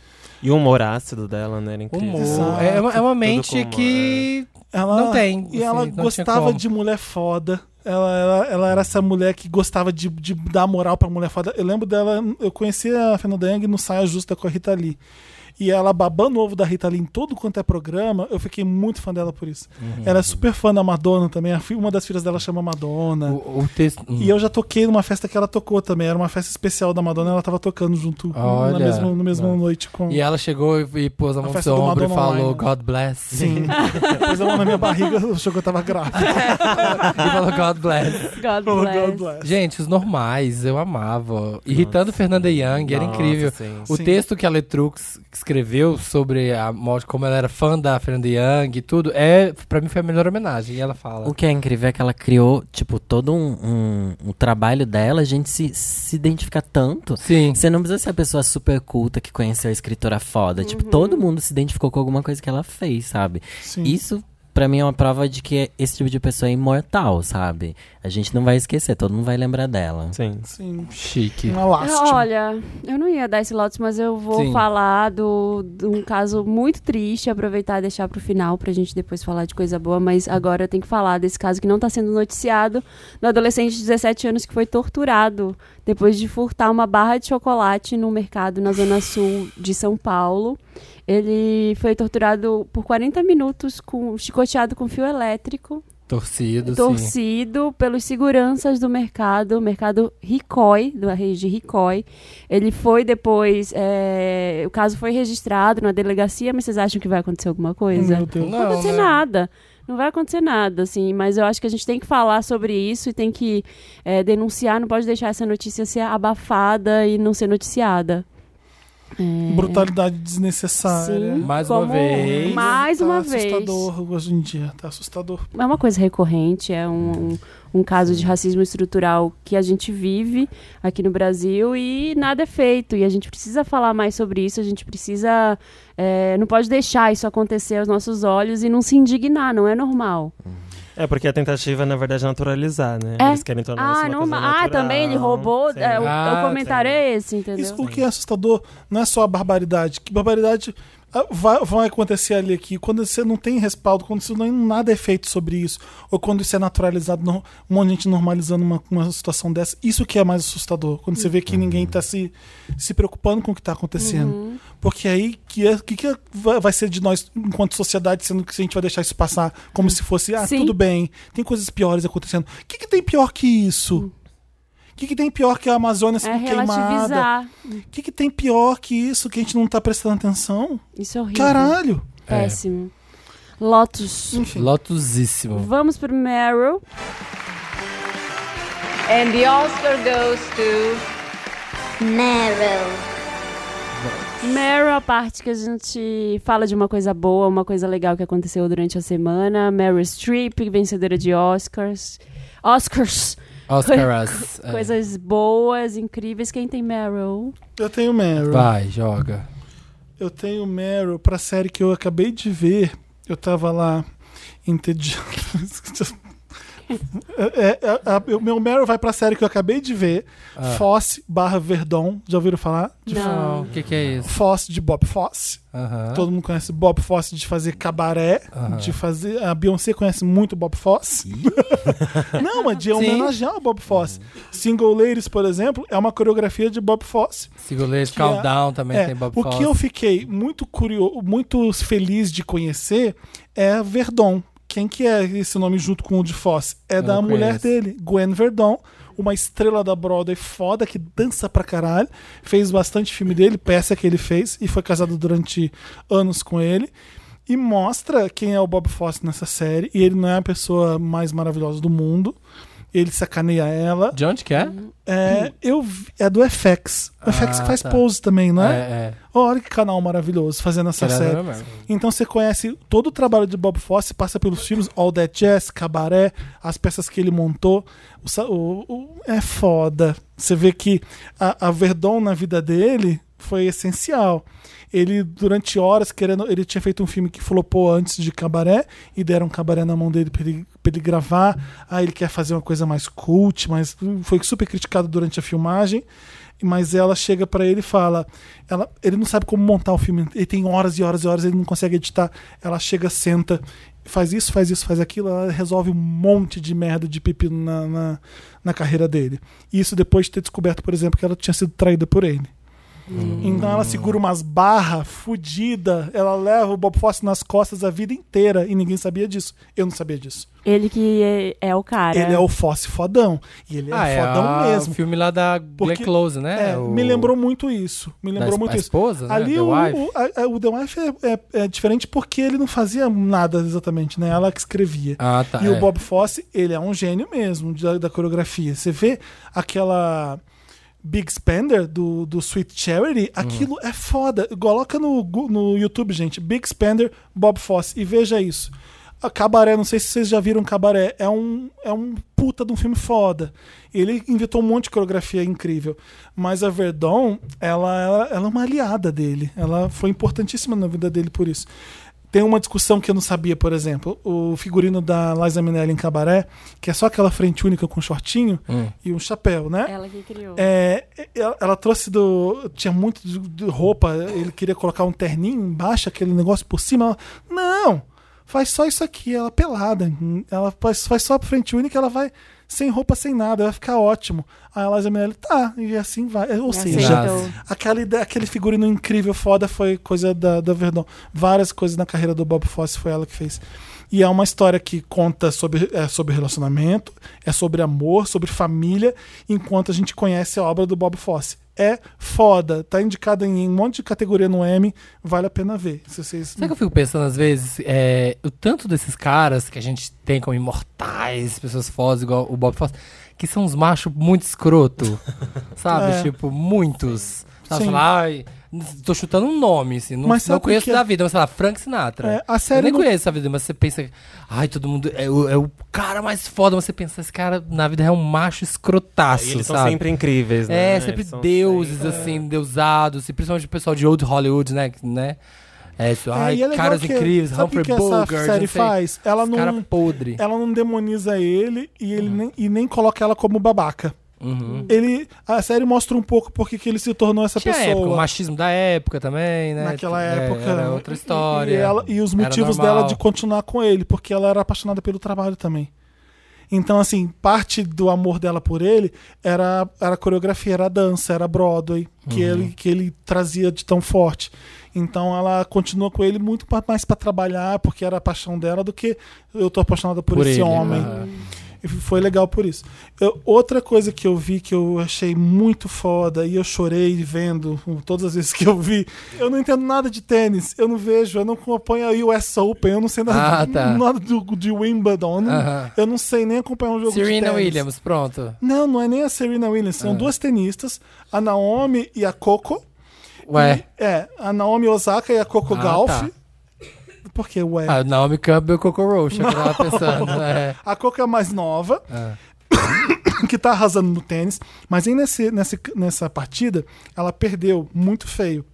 E: E o humor ácido dela, né? Era incrível.
B: Humor. É uma, é uma mente
E: com-
B: que.
A: Ela,
B: Não tem,
A: né? Ah, E ela
B: assim, não tinha
A: gostava
B: como.
A: de mulher foda. Ela, ela, ela era essa mulher que gostava de, de dar moral pra mulher foda. Eu lembro dela, eu conheci a Fernanda Young no Saia Justa com a Rita Lee. E ela babando o ovo da Rita Lee em todo quanto é programa, eu fiquei muito fã dela por isso.
B: Uhum.
A: Ela é super fã da Madonna também. a fi- Uma das filhas dela chama Madonna.
B: O, o texto. hum.
A: E eu já toquei numa festa que ela tocou também. Era uma festa especial da Madonna, ela tava tocando junto com- na
B: Olha,
A: mesma, na mesma
B: nossa.
A: noite com.
B: E ela chegou e, e pôs a mão no
A: festa
B: seu
A: do
B: ombro e
A: Madonna
B: falou,
A: Online. né?
B: God bless.
A: Sim. Depois a mão na minha barriga achou que eu tava grávida.
B: e falou, God bless.
C: God
A: Oh,
C: Ah, bless.
A: God bless.
B: Gente, os normais, eu amava. Irritando Fernanda é, Young, era
E: Nossa,
B: incrível.
E: sim.
B: O
A: Sim.
B: texto que a Letrux escreveu sobre a morte, como ela era fã da Fernanda Young e tudo, é, pra mim foi a melhor homenagem. E ela fala.
D: O que é incrível é que ela criou, tipo, todo um, um- um trabalho dela, a gente se, se identifica tanto.
B: Sim.
D: Você não precisa ser a pessoa super culta que conheceu a escritora foda. Tipo,
C: Uhum.
D: todo mundo se identificou com alguma coisa que ela fez, sabe?
A: Sim.
D: Isso, pra mim, é uma prova de que esse tipo de pessoa é imortal, sabe? A gente não vai esquecer, todo mundo vai lembrar dela.
E: Sim.
A: Sim.
B: Chique.
A: Uma lástima.
C: Ah, Olha, eu não ia dar esse lotes, mas eu vou
B: Sim.
C: falar do, de um caso muito triste, aproveitar e deixar pro final pra gente depois falar de coisa boa, mas agora eu tenho que falar desse caso que não tá sendo noticiado, do adolescente de 17 anos que foi torturado depois de furtar uma barra de chocolate no mercado na zona sul de São Paulo. Ele foi torturado por 40 minutos com chicoteado com fio elétrico
B: Torcido, sim.
C: torcido pelos seguranças do mercado, mercado Ricói, da rede Ricói. Ele foi depois, é, o caso foi registrado na delegacia, mas vocês acham que vai acontecer alguma coisa?
A: Meu Deus.
C: Não vai acontecer
B: né?
C: nada. Não vai acontecer nada, assim, mas eu acho que a gente tem que falar sobre isso e tem que é, denunciar, não pode deixar essa notícia ser abafada e não ser noticiada. É,
A: Brutalidade desnecessária.
C: Sim,
B: Mais uma
C: como-
B: vez.
C: Mais uma
A: tá
C: vez.
A: né? assustador hoje em dia. Tá assustador.
C: é uma coisa recorrente, é um, um, um caso de racismo estrutural que a gente vive aqui no Brasil e nada é feito. E a gente precisa falar mais sobre isso, a gente precisa. é, não pode deixar isso acontecer aos nossos olhos e não se indignar, não é normal.
E: É, porque a tentativa, na verdade, é naturalizar, né?
C: É.
E: Eles querem tornar isso
C: Ah,
E: uma
C: não,
E: coisa
C: ma- ah,
E: natural,
C: também ele roubou.
E: sim.
C: é, o,
B: Ah,
C: o comentário
E: sim.
C: é esse, entendeu?
A: Isso, o que é assustador não é só a barbaridade. Que barbaridade ah, vai, vai acontecer ali aqui quando você não tem respaldo, quando você não nada é feito sobre isso, ou quando isso é naturalizado, não, um monte de gente normalizando uma, uma situação dessa. Isso que é mais assustador, quando você vê que
C: Uhum.
A: ninguém tá se, se preocupando com o que tá acontecendo. Porque aí que é, que, que é- vai vai ser de nós enquanto sociedade, sendo que a gente vai deixar isso passar como se fosse, ah,
C: Sim.
A: tudo bem, tem coisas piores acontecendo. O que, que tem pior que isso? O que, que tem pior que a Amazônia
C: Hum. É
A: sendo queimada?
C: relativizar.
A: O que, que tem pior que isso que a gente não tá prestando atenção?
C: Isso é horrível.
A: Caralho!
C: Péssimo. Lotus.
A: Enfim.
B: Lotusíssimo.
C: Vamos pro Meryl.
G: And the Oscar goes to.
H: Meryl.
C: Meryl, a parte que a gente fala de uma coisa boa, uma coisa legal que aconteceu durante a semana. Meryl Streep, vencedora de Oscars. Oscars.
B: Oscaras. é.
C: Coisas boas, incríveis. Quem tem Meryl?
A: Eu tenho Meryl.
B: Vai, joga.
A: Eu tenho Meryl pra série que eu acabei de ver. Eu tava lá entediado. É, é, é, é, o meu Meryl vai pra série que eu acabei de ver.
B: Ah.
A: Fosse barra Verdon. Já ouviram falar? De
C: Não.
B: O que, que é isso?
A: Fosse de Bob Fosse.
B: Aham.
A: Todo mundo conhece Bob Fosse de fazer cabaré, de fazer. A Beyoncé conhece muito Bob Fosse. Não, mas de um homenagear o Bob Fosse. Single Ladies, por exemplo, é uma coreografia de Bob Fosse.
B: Sigulês,
A: que
B: Calm
A: é-
B: Down também
A: É,
B: tem Bob
A: o
B: Fosse.
A: que eu fiquei muito curioso, muito feliz de conhecer é Verdon. Quem que é esse nome junto com o de Fosse? É da
B: não
A: mulher
B: conheço.
A: dele, Gwen Verdon, uma estrela da Broadway foda que dança pra caralho, fez bastante filme dele, peça que ele fez e foi casado durante anos com ele. E mostra quem é o Bob Fosse nessa série. E ele não é a pessoa mais maravilhosa do mundo. Ele sacaneia ela.
B: De onde que é?
A: É, eu vi- é do FX. O FX que faz
B: tá.
A: pose também, não é?
B: É, é.
A: Olha que canal maravilhoso fazendo essa
B: Será
A: série.
B: não é mesmo?
A: Então você conhece todo o trabalho de Bob Fosse, passa pelos filmes All That Jazz, Cabaré, as peças que ele montou. O sa- o- o- é foda. Você vê que a, a Verdon na vida dele foi essencial. Ele, durante horas, querendo. Ele tinha feito um filme que flopou antes de Cabaré e deram Cabaré na mão dele pra ele, pra ele gravar. Aí ele quer fazer uma coisa mais cult, mas hum, foi super criticado durante a filmagem mas ela chega pra ele e fala, ela, ele não sabe como montar o filme, ele tem horas e horas e horas, ele não consegue editar. Ela chega, senta, faz isso, faz isso, faz aquilo, ela resolve um monte de merda de pipi na, na, na carreira dele. Isso depois de ter descoberto, por exemplo, que ela tinha sido traída por ele. Então ela segura umas barras fudida, ela leva o Bob Fosse nas costas a vida inteira e ninguém sabia disso. Eu não sabia disso.
C: Ele que é, é o cara.
A: Ele é o Fosse fodão e ele é
B: Ah, é
A: fodão
B: a-
A: mesmo.
B: o filme lá da Black
A: Porque-
B: Close, né?
A: É,
B: O-
A: me lembrou muito isso. Me
B: da
A: lembrou
B: es-
A: muito
B: a
A: isso.
B: esposa, né?
A: Ali
B: The
A: o,
B: Wife.
A: o, a- a- o The Wife é, é- é diferente porque ele não fazia nada exatamente, né? Ela que escrevia.
B: Ah, tá.
A: e
B: é.
A: o Bob Fosse, ele é um gênio mesmo da, da coreografia. Você vê aquela Big Spender do, do Sweet
B: Hum.
A: Charity, aquilo é foda. Coloca no, Gu- no YouTube, gente, Big Spender, Bob Fosse, e veja isso. A Cabaré, não sei se vocês já viram Cabaré, é um, é um puta de um filme foda. Ele inventou um monte de coreografia incrível. Mas a Verdon, ela, ela, ela é uma aliada dele. Ela foi importantíssima na vida dele por isso. Tem uma discussão que eu não sabia, por exemplo. O figurino da Liza Minelli em Cabaré, que é só aquela frente única com shortinho e um chapéu, né?
C: Ela que criou.
A: É, ela, ela trouxe do. Tinha muito de, de roupa, ele queria colocar um terninho embaixo, aquele negócio por cima. Ela, não! Faz só isso aqui, ela pelada. Ela faz, faz só a frente única, ela vai sem roupa, sem nada, vai ficar ótimo. Aí a Liza Minelli, tá, e assim vai. Ou
C: Me
A: seja,
C: aceitou.
A: aquela ideia, aquele figurino incrível, foda, foi coisa da, da Verdão. Várias coisas na carreira do Bob Fosse foi ela que fez. E é uma história que conta sobre, é sobre relacionamento, é sobre amor, sobre família, enquanto a gente conhece a obra do Bob Fosse. É foda, tá indicada em um monte de categoria no M, vale a pena ver. Se vocês.
B: Sabe o que eu fico pensando às vezes? É, o tanto desses caras que a gente tem como imortais, pessoas fodas, igual o Bob Fosse, que são uns machos muito escroto. sabe?
A: É.
B: Tipo, muitos. Sabe,
A: Sim.
B: sei lá, ai, tô chutando um nome, assim. Não,
A: Mas sabe
B: não
A: o
B: conheço
A: que é?
B: da vida, mas sei lá, Frank Sinatra.
A: É, a
B: Eu
A: série
B: nem
A: não-
B: conheço a vida, mas você pensa. Ai, todo mundo. É, o- é o cara mais foda, mas você pensa, esse cara na vida é um macho escrotaço.
E: E eles são
B: sabe?
E: sempre incríveis, né?
B: É, sempre
E: Eles são
B: deuses,
E: sempre-
B: assim, deusados, e principalmente o pessoal de old Hollywood, né? que- né? É isso.
A: É,
B: Ai,
A: e é legal
B: caras
A: que-
B: incríveis,
A: sabe o que
B: Humphrey
A: que essa
B: Bogart.
A: série
B: não sei.
A: faz? Ela
B: Esse Cara Uhum.
A: não, é
B: podre.
A: ela não demoniza ele e ele nem, e nem coloca ela como babaca.
B: Uhum.
A: Ele, a série mostra um pouco porque que ele se tornou essa
B: Tinha
A: pessoa.
B: época, o machismo da época também, né?
A: Naquela
B: É,
A: época.
B: Era outra
A: E-
B: história.
A: E, ela- e os
B: Era
A: motivos
B: normal.
A: dela de continuar com ele, porque ela era apaixonada pelo trabalho também. Então, assim, parte do amor dela por ele era, era a coreografia, era a dança, era a Broadway, que,
B: Uhum.
A: ele, que ele trazia de tão forte. Então ela continuou com ele muito pa- mais pra trabalhar, porque era a paixão dela, do que eu tô apaixonada por,
B: Por ele,
A: esse homem.
B: aham.
A: E foi legal por isso. Eu- outra coisa que eu vi que eu achei muito foda e eu chorei vendo todas as vezes que eu vi. Eu não entendo nada de tênis, eu não vejo, eu não acompanho a US Open, eu não sei nada,
B: Ah, tá.
A: nada do, de Wimbledon, eu não,
B: Aham.
A: eu não sei nem acompanhar um jogo de
B: Serena
A: tênis.
B: Williams, Ah. pronto.
A: Não, não é nem a Serena Williams, são duas tenistas, a Naomi e a Coco.
B: Ué.
A: É, a Naomi Osaka e a Coco
B: Ah,
A: Gauff.
B: tá.
A: Por que ué?
B: Ah, Naomi Campbell e Coco Rocha, que eu tava pensando. é.
A: A Coco é a mais nova,
B: Ah.
A: que tá arrasando no tênis, mas aí nesse, nesse, nessa partida ela perdeu muito feio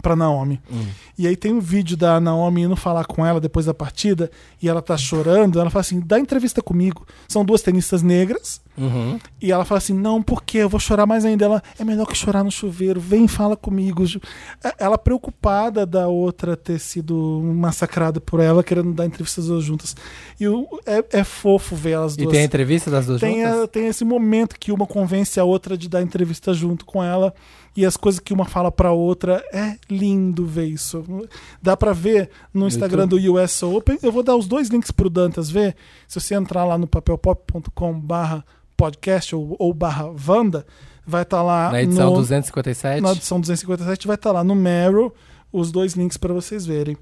A: pra Naomi.
B: Hum.
A: E aí tem um vídeo da Naomi indo falar com ela depois da partida e ela tá chorando. Ela fala assim: dá entrevista comigo. São duas tenistas negras.
B: Uhum.
A: E ela fala assim: não, por quê? Eu vou chorar mais ainda. Ela é melhor que chorar no chuveiro. Vem, fala comigo. Ju." É- Ela preocupada da outra ter sido massacrada por ela, querendo dar entrevistas duas juntas. E o- é, é fofo ver elas
B: E
A: duas.
B: tem a entrevista das duas
A: tem,
B: juntas?
A: a- tem esse momento que uma convence a outra de dar entrevista junto com ela e as coisas que uma fala pra outra. É lindo ver isso. Dá pra ver no Instagram do US Open. Eu vou dar os dois links pro Dantas ver. Se você entrar lá no papelpop.com barra podcast ou, ou barra Wanda, vai estar lá
B: Na edição
A: no,
B: 257?
A: na edição 257 vai estar lá no Meryl os dois links para vocês verem.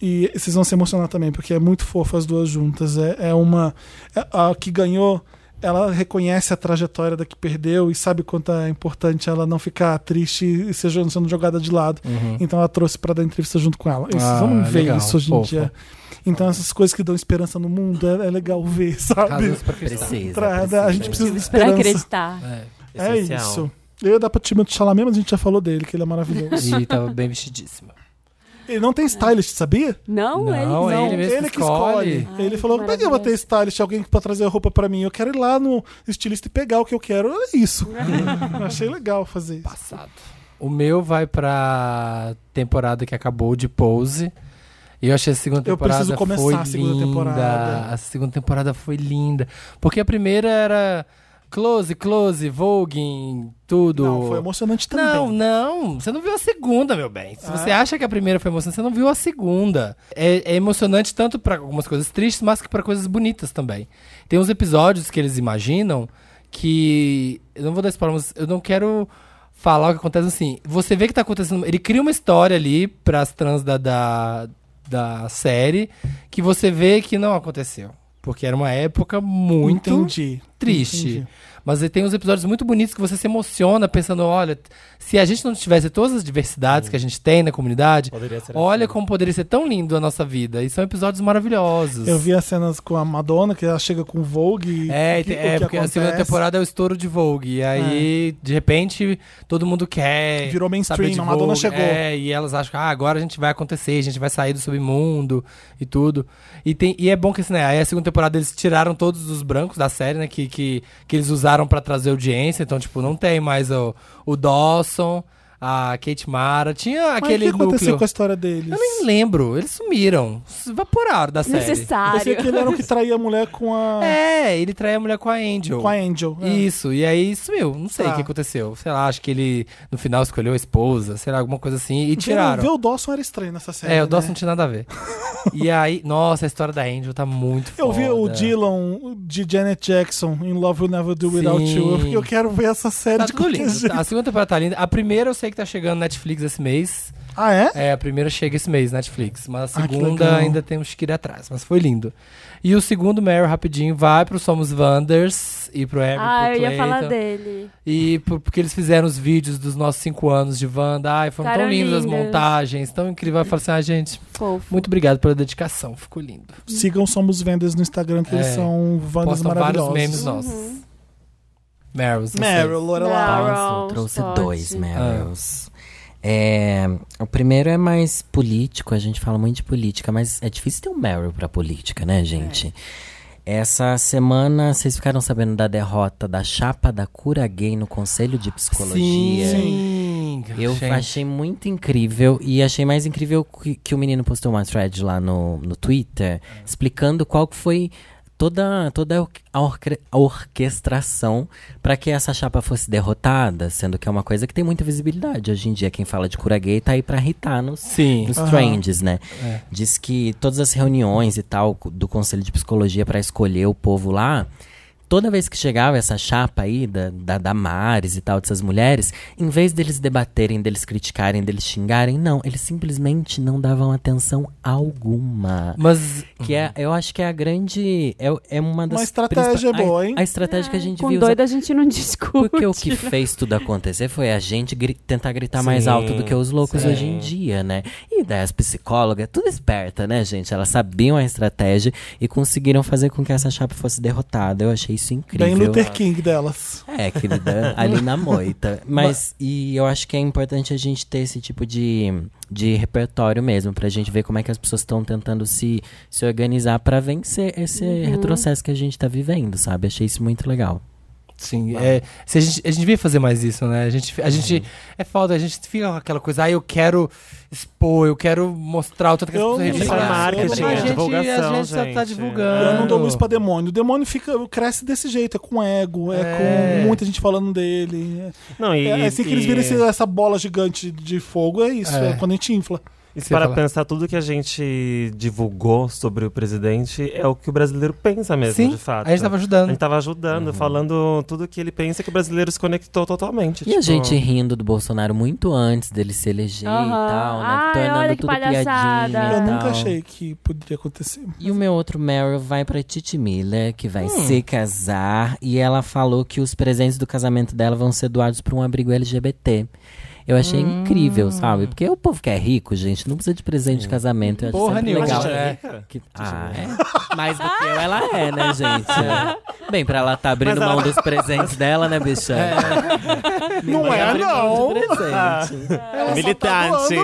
A: E vocês vão se emocionar também, porque é muito fofo as duas juntas. É, é uma. é- a que ganhou, ela reconhece a trajetória da que perdeu e sabe quanto é importante ela não ficar triste e ser jo- sendo jogada de lado.
B: Uhum.
A: Então ela trouxe para dar entrevista junto com ela. E Vocês
B: Ah,
A: vão ver
B: legal,
A: isso hoje
B: fofo.
A: em dia. Então essas coisas que dão esperança no mundo é, é legal ver, sabe?
B: Razões pra acreditar.
D: Precisa.
A: Pra-
D: precisa.
A: a gente precisa de
C: Pra
A: esperança.
C: acreditar.
B: É.
A: É
E: Essencial.
A: isso. Eu ia dar pra Timothée Chalamet, mas a gente já falou dele, que ele é maravilhoso.
B: E tava bem vestidíssima.
A: ele não tem stylist, sabia?
C: Não, ele.
B: Não,
D: é
C: não.
B: ele mesmo
A: que escolhe.
B: escolhe.
C: Ai,
A: ele falou,
C: que
A: como é que eu vou ter
C: maravilhoso.
A: stylist, alguém pra trazer a roupa pra mim? Eu quero ir lá no estilista e pegar o que eu quero. É isso. Eu achei legal fazer isso.
B: Passado. O meu vai pra temporada que acabou de Pose. E eu achei a segunda
A: Eu
B: temporada
A: preciso começar
B: foi
A: a segunda
B: linda.
A: temporada.
B: A segunda temporada foi linda. Porque a primeira era close, close, voguing, tudo.
A: Não, foi emocionante também.
B: Não, não. Você não viu a segunda, meu bem. Se
A: tá Ah.
B: você acha que a primeira foi emocionante, você não viu a segunda. É, é emocionante tanto pra algumas coisas tristes, mas que pra coisas bonitas também. Tem uns episódios que eles imaginam que. Eu não vou dar spoiler, mas eu não quero falar o que acontece assim. Você vê que tá acontecendo. Ele cria uma história ali pras trans da, da, da série que você vê que não aconteceu. Porque era uma época muito
A: Entendi.
B: triste.
A: Entendi.
B: Mas aí tem uns episódios muito bonitos que você se emociona pensando, olha, se a gente não tivesse todas as diversidades que a gente tem na comunidade,
E: Poderia ser
B: olha
E: assim.
B: como poderia ser tão lindo a nossa vida. E são episódios maravilhosos.
A: Eu vi as cenas com a Madonna, que ela chega com o Vogue. e
B: É,
A: o que-
B: e tem-
A: o
B: é
A: que
B: porque a segunda
A: acontece. É.
B: temporada é o estouro de Vogue. E aí, de repente, todo mundo quer.
A: Virou mainstream,
B: saber de
A: a Madonna
B: Vogue.
A: chegou.
B: É, e elas acham que ah, agora a gente vai acontecer, a gente vai sair do submundo e tudo. E, tem, e é bom que assim, né? Aí a segunda temporada eles tiraram todos os brancos da série, né? Que, que, que eles usaram pra trazer audiência. Então, tipo, não tem mais o, o Dawson, a Kate Mara. Tinha
A: Mas
B: é aquele
A: o que aconteceu
B: núcleo.
A: com a história deles?
B: Eu nem lembro. Eles sumiram. Se Evaporaram da série.
A: Eu sei
C: Necessário.
A: que ele era o que traía a mulher com a,
B: É, ele trai a mulher com a Angel.
A: com a Angel. é.
B: Isso, e aí sumiu. Não sei
A: Tá.
B: o que aconteceu. Sei lá, acho que ele no final escolheu a esposa, sei lá, alguma coisa assim, e
A: Ver
B: tiraram.
A: É. o Dawson era estranho nessa série.
B: É, o
A: né?
B: Dawson não tinha nada a ver. e aí, nossa, a história da Angel tá muito foda.
A: Eu vi o Dylan de Janet Jackson em Love Will Never Do Without
B: Sim.
A: You. Eu- Eu quero ver essa série
B: Tá
A: de
B: tudo
A: qualquer
B: lindo.
A: jeito.
B: A segunda temporada tá linda. A primeira eu sei que tá chegando Netflix esse mês.
A: Ah, é?
B: É, a primeira chega esse mês, Netflix. Mas a
A: Ah, que
B: segunda
A: legal.
B: ainda temos que ir atrás, mas foi lindo. E o segundo, Meryl, rapidinho, vai pro Somos Wanders e pro Everton.
C: Ah, eu ia
B: Clayton.
C: falar dele.
B: E por- porque eles fizeram os vídeos dos nossos cinco anos de Wanda. Ai, foram
C: Ficaram
B: tão lindas as
C: lindas.
B: montagens, tão incrível. Eu falei assim, ah, gente,
C: Fofo.
B: muito obrigado pela dedicação, ficou lindo.
A: Sigam Somos Vendas no Instagram, que eles
B: É.
A: são vandas
B: Postam vários
A: maravilhosos.
B: memes nossos.
C: Uhum.
B: Meryl,
A: Meryl, Lorelai.
C: Meryl.
D: Nossa, eu trouxe né?
C: Pode.
A: Ah.
D: dois Meryls. É, o primeiro é mais político, a gente fala muito de política, mas é difícil ter um Meryl pra política, né, gente? Essa semana, vocês ficaram sabendo da derrota da chapa da cura gay no Conselho de Psicologia?
B: Sim.
D: Eu
B: Gente.
D: achei muito incrível e achei mais incrível que, que o menino postou uma thread lá no, no Twitter explicando qual que foi toda, toda a orque- a orque- a orquestração para que essa chapa fosse derrotada, sendo que é uma coisa que tem muita visibilidade. Hoje em dia, quem fala de cura gay tá aí pra irritar nos,
B: Sim.
D: nos trends, né?
A: É.
D: Diz que todas as reuniões e tal do Conselho de Psicologia para escolher o povo lá, toda vez que chegava essa chapa aí da, da Damares e tal, dessas mulheres, em vez deles debaterem, deles criticarem, deles xingarem, não, eles simplesmente não davam atenção alguma.
B: Mas
D: Que é, eu acho que é a grande. É, é uma das.
A: Uhum. Uma estratégia
D: principais-
A: boa,
D: a-
A: hein?
D: A estratégia que a gente
C: É, Com
D: viu.
C: doido a gente não discute.
D: Porque o que fez tudo acontecer foi a gente gri- tentar gritar mais
E: Sim,
D: alto do que os loucos
E: sim.
D: hoje em dia, né? E daí as psicólogas, é tudo esperta, né, gente? Elas sabiam a estratégia e conseguiram fazer com que essa chapa fosse derrotada. Eu achei isso incrível.
A: Bem Luther King delas.
D: É, querida, ali na moita. Mas, e eu acho que é importante a gente ter esse tipo de, de repertório mesmo, pra gente ver como é que as pessoas estão tentando se, se organizar pra vencer esse retrocesso que a gente tá vivendo, sabe? Achei isso muito legal.
B: Sim, é, se a, gente, a gente devia fazer mais isso, né? A gente, a gente é foda, a gente fica com aquela coisa, ah, eu quero expor, eu quero mostrar o tanto que as
A: Eu
B: pessoas
A: não
E: Isso é
A: Claro.
E: marketing,
A: A
E: é
A: gente-
E: divulgação,
B: a gente só tá divulgando.
A: Eu não dou luz pra demônio. O demônio fica, cresce desse jeito, é com ego, é,
B: É.
A: com muita gente falando dele. é-
E: Não, e,
A: É assim que eles viram esse- essa bola gigante de fogo, é isso,
B: É.
A: é quando a gente infla.
E: E
B: Você
E: se para
B: fala.
E: pensar tudo que a gente divulgou sobre o presidente é o que o brasileiro pensa mesmo,
B: Sim,
E: de fato.
B: a gente tá tava
E: A
B: ajudando.
E: gente tava ajudando, falando tudo que ele pensa que o brasileiro se conectou totalmente.
D: E a
E: tipo,
D: gente rindo do Bolsonaro muito antes dele se eleger e
C: Aham.
D: tal, né?
C: Ai,
D: Tornando
C: olha que
D: tudo
C: palhaçada.
D: piadinha. e
A: Eu
D: tal.
A: nunca achei que poderia acontecer.
D: E o meu outro Meryl vai pra Titi Miller, que vai se casar. E ela falou que os presentes do casamento dela vão ser doados pra um abrigo LGBT. Eu achei incrível, sabe? Porque o povo que é rico, gente, não precisa de presente de casamento. Eu acho
B: Porra
D: sempre
B: nenhuma,
D: legal.
B: gente, é
D: Que- Ah, é. Mais do que eu, ela é, né, gente? Bem, pra ela tá abrindo
E: Mas ela-
D: mão dos presentes dela, né, bichão?
A: Não é, não.
D: Presente.
A: tá
E: tá Militante.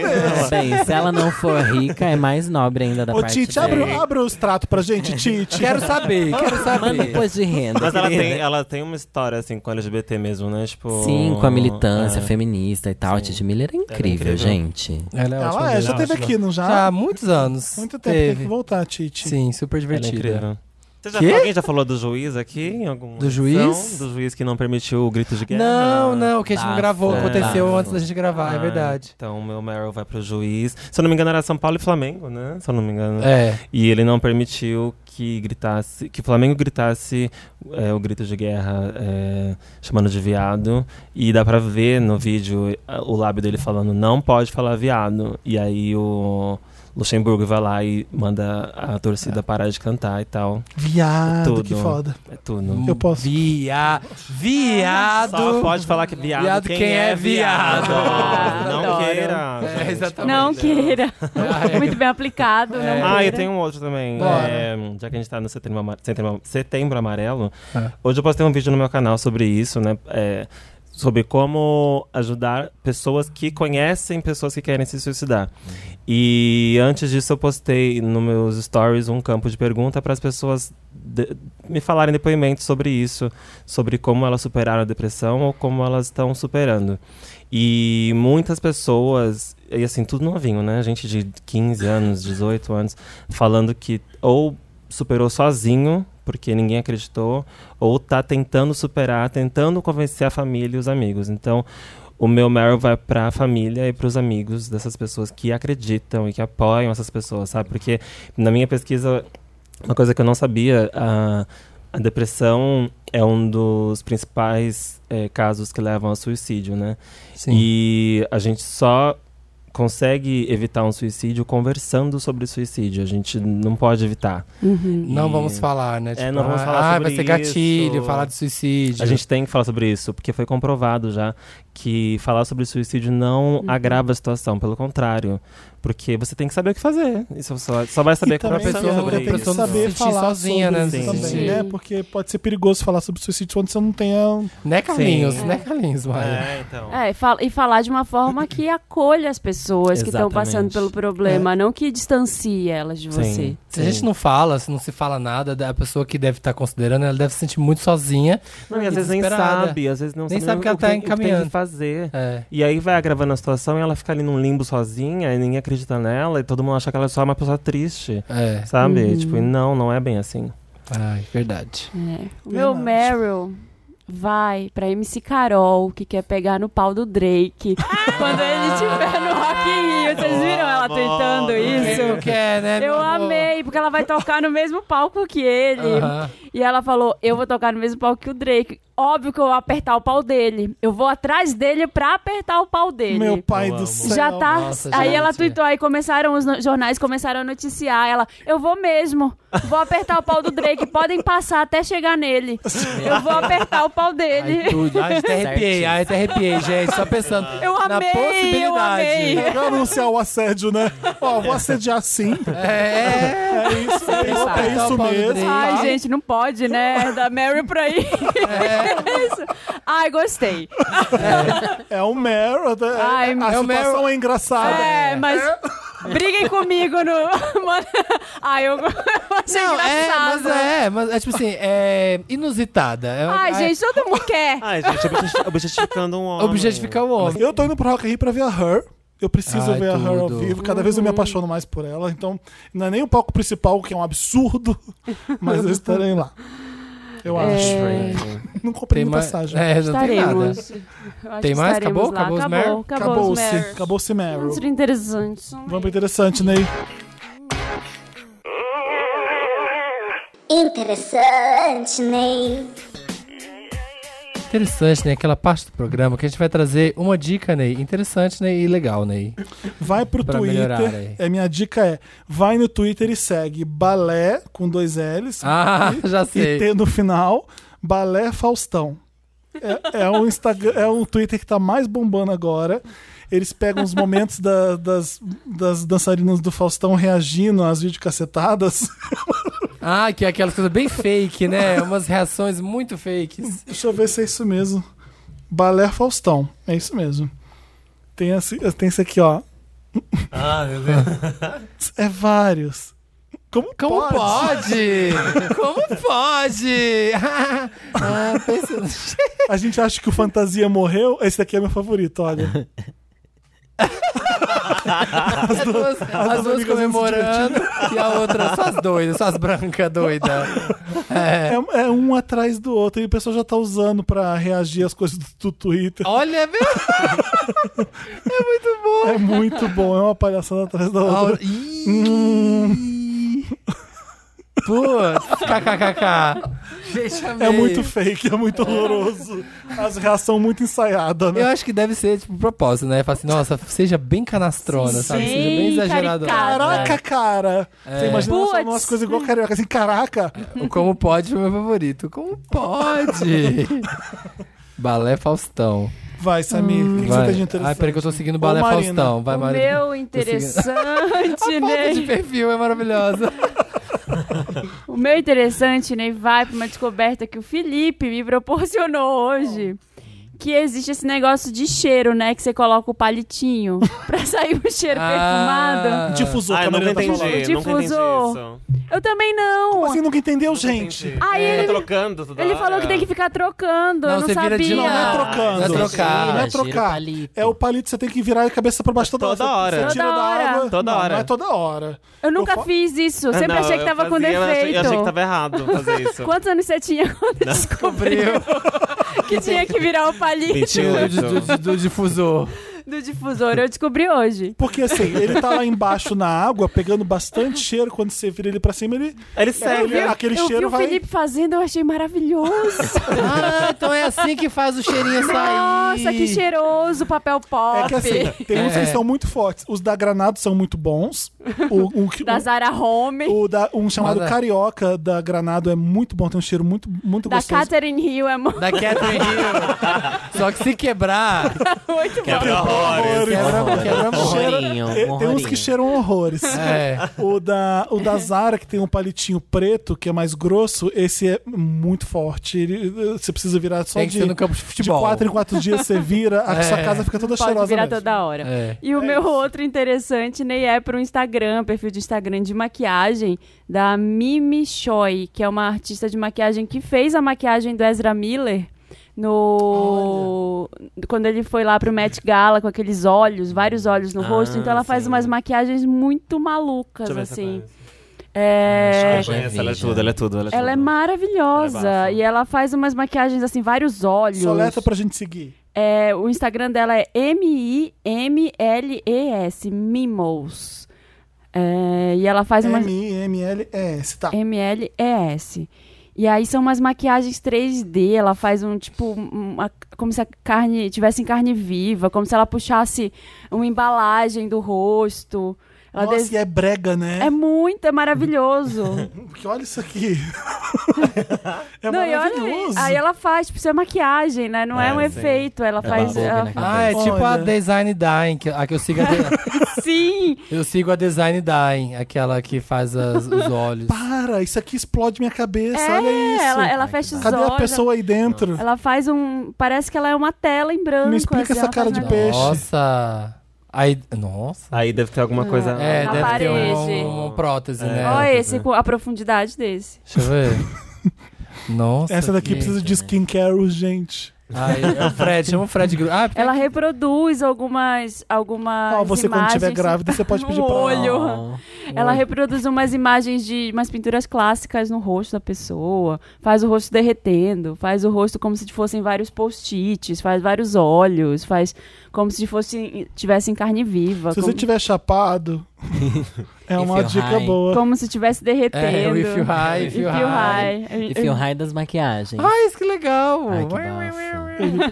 D: Bem, se ela não for rica, é mais nobre ainda da
A: Ô,
D: parte
A: Tite,
D: dela.
A: abre, abre o extrato pra gente, Tite.
B: Quero saber, quero
D: Manda
B: saber.
D: depois de renda.
E: Tá Mas ela
D: querida.
E: tem, ela tem uma história assim com LGBT mesmo, né? Tipo,
D: Sim, com a militância
E: é.
D: feminista e tal. A Titi Miller é incrível,
E: incrível.
D: gente.
B: Ela é ótima
A: Ela é,
B: mesmo.
A: já teve aqui, não já?
B: Já há muitos anos.
A: Muito tempo, tem
B: tá? teve.
A: que voltar, Tite.
B: Sim, super
E: Ela é
B: divertida.
E: incrível. Você já,
B: Quê?
E: alguém já falou do juiz aqui? Em algum Então,
B: Do juiz?
E: Do juiz que não permitiu o grito de guerra?
B: Não, não, que a gente não
D: Bafo,
B: gravou.
D: é,
B: Aconteceu
D: bafo.
B: antes da gente gravar, é
E: Tá Ah,
B: verdade.
E: Então o meu Meryl vai pro juiz. Se eu não me engano, era São Paulo e Flamengo, né? Se eu não me engano.
B: É.
E: E ele não permitiu que gritasse, que o Flamengo gritasse é, o grito de guerra é, chamando de viado. E dá pra ver no vídeo é, o lábio dele falando não pode falar viado. E aí o Luxemburgo vai lá e manda a
B: É.
E: torcida parar de cantar e tal.
A: Viado,
E: Tudo.
A: que foda.
E: É tudo.
A: Eu posso.
B: Via... Viado.
E: Só pode falar que viado,
B: Viado
E: quem,
B: quem
E: é
B: é viado.
E: viado. não
C: Adoro.
E: queira.
B: É,
E: gente.
B: exatamente.
C: Não
D: né?
C: queira.
B: Ah, é.
C: Muito bem aplicado. né, não
B: É.
E: Ah,
C: queira.
E: e tem um outro também.
B: Bora.
E: É, já que a gente tá no setembro, Ama- Setembro- Setembro amarelo,
B: Ah.
E: hoje eu postei um vídeo no meu canal sobre isso, né? É, sobre como ajudar pessoas que conhecem pessoas que querem se suicidar. E antes disso, eu postei nos meus stories um campo de pergunta para as pessoas de- me falarem depoimentos sobre isso, sobre como elas superaram a depressão ou como elas estão superando. E muitas pessoas, e assim, tudo novinho, né? Gente de 15 anos, 18 anos, falando que ou superou sozinho, porque ninguém acreditou, ou tá tentando superar, tentando convencer a família e os amigos. Então, o meu Meryl vai pra família e pros amigos dessas pessoas que acreditam e que apoiam essas pessoas, sabe? Porque na minha pesquisa, uma coisa que eu não sabia, a, a depressão é um dos principais eh, casos que levam ao suicídio, né?
B: Sim.
E: E a gente só consegue evitar um suicídio conversando sobre suicídio. A gente não pode evitar.
B: Não
E: E- É,
B: vamos falar, né?
E: não vamos
B: ah,
E: falar
B: ah, vai
E: sobre
B: ser gatilho,
E: isso.
B: falar de suicídio.
E: A gente tem que falar sobre isso, porque foi comprovado já que falar sobre suicídio
B: Uhum.
E: não agrava a situação, pelo contrário. Porque você tem que saber o que fazer. Isso só, só vai saber
A: E também
E: conversando
A: tem-
E: sobre
A: tem que
E: isso.
A: saber
B: Sentir
A: falar
B: sozinha,
A: sobre
B: né?
A: isso
E: Sim.
A: também,
E: Sim.
A: né? Porque pode ser perigoso falar sobre suicídio quando você não tenha um-
B: Né, Carlinhos?
E: Sim.
B: Né, Carlinhos, Maia?
E: É, então.
C: É, e, fal- e falar de uma forma que acolha as pessoas que estão
E: Exatamente.
C: passando pelo problema, não que distancie elas de você.
B: Se então. a gente não fala, se não se fala nada, da pessoa que deve estar considerando, ela deve se sentir muito sozinha.
E: Não, e às vezes nem
B: desesperada.
E: sabe, às vezes não
B: Nem
E: sabe,
B: sabe que ela
E: o
B: tá
E: o tem
B: encaminhando.
E: que fazer.
B: É.
E: E aí vai agravando a situação e ela fica ali num limbo sozinha e ninguém acredita nela e todo mundo acha que ela é só uma pessoa triste,
B: É.
E: sabe? Tipo, e não, não é bem assim.
B: Ai, verdade.
C: É. O meu Meryl vai pra MC Carol, que quer pegar no pau do Drake. Quando ele estiver no Rock in Rio. Vocês viram ela tentando
B: Quem
C: isso?
B: quer, né?
C: Eu
B: meu amor?
C: amei, porque ela vai tocar no mesmo palco que ele.
B: Aham.
C: E ela falou: Eu vou tocar no mesmo palco que o Drake. Óbvio que eu vou apertar o pau dele. Eu vou atrás dele pra apertar o pau dele.
A: Meu pai
E: Eu
A: do
E: amo.
A: céu.
C: Já tá.
B: Nossa,
C: aí
B: gente.
C: ela tweetou, aí começaram, os no- jornais começaram a noticiar. Ela, eu vou mesmo. Vou apertar o pau do Drake. Podem passar até chegar nele. Eu vou apertar o pau
B: Ai,
C: dele.
B: tudo. Ai, até arrepiei,
D: Certíssimo.
B: ai, até arrepiei, gente. Só pensando
C: Eu
B: na
C: amei, eu
B: possibilidade.
C: amei.
A: Pra anunciar o assédio, né? Ó, vou assediar sim.
B: É,
A: É isso, é isso, é
B: Apertar o
A: isso
B: pau do
A: mesmo.
B: Drake.
C: Ai, gente, não pode, né? Da Mary pra ir.
B: É.
C: Isso. Ai, gostei.
A: É um Meryl, né?
C: Ai,
A: a
B: é um
A: situação
B: Meryl.
A: é engraçada.
C: É, mas. Briguem comigo no. Mano, Ai, eu, eu achei
B: Não, é, mas
C: Tá engraçado.
B: é, mas é tipo assim, é inusitada. É,
C: Ai, gente, todo mundo quer.
E: Ai, gente, objetifi- objetificando um homem.
B: Objetificar o homem.
A: Eu tô indo pro Rock in Rio pra ver a Her. Eu preciso
B: Ai,
A: ver a Her ao
B: tudo.
A: vivo. Cada vez
C: Uhum.
A: eu me apaixono mais por ela. Então, não é nem o palco principal, que é um absurdo, mas eu estarei lá. Eu
C: É.
A: acho. Não comprei minha passagem.
B: É, não tem nada.
C: Estaremos. Eu acho
B: Tem
C: que
B: mais?
C: estaremos
B: Acabou?
C: lá.
B: Acabou os Meryl?
C: Acabou, acabou Tá os
A: Acabou-se.
C: Meryl.
A: Acabou-se Meryl.
C: Muito interessante.
A: Vamos pro interessante, Ney.
H: Interessante, né? Ney.
B: Interessante, né? Aquela parte do programa que a gente vai trazer uma dica, Ney. Interessante, Ney, e legal, Ney.
A: Vai pro
B: Pra melhorar aí.
A: Twitter. É, minha dica é: vai no Twitter e segue balé com dois L's
B: Ah, já
A: e
B: sei.
A: T no final, balé Faustão. É, é um Instagram, é um Twitter que tá mais bombando agora. Eles pegam os momentos da- das, das dançarinas do Faustão reagindo às videocacetadas.
B: Ah, que é aquelas coisas bem fake, né? Umas reações muito fakes.
A: Deixa eu ver se é isso mesmo. Balé Faustão. É isso mesmo. Tem esse, tem esse aqui, ó.
E: Ah, meu Deus.
A: É vários. Como,
B: Como
A: pode?
B: pode? Como pode? ah, pensa...
A: A gente acha que o Fantasia morreu. Esse daqui é meu favorito, olha.
B: As duas, as duas
A: amigas vão se
B: comemorando e a outra, só as doidas, só as brancas doidas. É.
A: É, é um atrás do outro. E o pessoal já tá usando pra reagir às coisas do, do Twitter.
B: Olha, meu. É muito bom.
A: É muito bom, é Hum. uma palhaçada atrás da
B: A
A: outra.
B: outra- Ih. Putz, kkkk. Gente, amei.
A: É muito fake, é muito horroroso. As reações muito ensaiadas,
B: Eu
A: né?
B: acho que deve ser, tipo, propósito, né? Fala assim, nossa, seja bem canastrona, sabe? Seja
C: Sim,
B: bem exagerado.
C: caricata.
A: Caraca,
E: É.
A: cara! Você imagina ela falando
C: Puts.
A: umas coisas igual carioca, assim, caraca!
B: É, O Como Pode foi meu favorito. Como pode? Balé Faustão.
A: Vai, Samir, o que, que você
B: Vai.
A: tem de
B: Ai,
A: interessante?
B: peraí que eu tô seguindo o
A: Ô,
B: Balé
A: Marina,
B: Faustão. Vai,
C: o
B: Marina.
C: meu interessante, né?
B: Foto de
C: Ney.
B: perfil é maravilhosa.
C: O meu interessante, Ney, vai pra uma descoberta que o Felipe me proporcionou hoje. Que existe esse negócio de cheiro, né? Que você coloca o palitinho pra sair um cheiro perfumado.
A: Difusor,
E: Ah,
A: que
E: eu
A: a
E: nunca
A: Marina tá
E: entendi,
A: falando.
C: falando.
E: nunca entendi
C: Difusor.
E: isso.
C: Eu também não.
A: Como assim, nunca entendeu, gente?
E: Entendi.
C: Aí
E: Fica
C: ele,
E: trocando toda
C: ele
E: hora.
C: falou que tem que ficar trocando. eu não
B: você
C: sabia.
B: vira de
A: Não, não
C: Ah,
A: é trocando.
B: Não é trocar.
A: Não é
D: Gira, gira o
A: trocar.
D: palito.
A: É o palito, você tem que virar a cabeça pra baixo toda,
E: Toda hora.
A: Você tira
C: Toda
A: da
C: hora.
A: água.
E: Toda
A: não,
E: hora.
A: Não é toda hora.
C: Eu nunca
A: Eu fa-
C: fiz isso.
E: Ah,
C: Sempre
E: não,
C: achei que
E: eu
C: tava com
E: fazia, mas eu achei-
C: defeito.
E: Eu achei que tava errado fazer isso.
C: Quantos anos você tinha quando descobriu que tinha que virar o palito
B: Do,
E: 28.
B: do- do- do difusor.
C: do difusor? Eu descobri hoje.
A: Porque assim, ele tá lá embaixo na água, pegando bastante cheiro. Quando você vira ele pra cima, ele.
E: Ele
A: aquele
E: serve.
A: aquele
C: É, eu vi
A: cheiro
C: o
A: vai.
C: Felipe fazendo, eu achei maravilhoso.
B: Ah, então é
I: assim que faz o cheirinho sair.
C: Nossa, que cheiroso papel pop.
A: É que assim, tem uns
B: É.
A: que são muito fortes. Os da Granado são muito bons. O, o, que-
C: da Zara Home,
A: o- o da- um chamado
B: Mas é.
A: Carioca da Granado é muito bom, tem um cheiro muito, muito
C: da
A: gostoso.
C: Catherine Hill é muito
B: Da Catherine Hill. Só que se quebrar,
E: Quebra horrores.
B: quebra, quebra muito.
D: Horrorinho,
A: Tem- É, Tem uns
D: horrorinho.
A: que cheiram horrores.
B: um É.
A: O da, o da Zara, que tem um palitinho preto, que é mais grosso, esse é muito forte. Ele- você precisa virar só
B: Tem que
A: de,
B: ser no campo de
A: de
B: futebol.
A: quatro em quatro dias, você vira, a
B: É.
A: sua casa fica toda
C: pode
A: cheirosa
C: virar
A: mesmo.
C: toda hora.
B: É.
C: E o meu outro interessante, Ney, é pro Instagram, perfil de Instagram de maquiagem da Mimi Choi, que é uma artista de maquiagem que fez a maquiagem do Ezra Miller no quando ele foi lá pro Met Gala com aqueles olhos, vários olhos no
E: Ah,
C: rosto. Então ela faz
E: sim.
C: umas maquiagens muito malucas
E: Deixa eu ver se eu
C: assim.
E: conheço.
C: É...
E: Eu conheço, Ela é
D: Veja.
E: tudo, ela é tudo. Ela é,
C: Ela é
E: tudo.
C: maravilhosa
E: Ela é bafo.
C: e ela faz umas maquiagens assim, vários olhos.
A: Soleta pra gente seguir.
C: É, o Instagram dela é M-I-M-L-E-S, Mimos. É, e ela faz umas
A: M-I-M-L-E-S,
C: É,
A: tá.
C: M-L-E-S. E aí são umas maquiagens 3D, ela faz um tipo, uma- como se a carne tivesse em carne viva, como se ela puxasse uma embalagem do rosto. Ela
A: Nossa,
C: des-
A: e é brega, né?
C: É muito, é maravilhoso.
A: Porque olha isso aqui. é
C: Não, e olha aí,
A: maravilhoso.
C: aí ela faz, tipo, isso é maquiagem, né? Não é,
E: É,
C: um
E: sim.
C: efeito, ela faz...
D: baboca
C: ela-
D: na cabeça.
B: Ah, é tipo a
A: Olha.
B: Design Dying, que, a que eu sigo a, de-
C: Sim!
B: eu sigo a Design Dying, aquela que faz as- os olhos.
A: Para, isso aqui explode minha cabeça,
C: É,
A: olha isso.
C: Ela, ela
D: Ai, que
C: fecha os
A: Cadê
C: olhos.
A: a pessoa aí dentro?
C: Ela faz um. Parece que ela é uma tela em branco.
A: Me explica
C: assim,
A: essa
C: ela
A: cara
C: faz
A: de
C: uma-
A: peixe.
B: Nossa. Aí, nossa.
E: Aí deve ter alguma coisa.
B: É,
C: Na
B: deve ter
C: parede.
B: um- uma prótese, né?
C: Olha esse, com a profundidade desse.
B: Deixa eu ver. Nossa.
A: Essa daqui
B: que-
A: precisa de skincare urgente.
B: Ai, é o Fred, chama o Fred Gru. Ah, porque-
C: Ela reproduz algumas. algumas
A: Ó, você quando
C: Ah, imagens,
A: estiver grávida, você pode
C: no
A: pedir pra
C: olho. Ela
B: Oi.
C: reproduz umas imagens de umas pinturas clássicas no rosto da pessoa, faz o rosto derretendo, faz o rosto como se fossem vários post-its, faz vários olhos, faz como se fosse tivesse em carne viva,
A: Se
C: como,
A: você tiver chapado, é
D: If
A: uma
D: you're
A: dica
D: high.
A: boa.
C: como se tivesse derretendo.
B: É, o If You High, If
C: If
B: You
C: You
B: High.
C: High.
D: E fio raio das maquiagens.
B: Ai, isso que legal.
D: Ai, que bafo.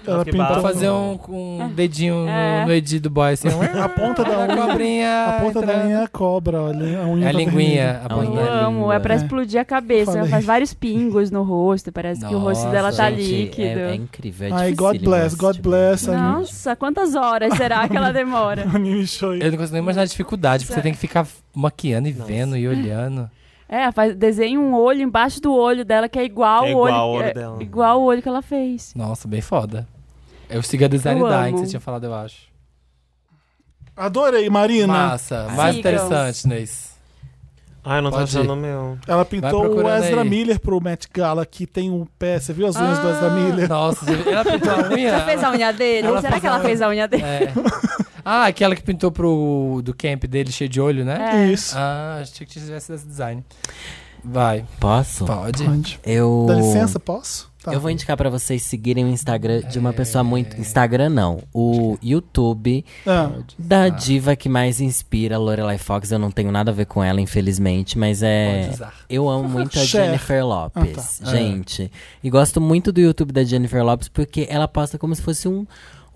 A: Ela
E: Que
A: pintou
B: Vou
E: bafo.
B: fazer um, com um dedinho
C: É.
B: no, no Ed do boy, assim.
A: a ponta da
B: A
A: unha.
B: cobrinha.
A: A ponta da
B: entrando.
A: unha é a cobra, olha. A unha
B: É a
A: tá
B: linguinha. A
D: A unha.
B: ponta
C: Eu
B: da
C: amo,
B: língua.
C: é pra
A: É.
C: explodir a cabeça.
A: Falei.
C: Ela faz vários pingos no rosto, parece que o rosto
B: Nossa,
C: dela tá
D: Gente,
C: líquido.
D: É, é incrível. É
A: Ai,
D: dificílimo
A: God bless,
D: esse
A: God
D: tipo.
A: bless. Ai,
C: Nossa, quantas horas será que ela demora?
A: Me show aí.
B: Eu não consigo nem imaginar a dificuldade, porque você tem que ficar maquiando e vendo e olhando.
C: É, faz, desenha um olho embaixo do olho dela que é igual,
E: É
C: o olho,
E: igual ao olho
C: é,
E: dela.
C: igual o olho que ela fez.
B: Nossa, bem foda. Eu sigo a Design
C: Eu
B: Dying que
C: amo.
B: você tinha falado, eu acho.
A: Adorei, Marina.
B: Massa, mais
C: Sigam.
B: interessante, Neis.
E: Ai, não tô
B: Pode ir.
E: achando o meu.
A: Ela
B: Vai
A: pintou o
B: procurando
A: Ezra
B: aí.
A: Miller pro Met Gala, que tem um pé. Você viu as unhas do
C: Ah,
A: Ezra Miller?
B: Nossa, ela pintou a unha?
C: Ela fez a unha dele?
B: Ela
C: será
B: fez
C: que ela
B: a-
C: fez a unha dele?
B: É. Ah, aquela que pintou pro do camp dele cheio de olho, né?
C: É.
A: Isso.
B: Ah, achei que tivesse esse design. Vai,
D: Posso?
B: pode.
A: Onde?
D: Eu.
A: Dá licença, posso? Tá.
D: Eu vou indicar pra vocês seguirem o Instagram de
E: É.
D: uma pessoa muito. Instagram não. O YouTube
A: Ah,
D: da diva que mais inspira, Lorelai Fox. Eu não tenho nada a ver com ela, infelizmente, mas é.
B: Pode usar.
D: Eu amo muito a
A: Cher.
D: Jennifer Lopes,
A: Ah,
D: gente. E gosto muito do YouTube da Jennifer Lopes porque ela posta como se fosse um.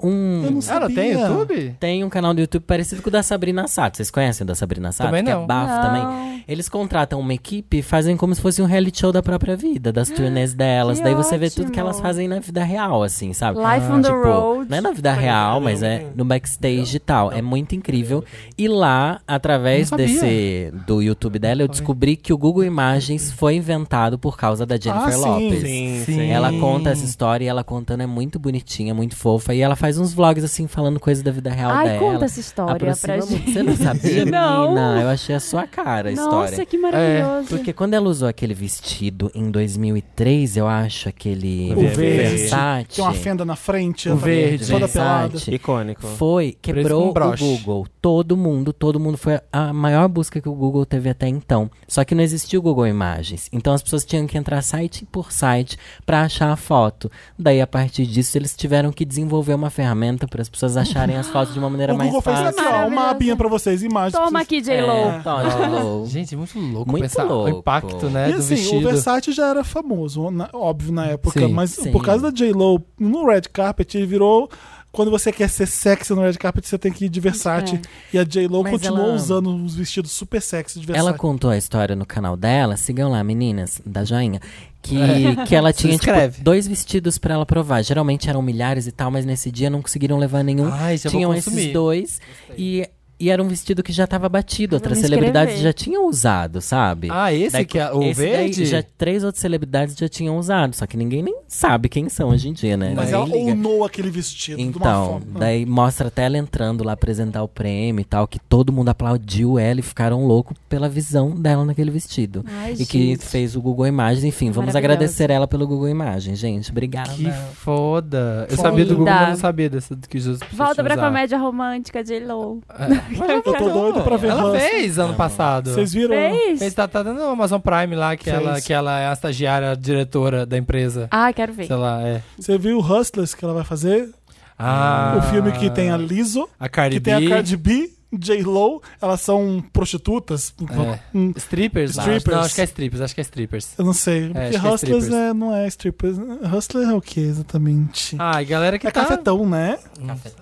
A: eu
D: um
A: não
B: Ela
A: sabia.
B: tem YouTube?
D: tem um canal do YouTube parecido com o da Sabrina Sato. Vocês conhecem o da Sabrina Sato?
B: Também
D: que
B: não.
D: é bafo também. Eles contratam uma equipe e fazem como se fosse um reality show da própria vida, das turnês delas.
C: Que
D: Daí você vê tudo que
C: ótimo.
D: elas fazem na vida real, assim, sabe?
C: Life on the road.
D: Não é na vida real, mas é no backstage e tal. É muito incrível. E lá, através
B: Não sabia.
D: desse do YouTube dela, eu descobri que o Google Imagens foi inventado por causa da Jennifer
A: Ah, sim,
D: Lopes.
E: Sim,
B: Sim.
E: sim.
D: Ela conta essa história e ela contando é muito bonitinha, muito fofa. E ela faz uns vlogs assim, falando coisa da vida real
C: Ai,
D: dela.
C: conta essa história
D: Aproxima
C: pra
D: muito.
C: gente.
D: Você não sabia,
C: Não.
D: menina? Eu achei a sua cara a
C: Nossa,
D: história. É,
C: que maravilhoso.
D: Porque quando ela usou aquele vestido em 2003, eu acho, aquele
A: O verde.
D: Versace,
A: Tem uma fenda na frente.
B: O
A: ela tá
B: verde.
A: Toda
D: Versace.
A: pelada.
E: Icônico.
D: foi,
B: com
D: quebrou
B: um
D: o
B: broche.
D: Google. Todo mundo, todo mundo. Foi a maior busca que o Google teve até então. Só que não existia o Google Imagens. Então as pessoas tinham que entrar site por site pra achar a foto. Daí, a partir disso, eles tiveram que desenvolver uma ferramenta para as pessoas acharem as fotos de uma maneira
A: O
D: mais
A: Google fez
D: fácil.
A: aqui, ó, uma
C: Maravilhoso.
A: abinha pra vocês, imagens. pra
C: Toma aqui,
A: vocês-
C: J-Lo.
D: É, tá, J.Lo.
B: Gente, muito louco
D: Muito
B: pensar o
D: louco.
B: impacto, né,
A: E
B: do
A: assim, o
B: vestido.
A: Versace já era famoso, na- óbvio, na época.
B: Sim,
A: mas
D: sim.
A: por causa da J-Lo, no Red Carpet, ele virou. Quando você quer ser sexy no Red Carpet, você tem que ir de Versace.
C: É.
A: E a J-Lo
D: Mas
A: continuou
D: ela-
A: usando uns vestidos super sexy de Versace.
D: Ela contou a história no canal dela, sigam lá, meninas, da joinha. Que,
A: É.
D: que ela
B: Se
D: tinha tipo,
B: inscreve.
D: dois vestidos pra ela provar. Geralmente eram milhares e tal, mas nesse dia não conseguiram levar nenhum.
A: Ah,
B: Ai, já vou
D: Tinham
B: consumir.
D: esses dois. E, e era um vestido que já tava batido. Outras
C: me
D: celebridades
C: inscrever.
D: já tinham usado, sabe?
B: Ah, esse
D: Daí-
B: que é o
D: esse daí
B: verde?
D: já, três outras celebridades já tinham usado, só que ninguém nem sabe quem são hoje em dia, né?
A: Mas
D: Ninguém
A: ela
D: liga.
A: ownou aquele vestido de uma
D: Então,
A: forma. Ah.
D: daí mostra até ela entrando lá apresentar o prêmio e tal, que todo mundo aplaudiu ela e ficaram loucos pela visão dela naquele vestido.
C: Ai,
D: e
C: gente.
D: que fez o Google Imagens, enfim, vamos
C: Maravilhosa.
D: agradecer ela pelo Google Imagens, gente. Obrigada.
B: Que foda. Eu sabia do
C: Foda.
B: Google, mas eu não sabia dessa do que os outros
C: Volta pra comédia romântica, J-Lo.
A: Eu tô doido pra ver
B: É. Ela
A: Hans.
B: fez ano passado.
A: Vocês viram?
B: Fez,
C: Fez?
B: tá, tá dando no Amazon Prime lá, que
A: Fez.
B: ela, que ela é a estagiária diretora da empresa.
C: Ah, quero ver.
B: Sei lá, é.
A: Você viu o Hustlers que ela vai fazer?
B: Ah,
A: O filme que tem a Lizzo,
B: a Cardi
A: que tem
B: B,
A: a Cardi B, J-Lo, elas são prostitutas.
B: É.
A: Hum,
B: Strippers, lá.
A: Strippers.
B: Não, acho que é strippers, acho que é strippers.
A: Eu não sei.
B: É,
A: porque
B: acho que é
A: Hustlers
B: strippers.
A: é- não é strippers. Hustler é o que exatamente?
B: Ah, e galera que
A: é
B: tá...
A: cafetão, né?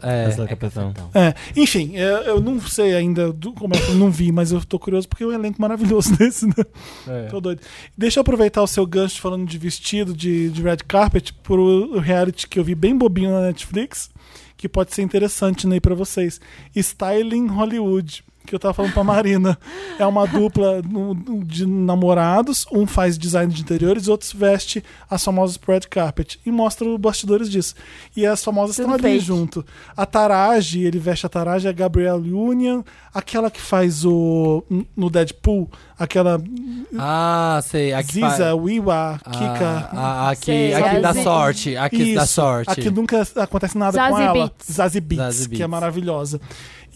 B: É.
A: É. Enfim, é, eu não sei ainda do- como é que eu não vi, mas eu tô curioso porque é um elenco maravilhoso desse, né?
B: É.
A: Tô doido. Deixa eu aproveitar o seu gancho falando de vestido, de, de red carpet, pro reality que eu vi bem bobinho na Netflix, que pode ser interessante né, para vocês. Styling Hollywood, que eu tava falando pra Marina. É uma dupla no- de namorados, um faz design de interiores, outros veste as famosas pro red carpet. E mostra os bastidores disso. E as famosas
C: Tudo
A: estão ali
C: fake.
A: junto. A Taraji, ele veste a Taraji, a Gabrielle Union, aquela que faz o. no Deadpool, aquela
B: Ah, sei. A que
A: Ziza,
B: faz-
A: Wiwa,
B: Ah,
A: Kika.
B: A, a, que,
C: Sei,
B: a que
C: a
B: dá
C: Zi-
B: sorte. A que dá
A: Isso,
B: sorte.
A: A que nunca acontece nada com
C: Zazie
A: ela.
C: Beetz.
A: Zazie Beats,
B: Zazie
A: que é
B: Beetz.
A: maravilhosa.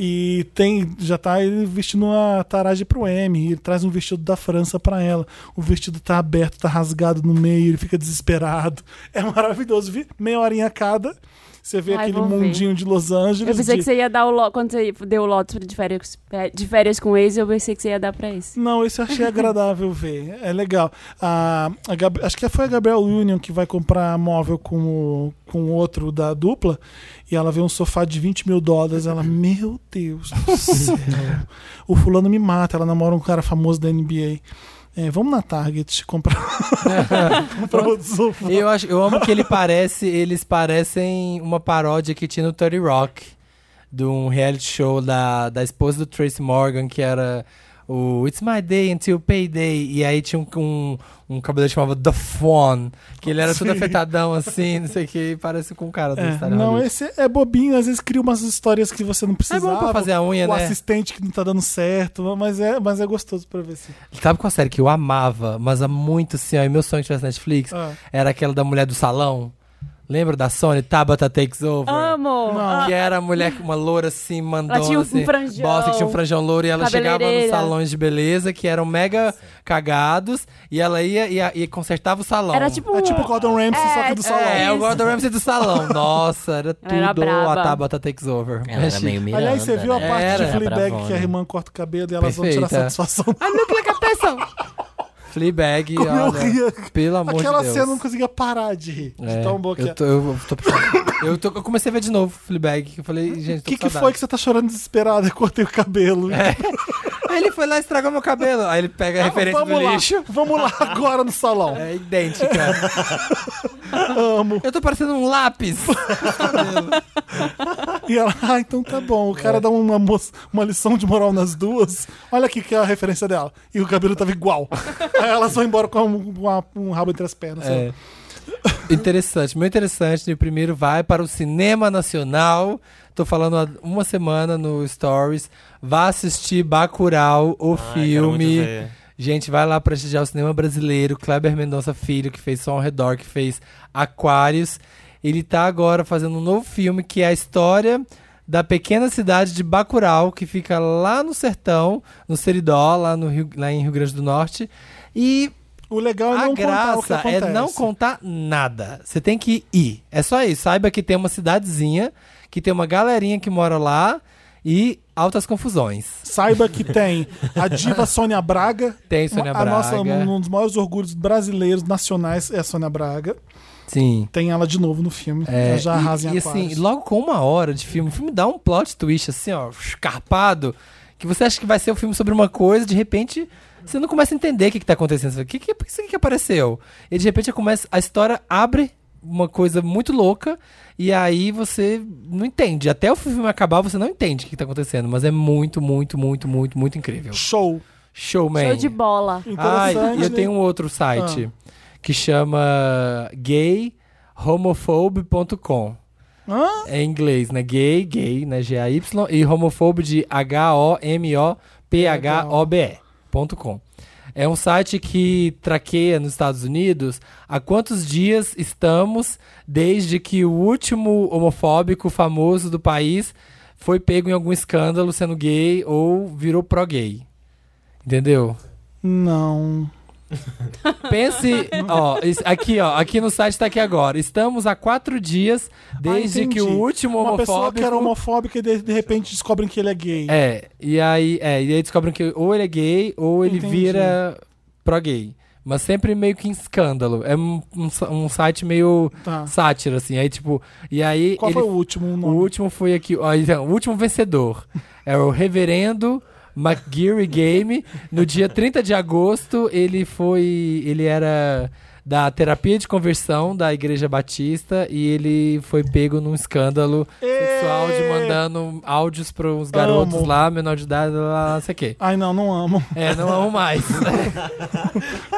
A: E tem, já tá ele vestindo uma tarage pro M, ele traz um vestido da França pra ela. O vestido tá aberto, tá rasgado no meio, ele fica desesperado. É maravilhoso. Vi- Meia horinha cada. Você vê
C: Ai,
A: aquele
C: vou ver.
A: mundinho de Los Angeles.
C: Eu pensei
A: de-
C: que você ia dar o lo... Quando você deu o Lotus de férias, é, de férias com o ex, eu pensei que você ia dar pra esse.
A: Não, esse eu achei agradável ver. É legal. A, a Gab- Acho que foi a Gabriel Union que vai comprar móvel com o com o outro da dupla. E ela vê um sofá de 20 mil dólares. Ela, meu Deus do céu. O fulano me mata. Ela namora um cara famoso da NBA. É, vamos na Target comprar, comprar outro sofá.
B: Eu, acho, eu amo que ele parece, eles parecem uma paródia que tinha no 30 Rock, de um reality show da, da esposa do Tracy Morgan, que era o It's My Day Until Payday. E aí tinha um, um, um cabelo que chamava The Fawn, que ele era todo afetadão assim, não sei o que, e parece com o cara do
A: É,
B: Star
A: não,
B: Hollywood.
A: esse é bobinho, às vezes cria umas histórias que você não
B: É
A: precisava.
B: bom pra fazer a unha,
A: o
B: né?
A: assistente que não tá dando certo, mas é, mas é gostoso pra ver se.
B: Sabe qual série que eu amava, mas há muito assim, ó, e meu sonho que tivesse Netflix?
A: Ah.
B: Era aquela da mulher do salão. Lembra da Sony? Tabata Takes Over.
C: Amo! Ah,
B: Que era a mulher, uma loura assim, mandona.
C: Ela tinha um
B: assim,
C: franjão.
B: bosta, que tinha um franjão louro. E ela chegava nos
C: Cabeleireira.
B: salões de beleza, que eram mega cagados. E ela ia e, e consertava o salão.
C: Era tipo.
A: É tipo o Gordon Ramsay, só que do
C: é,
A: salão.
B: É, o Gordon Ramsay do salão. Nossa, era
C: Ela era
B: tudo a
C: braba.
B: Tabata Takes Over.
D: Ela era meio Miranda,
A: Aliás, você viu a
D: né?
A: parte
B: Era.
A: de
D: Era
A: Fleabag
D: bravona.
A: que a irmã corta o cabelo e elas vão tirar
B: Perfeita. Ah,
A: satisfação.
B: A núcleo captação. Fleabag,
A: Como eu
B: olha,
A: ria.
B: pelo amor
A: Aquela
B: de Deus.
A: cena eu não conseguia parar de rir.
B: É,
A: de tão boa que
B: eu
A: é.
B: tô, eu, tô, eu, tô- eu comecei a ver de novo Fleabag, que eu falei, gente,
A: O
B: tô
A: que,
B: com
A: que foi
B: saudade. É,
A: que você tá chorando desesperado? Eu cortei o cabelo.
B: Aí ele foi lá e estragou meu cabelo. Aí ele pega a
A: Ah,
B: referência
A: vamos
B: do
A: lá,
B: lixo.
A: Vamos lá agora no salão.
B: É idêntica.
A: Amo.
B: Eu tô parecendo um lápis.
A: E ela, ah, então tá bom. O
B: É.
A: cara dá uma, moça- uma lição de moral nas duas. Olha aqui que é a referência dela. E o cabelo tava igual. Aí elas vão embora com um, uma- um rabo entre as pernas. sei lá.
B: É. Interessante, muito interessante. E o primeiro vai para o cinema nacional. Tô falando há uma semana no Stories. Vá assistir Bacurau, o filme. Gente, vai lá prestigiar o cinema brasileiro. Kleber Mendonça Filho, que fez Som ao Redor, que fez Aquários. Ele tá agora fazendo um novo filme que é a história da pequena cidade de Bacurau, que fica lá no sertão, no Seridó, lá, no Rio- lá em Rio Grande do Norte. E
A: O legal é
B: a
A: não contar o que
B: graça
A: acontece.
B: é não contar nada. Você tem que ir. É só isso. Saiba que tem uma cidadezinha, que tem uma galerinha que mora lá e altas confusões.
A: Saiba que tem a diva Sônia Braga.
B: Tem Sônia
A: Uma- a nossa-
B: Braga.
A: um dos maiores orgulhos brasileiros, nacionais, é a Sônia Braga.
B: Sim.
A: Tem ela de novo no filme.
B: É,
A: ela já arrasa
B: e,
A: em
B: e
A: aquários.
B: assim, logo com uma hora de filme, o filme dá um plot twist assim, ó, escarpado, que você acha que vai ser um filme sobre uma coisa, de repente você não começa a entender o que, que tá acontecendo. Você fala, que, que, por que isso aqui que apareceu? E de repente começa, a história abre uma coisa muito louca, e aí você não entende. Até o filme acabar, você não entende o que, que tá acontecendo. Mas é muito, muito, muito, muito, muito incrível.
A: Show.
B: Showman.
C: Show de bola.
A: Interessante.
B: Ai, e eu
A: né? Ah.
B: tenho um outro site que chama gayhomophobe.com.
A: Hã?
B: É em inglês, né? Gay, gay, né? G-A-Y e homophobe de H-O-M-O-P-H-O-B-E.com. É um site que traqueia nos Estados Unidos há quantos dias estamos desde que o último homofóbico famoso do país foi pego em algum escândalo sendo gay ou virou pró-gay. Entendeu?
A: Não.
B: Pense, ó, isso- aqui, ó, aqui no site tá aqui agora. Estamos há quatro dias desde
A: Ah, entendi.
B: que o último
A: Uma pessoa
B: homofóbico.
A: que era homofóbica e de, de repente descobrem que ele é gay.
B: É, e aí, é, e aí descobrem que ou ele é gay ou ele
A: Entendi.
B: vira pró-gay. Mas sempre meio que em escândalo. É um, um sa- um site meio
A: Tá.
B: sátira, assim. Aí, tipo, e aí.
A: Qual
B: ele-
A: foi o último
B: o
A: nome?
B: último foi aqui. ó, então, o último vencedor é o Reverendo McGeary Game. No dia 30 de agosto, ele foi. Ele era da terapia de conversão da Igreja Batista e ele foi pego num escândalo sexual de
A: Ê!
B: mandando áudios para uns garotos
A: Amo.
B: lá, menor de idade, lá, lá, lá, não sei o quê.
A: Ai, não, não amo.
B: É, não amo mais.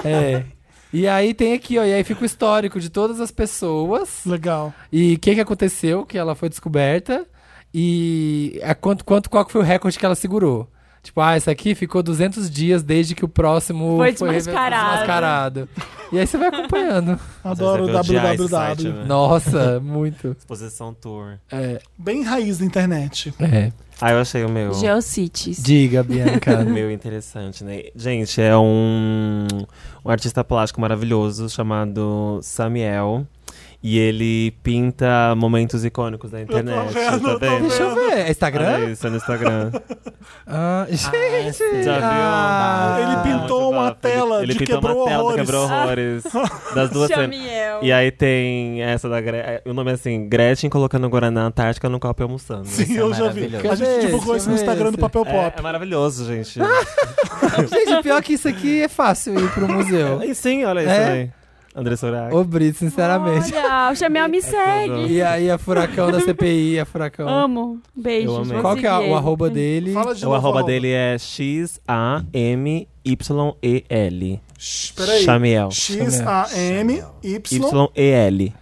B: é. E aí tem aqui, ó, e aí fica o histórico de todas as pessoas.
A: Legal.
B: E o que, que aconteceu? Que ela foi descoberta e a quanto, quanto, qual que foi o recorde que ela segurou? Tipo, ah, essa aqui ficou 200 dias desde que o próximo
C: Foi
B: reve-
C: desmascarado.
B: desmascarado. E aí você vai acompanhando.
A: Adoro o
E: Nossa, eu odiar esse site,
A: www.
E: né?
B: Nossa, muito.
E: Exposição Tour.
B: É,
A: Bem raiz da internet.
B: é.
E: Ah, eu achei o meu.
C: Geocities.
B: Diga,
E: O
B: Bianca.
E: meu é interessante, né? Gente, é um, um artista plástico maravilhoso chamado Samuel. E ele pinta momentos icônicos da internet.
A: vendo,
E: tá
A: eu tô
E: vendo?
B: Deixa eu ver. É
E: Olha
B: Instagram?
E: isso, é no Instagram.
B: Ah, gente.
E: Já viu?
B: Ah,
A: Ele pintou
E: muito
A: uma
E: bafo.
A: tela
E: ele,
A: de
E: pintou
A: quebrou
E: uma tela
A: horrores.
E: de quebrou horrores. das duas cenas.
C: Chamiel.
E: E aí tem essa da Gretchen. O nome é assim, Gretchen colocando Guaraná Antártica no copo e almoçando.
A: Sim, eu já vi.
D: maravilhoso.
A: A gente
B: Cadê
A: divulgou
B: é esse?
A: isso no Ah! Instagram do
B: Cadê
A: Papel
E: É,
A: Pop.
E: é maravilhoso, gente.
B: Gente, pior que isso aqui é fácil ir pro museu.
E: e sim, olha isso né?
B: É.
E: aí. André Soraya.
B: Ô, Brito, sinceramente.
C: Olha, o Chamiel me segue.
B: E aí, a furacão da CPI, a furacão.
C: Amo. Beijo.
E: Eu amei.
B: Qual que é a- o arroba dele?
A: Fala de
E: O
A: novo,
E: arroba dele é X-A-M-Y-E-L.
A: Shh, Peraí.
E: Chamiel.
A: X-A-M-Y.
E: Y-E-L.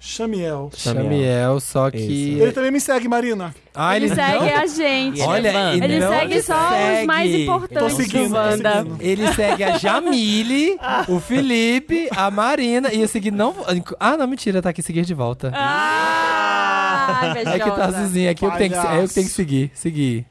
A: Chamiel.
E: é.
B: Chamiel, só que.
A: Ele tá- também me segue, Marina.
B: Ah,
C: Ele segue
B: não?
C: a gente.
B: Olha,
D: Ele
C: Ele
B: não
C: segue só os
B: segue.
C: mais
A: Tô
C: importantes
A: seguindo,
C: do
A: tô
C: Então, Wanda.
A: seguindo.
B: Ele segue a Jamile,
A: Ah.
B: o Felipe, a Marina. Ia seguir não. Ah, não, mentira, tá aqui seguir de volta.
C: Ah,
B: é que tá
A: né?
B: azulzinho aqui, eu que tenho que, é eu que tenho que seguir. Seguir.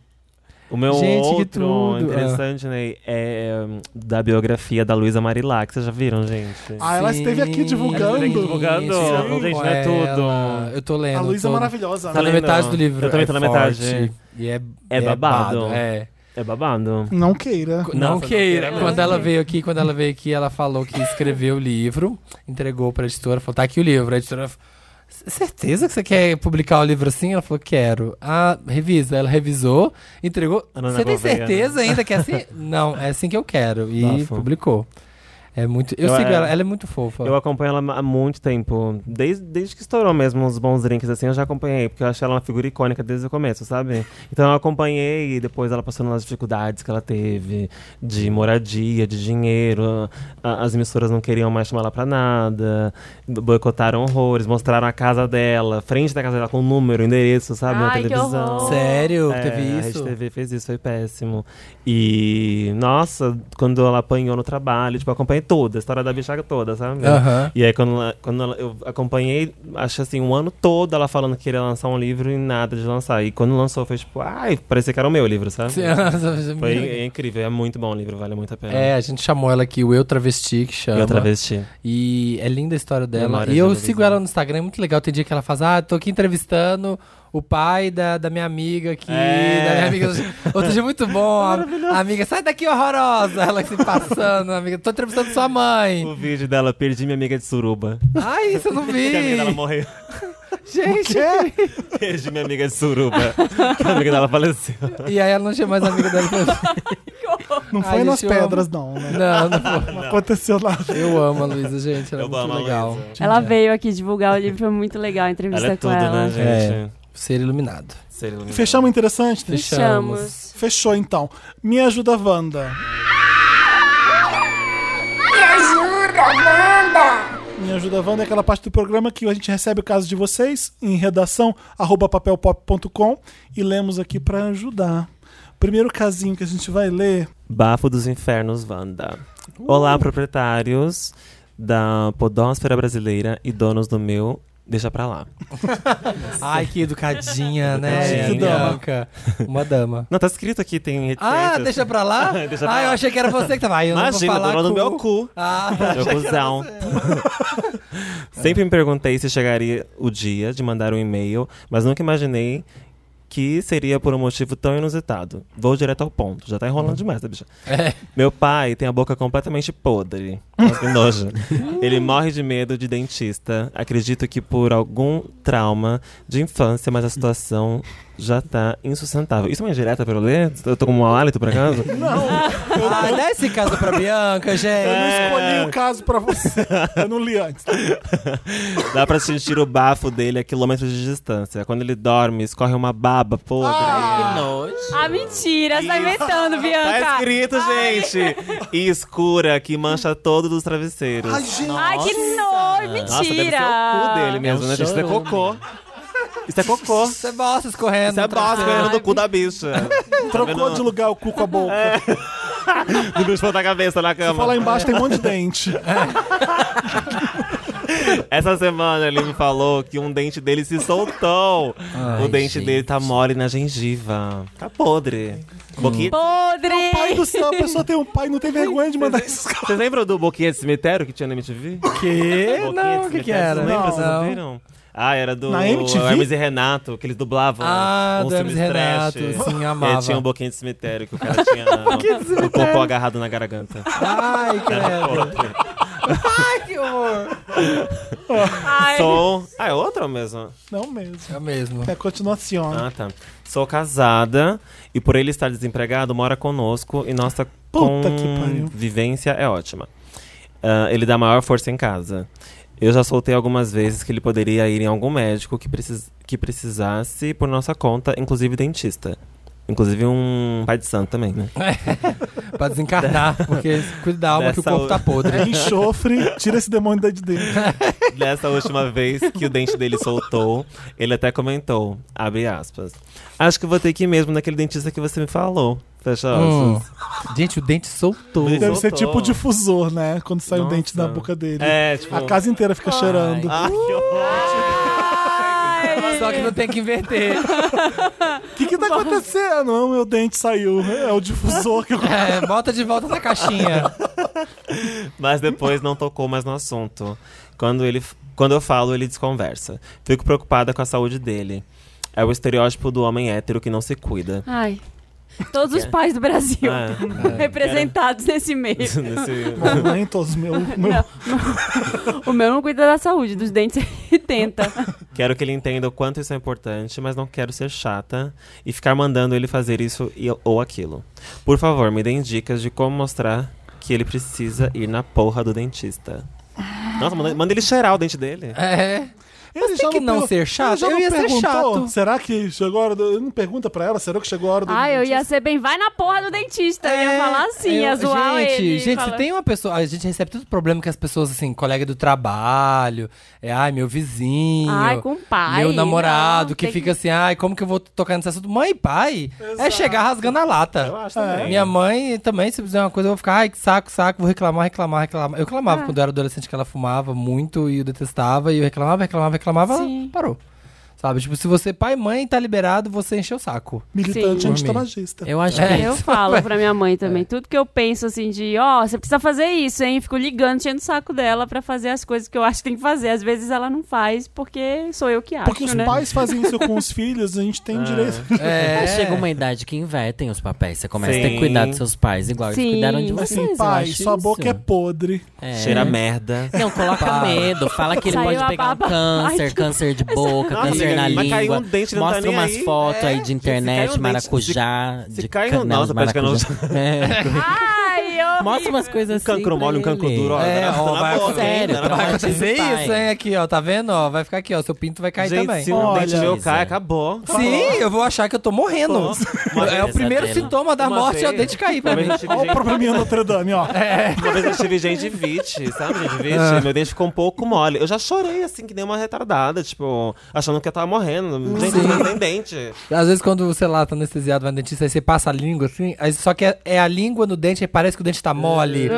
E: O meu
B: Gente, que
E: outro
B: tudo.
E: interessante, né, é hum, da biografia da Luísa Marilá, que vocês já viram, gente?
A: Ah, ela
B: Sim.
A: esteve aqui divulgando.
E: Ela esteve aqui divulgando.
B: Sim.
E: Gente, não é
B: Ela-
E: tudo.
B: Eu tô lendo.
A: A Luísa é
B: tô-
A: maravilhosa.
B: Tá na
E: lendo.
B: metade do livro.
E: Eu também tô na
B: É
E: metade.
B: forte. E é,
E: É babado.
B: É.
E: É babado.
A: Não queira.
B: Não
E: Nossa,
B: queira.
E: não queira.
B: Quando ela veio aqui, quando ela veio aqui, ela falou que escreveu o livro, entregou pra editora, falou: tá aqui o livro. A editora falou: certeza que você quer publicar o livro assim? Ela falou: quero. Ah, revisa. Ela revisou, entregou.
E: A Nana
B: Você tem
E: Gouveia, né?"
B: certeza ainda que é assim? Não, é assim que eu quero. E
E: Bafo.
B: publicou. É muito. Eu,
E: Eu,
B: sigo
E: é,
B: ela, ela é muito fofa.
E: Eu acompanho ela há muito tempo. Desde, desde que estourou mesmo uns bons drinks, assim, eu já acompanhei. Porque eu achei ela uma figura icônica desde o começo, sabe? Então eu acompanhei e depois ela passando nas dificuldades que ela teve. De moradia, de dinheiro. a- as emissoras não queriam mais chamar ela pra nada. Boicotaram horrores. Mostraram a casa dela. Frente da casa dela com número, endereço, sabe? na
C: Ai, que
E: televisão.
C: horror.
B: Sério,
E: É,
B: teve isso?
E: A RedeTV fez isso, foi péssimo. E, nossa, quando ela apanhou no trabalho, tipo, eu acompanhei toda, a história da bichaca toda, sabe?
B: Aham.
E: E aí, quando, ela- quando ela- eu acompanhei, acho assim, um ano todo ela falando que queria lançar um livro e nada de lançar. E quando lançou, foi tipo, ai, parecia que era o meu livro, sabe? Foi é incrível, é muito bom o livro, vale muito a pena.
B: É, a gente chamou ela aqui, o Eu Travesti, que chama.
E: E outra vez, Ti.
B: E é linda a história dela.
E: Memórias
B: e eu
E: de Lourdes,
B: sigo
E: né?
B: ela no Instagram, é muito legal. Tem dia que ela faz, ah, tô aqui entrevistando o pai da, da minha amiga aqui.
E: É.
B: Da minha amiga. Outro dia muito bom. A, a amiga, sai daqui, horrorosa. Ela se passando, a amiga, tô entrevistando sua mãe.
E: O vídeo dela, perdi minha amiga de suruba.
B: Ai, isso eu não vi.
E: Que a amiga dela morreu.
B: Gente.
E: Perdi minha amiga de suruba. Que a amiga dela faleceu.
B: E aí ela não tinha mais amiga dela.
A: Não
B: Ai,
A: foi nas
B: gente, eu
A: pedras, não, né?
B: Não, não foi.
A: Não aconteceu nada.
B: Eu amo a Luísa, gente. Ela é
E: Eu
B: muito
E: amo a
B: legal.
E: Luísa.
C: Ela veio aqui divulgar o livro, foi muito legal a entrevista
E: Ela é
C: com
E: tudo,
C: ela.
E: né,
B: É.
E: gente?
B: Ser iluminado.
E: Ser um iluminado.
A: Fechamos interessante?
B: Fechamos.
A: Fechou, então. Me ajuda, Wanda.
H: Me ajuda, Wanda!
A: Me ajuda, Wanda é aquela parte do programa que a gente recebe o caso de vocês em redação arroba papelpop.com e lemos aqui pra ajudar. Primeiro casinho que a gente vai ler.
E: Bafo dos Infernos, Wanda.
B: Uh.
E: Olá, proprietários da podósfera brasileira e donos do meu... Deixa pra lá.
B: Ai, que educadinha, né?
E: Educadinha.
B: Que dama. Uma dama.
E: Não, tá escrito aqui, tem reticências.
B: Ah, deixa pra lá?
E: assim. Deixa
B: ah,
E: pra
B: eu
E: lá.
B: achei que era você que tava. Ai, eu
E: Imagina,
B: não vou falar
E: dono do
B: com-
E: meu cu.
B: Ah,
E: Meu cuzão. Sempre me perguntei se chegaria o dia de mandar um e-mail, mas nunca imaginei que seria por um motivo tão inusitado. Vou direto ao ponto. Já tá
B: Hum.
E: enrolando demais, tá, bicha?
B: É.
E: Meu pai tem a boca completamente podre. Nossa, que nojo. Ele morre de medo de dentista. Acredito que por algum trauma de infância, mas a situação já tá insustentável. Isso é uma indireta pra eu ler? Eu tô com um hálito, por acaso?
B: ah, dá esse caso pra Bianca,
E: É.
B: gente.
A: Eu Escolhi o caso pra você. Eu não li antes.
E: Dá pra sentir o bafo dele a quilômetros de distância. Quando ele dorme, escorre uma baba podre. Que nojo.
C: Ah, mentira, você tá inventando, Bianca.
E: Tá escrito, gente! E escura, que mancha todos os travesseiros.
A: Ai, gente.
C: Ai, que nojo, mentira.
E: Nossa, deve ser o cu dele mesmo, né, gente? Isso é
D: chorão.
E: cocô. Isso é cocô. Isso
B: Isso é bosta escorrendo.
C: tá
E: é
B: no
E: bosta,
B: traseiro.
E: ganhando do cu da bicha.
A: Trocou de lugar o cu com a boca.
E: Do bicho botar a cabeça na cama.
A: Fala lá embaixo, tem um monte de dente.
E: Essa semana ele me falou que um dente dele se soltou. o dente
D: gente.
E: dele tá mole na gengiva. Tá podre. Um Boquinha É
C: Podre.
A: Pai do céu, a pessoa tem um pai, não tem vergonha de mandar isso.
E: Vocês lembram do Boquinha de Cemitério que tinha na MTV?
B: Quê?
E: Boquinha
B: Não,
E: de
B: o que que
E: Cemitério,
B: era?
E: Vocês lembram?
B: Não,
E: Vocês
B: não.
E: não viram? Ah, era do
A: Na MTV?
E: Hermes e Renato, que eles dublavam.
B: Ah,
E: uns
B: do Hermes e
E: filmes trash.
B: Renato, sim,
E: E
B: amava.
E: tinha um Boquinha de Cemitério que o cara tinha o popô agarrado na garganta.
B: Ai, credo. Ai, que horror.
C: Ai,
E: Sou... Ah, é outra mesmo?
A: Não mesmo.
B: É mesmo.
A: É continuação.
E: Ah, tá. Sou casada e por ele estar desempregado, mora conosco e nossa
A: Puta que pariu.
E: convivência é ótima. Ah, ele dá maior força em casa. Eu já soltei algumas vezes que ele poderia ir em algum médico que, precis que precisasse por nossa conta, inclusive dentista. Inclusive um pai de santo também, né?
B: Pra desencarnar, porque cuida da alma que o
E: Dessa
B: corpo tá
E: o-
B: podre.
A: É Enxofre, tira esse demônio da de dentro.
E: Nessa última vez que o dente dele soltou, ele até comentou, abre aspas, acho que vou ter que ir mesmo naquele dentista que você me falou. Fecha aspas.
B: Hum. Gente, o dente soltou.
E: Ele
A: Deve ser
E: soltou.
A: tipo o difusor, né? Quando sai o
E: Nossa.
A: dente da boca dele.
E: É, tipo...
A: A casa inteira fica cheirando.
E: Ai, que horror.
B: Só que não tem que inverter.
A: O que que tá acontecendo? Ah, meu dente saiu. É o difusor que eu...
B: É, bota de volta na caixinha.
E: Mas depois não tocou mais no assunto. Quando, ele, quando eu falo, ele desconversa. Fico preocupada com a saúde dele. É o estereótipo do homem hétero que não se cuida.
C: Ai. Todos os pais do Brasil
E: Ah,
C: representados nesse meio.
E: nesse-
A: Bom, nem todos meu, meu...
C: O meu não cuida da saúde, dos dentes ele tenta.
E: Quero que ele entenda o quanto isso é importante, mas não quero ser chata e ficar mandando ele fazer isso e- ou aquilo. Por favor, me deem dicas de como mostrar que ele precisa ir na porra do dentista. Nossa, manda, manda ele cheirar o dente dele.
B: É. Mas tem que não ser chato?
A: já
B: Eu
A: não
B: ia ser
A: perguntou,
B: chato.
A: Será que chegou a hora do... Não pergunta pra ela, será que chegou a hora do...
C: Ah, eu ia ser bem, vai na porra do dentista. Eu
E: É,
C: ia falar assim,
B: É, eu-
C: ia zoar
B: gente,
C: ele.
B: Gente,
C: falar-
B: se tem uma pessoa. A gente recebe tanto problema que as pessoas, assim, colega do trabalho, é, ai, meu vizinho.
C: Ai, com o pai,
B: Meu namorado,
C: não,
B: que
C: tem
B: fica assim, ai, como que eu vou tocar nesse assunto? Mãe e pai é chegar rasgando a lata. É.
E: Eu acho também.
B: Minha mãe também, se fizer uma coisa, eu vou ficar, ai, que saco, saco, vou reclamar, reclamar, reclamar. Eu
C: Ah.
B: reclamava quando eu era adolescente que ela fumava muito e eu detestava, e eu reclamava, reclamava, reclamava, ela
C: Sim.
B: parou. Sabe? Tipo, se você, pai e mãe, tá liberado, você encheu o saco.
A: Militante
B: Sim.
A: antitabagista.
D: Eu acho
B: É.
D: que
C: Eu falo pra minha mãe também. Tudo que eu penso assim de, ó, você precisa fazer isso, hein? Fico ligando, enchendo o saco dela pra fazer as coisas que eu acho que tem que fazer. Às vezes ela não faz porque sou eu que acho,
A: Porque os
C: né?
A: pais fazem isso com os filhos, a gente tem direito.
B: É.
D: Mas chega uma idade que invertem os papéis. Você começa a ter
E: Sim.
D: que cuidar dos seus pais, igual
C: Sim.
D: eles cuidaram de
A: Mas
D: vocês.
A: assim,
D: eu
A: pai,
D: acho
A: sua
D: isso.
A: boca é podre.
D: É.
E: Cheira a merda.
D: Não, coloca medo. Fala que ele
C: Saiu a
D: pode pegar um
C: baba.
D: câncer,
C: Ai, que-
D: câncer de boca,
E: Nossa,
D: câncer na
E: amiga, vai cair
D: língua.
E: um dente, não tá
D: Mostra
E: nem
D: umas
E: aí.
D: fotos aí de
E: É, se cair um
D: internet,
E: dente,
D: maracujá,
E: se
D: de
E: cai um-
D: canela
E: Nossa,
D: de
E: parece
D: maracujá. É.
C: Ai, eu.
D: Mostra umas coisas
E: Um
D: assim
E: cancro
D: pra
E: mole, um cancro
D: ele.
E: duro. ó,
B: É,
E: tá na
B: ó,
E: boca,
B: vai
E: hein,
D: sério,
E: tá na
B: Vai
E: boca.
B: acontecer
D: Vai.
B: isso, hein, aqui, ó. Tá vendo? Ó, vai ficar aqui, ó. Seu pinto vai cair
E: Gente,
B: também.
E: se um dente
A: Olha.
E: meu cai, acabou.
B: Sim, eu vou achar que eu tô morrendo.
E: Uma
B: é o
E: vez-
B: primeiro
D: pesadelo.
B: sintoma da
E: Uma
B: morte é o
E: vez-
B: dente cair pra
E: Uma
B: mim.
E: vez eu tive
A: Olha o
E: gente-
A: probleminha Notre Dame, ó.
E: uma vez eu tive gengivite, sabe?
B: Ah.
E: Gengivite, meu dente ficou um pouco mole. Eu já chorei, assim, que nem uma retardada, tipo, achando que eu tava morrendo. Gente, não tem dente.
B: Às vezes, quando, sei lá, tá anestesiado, vai no dentista, aí você passa a língua assim, aí só que é, é a língua no dente, aí parece que o dente tá mole.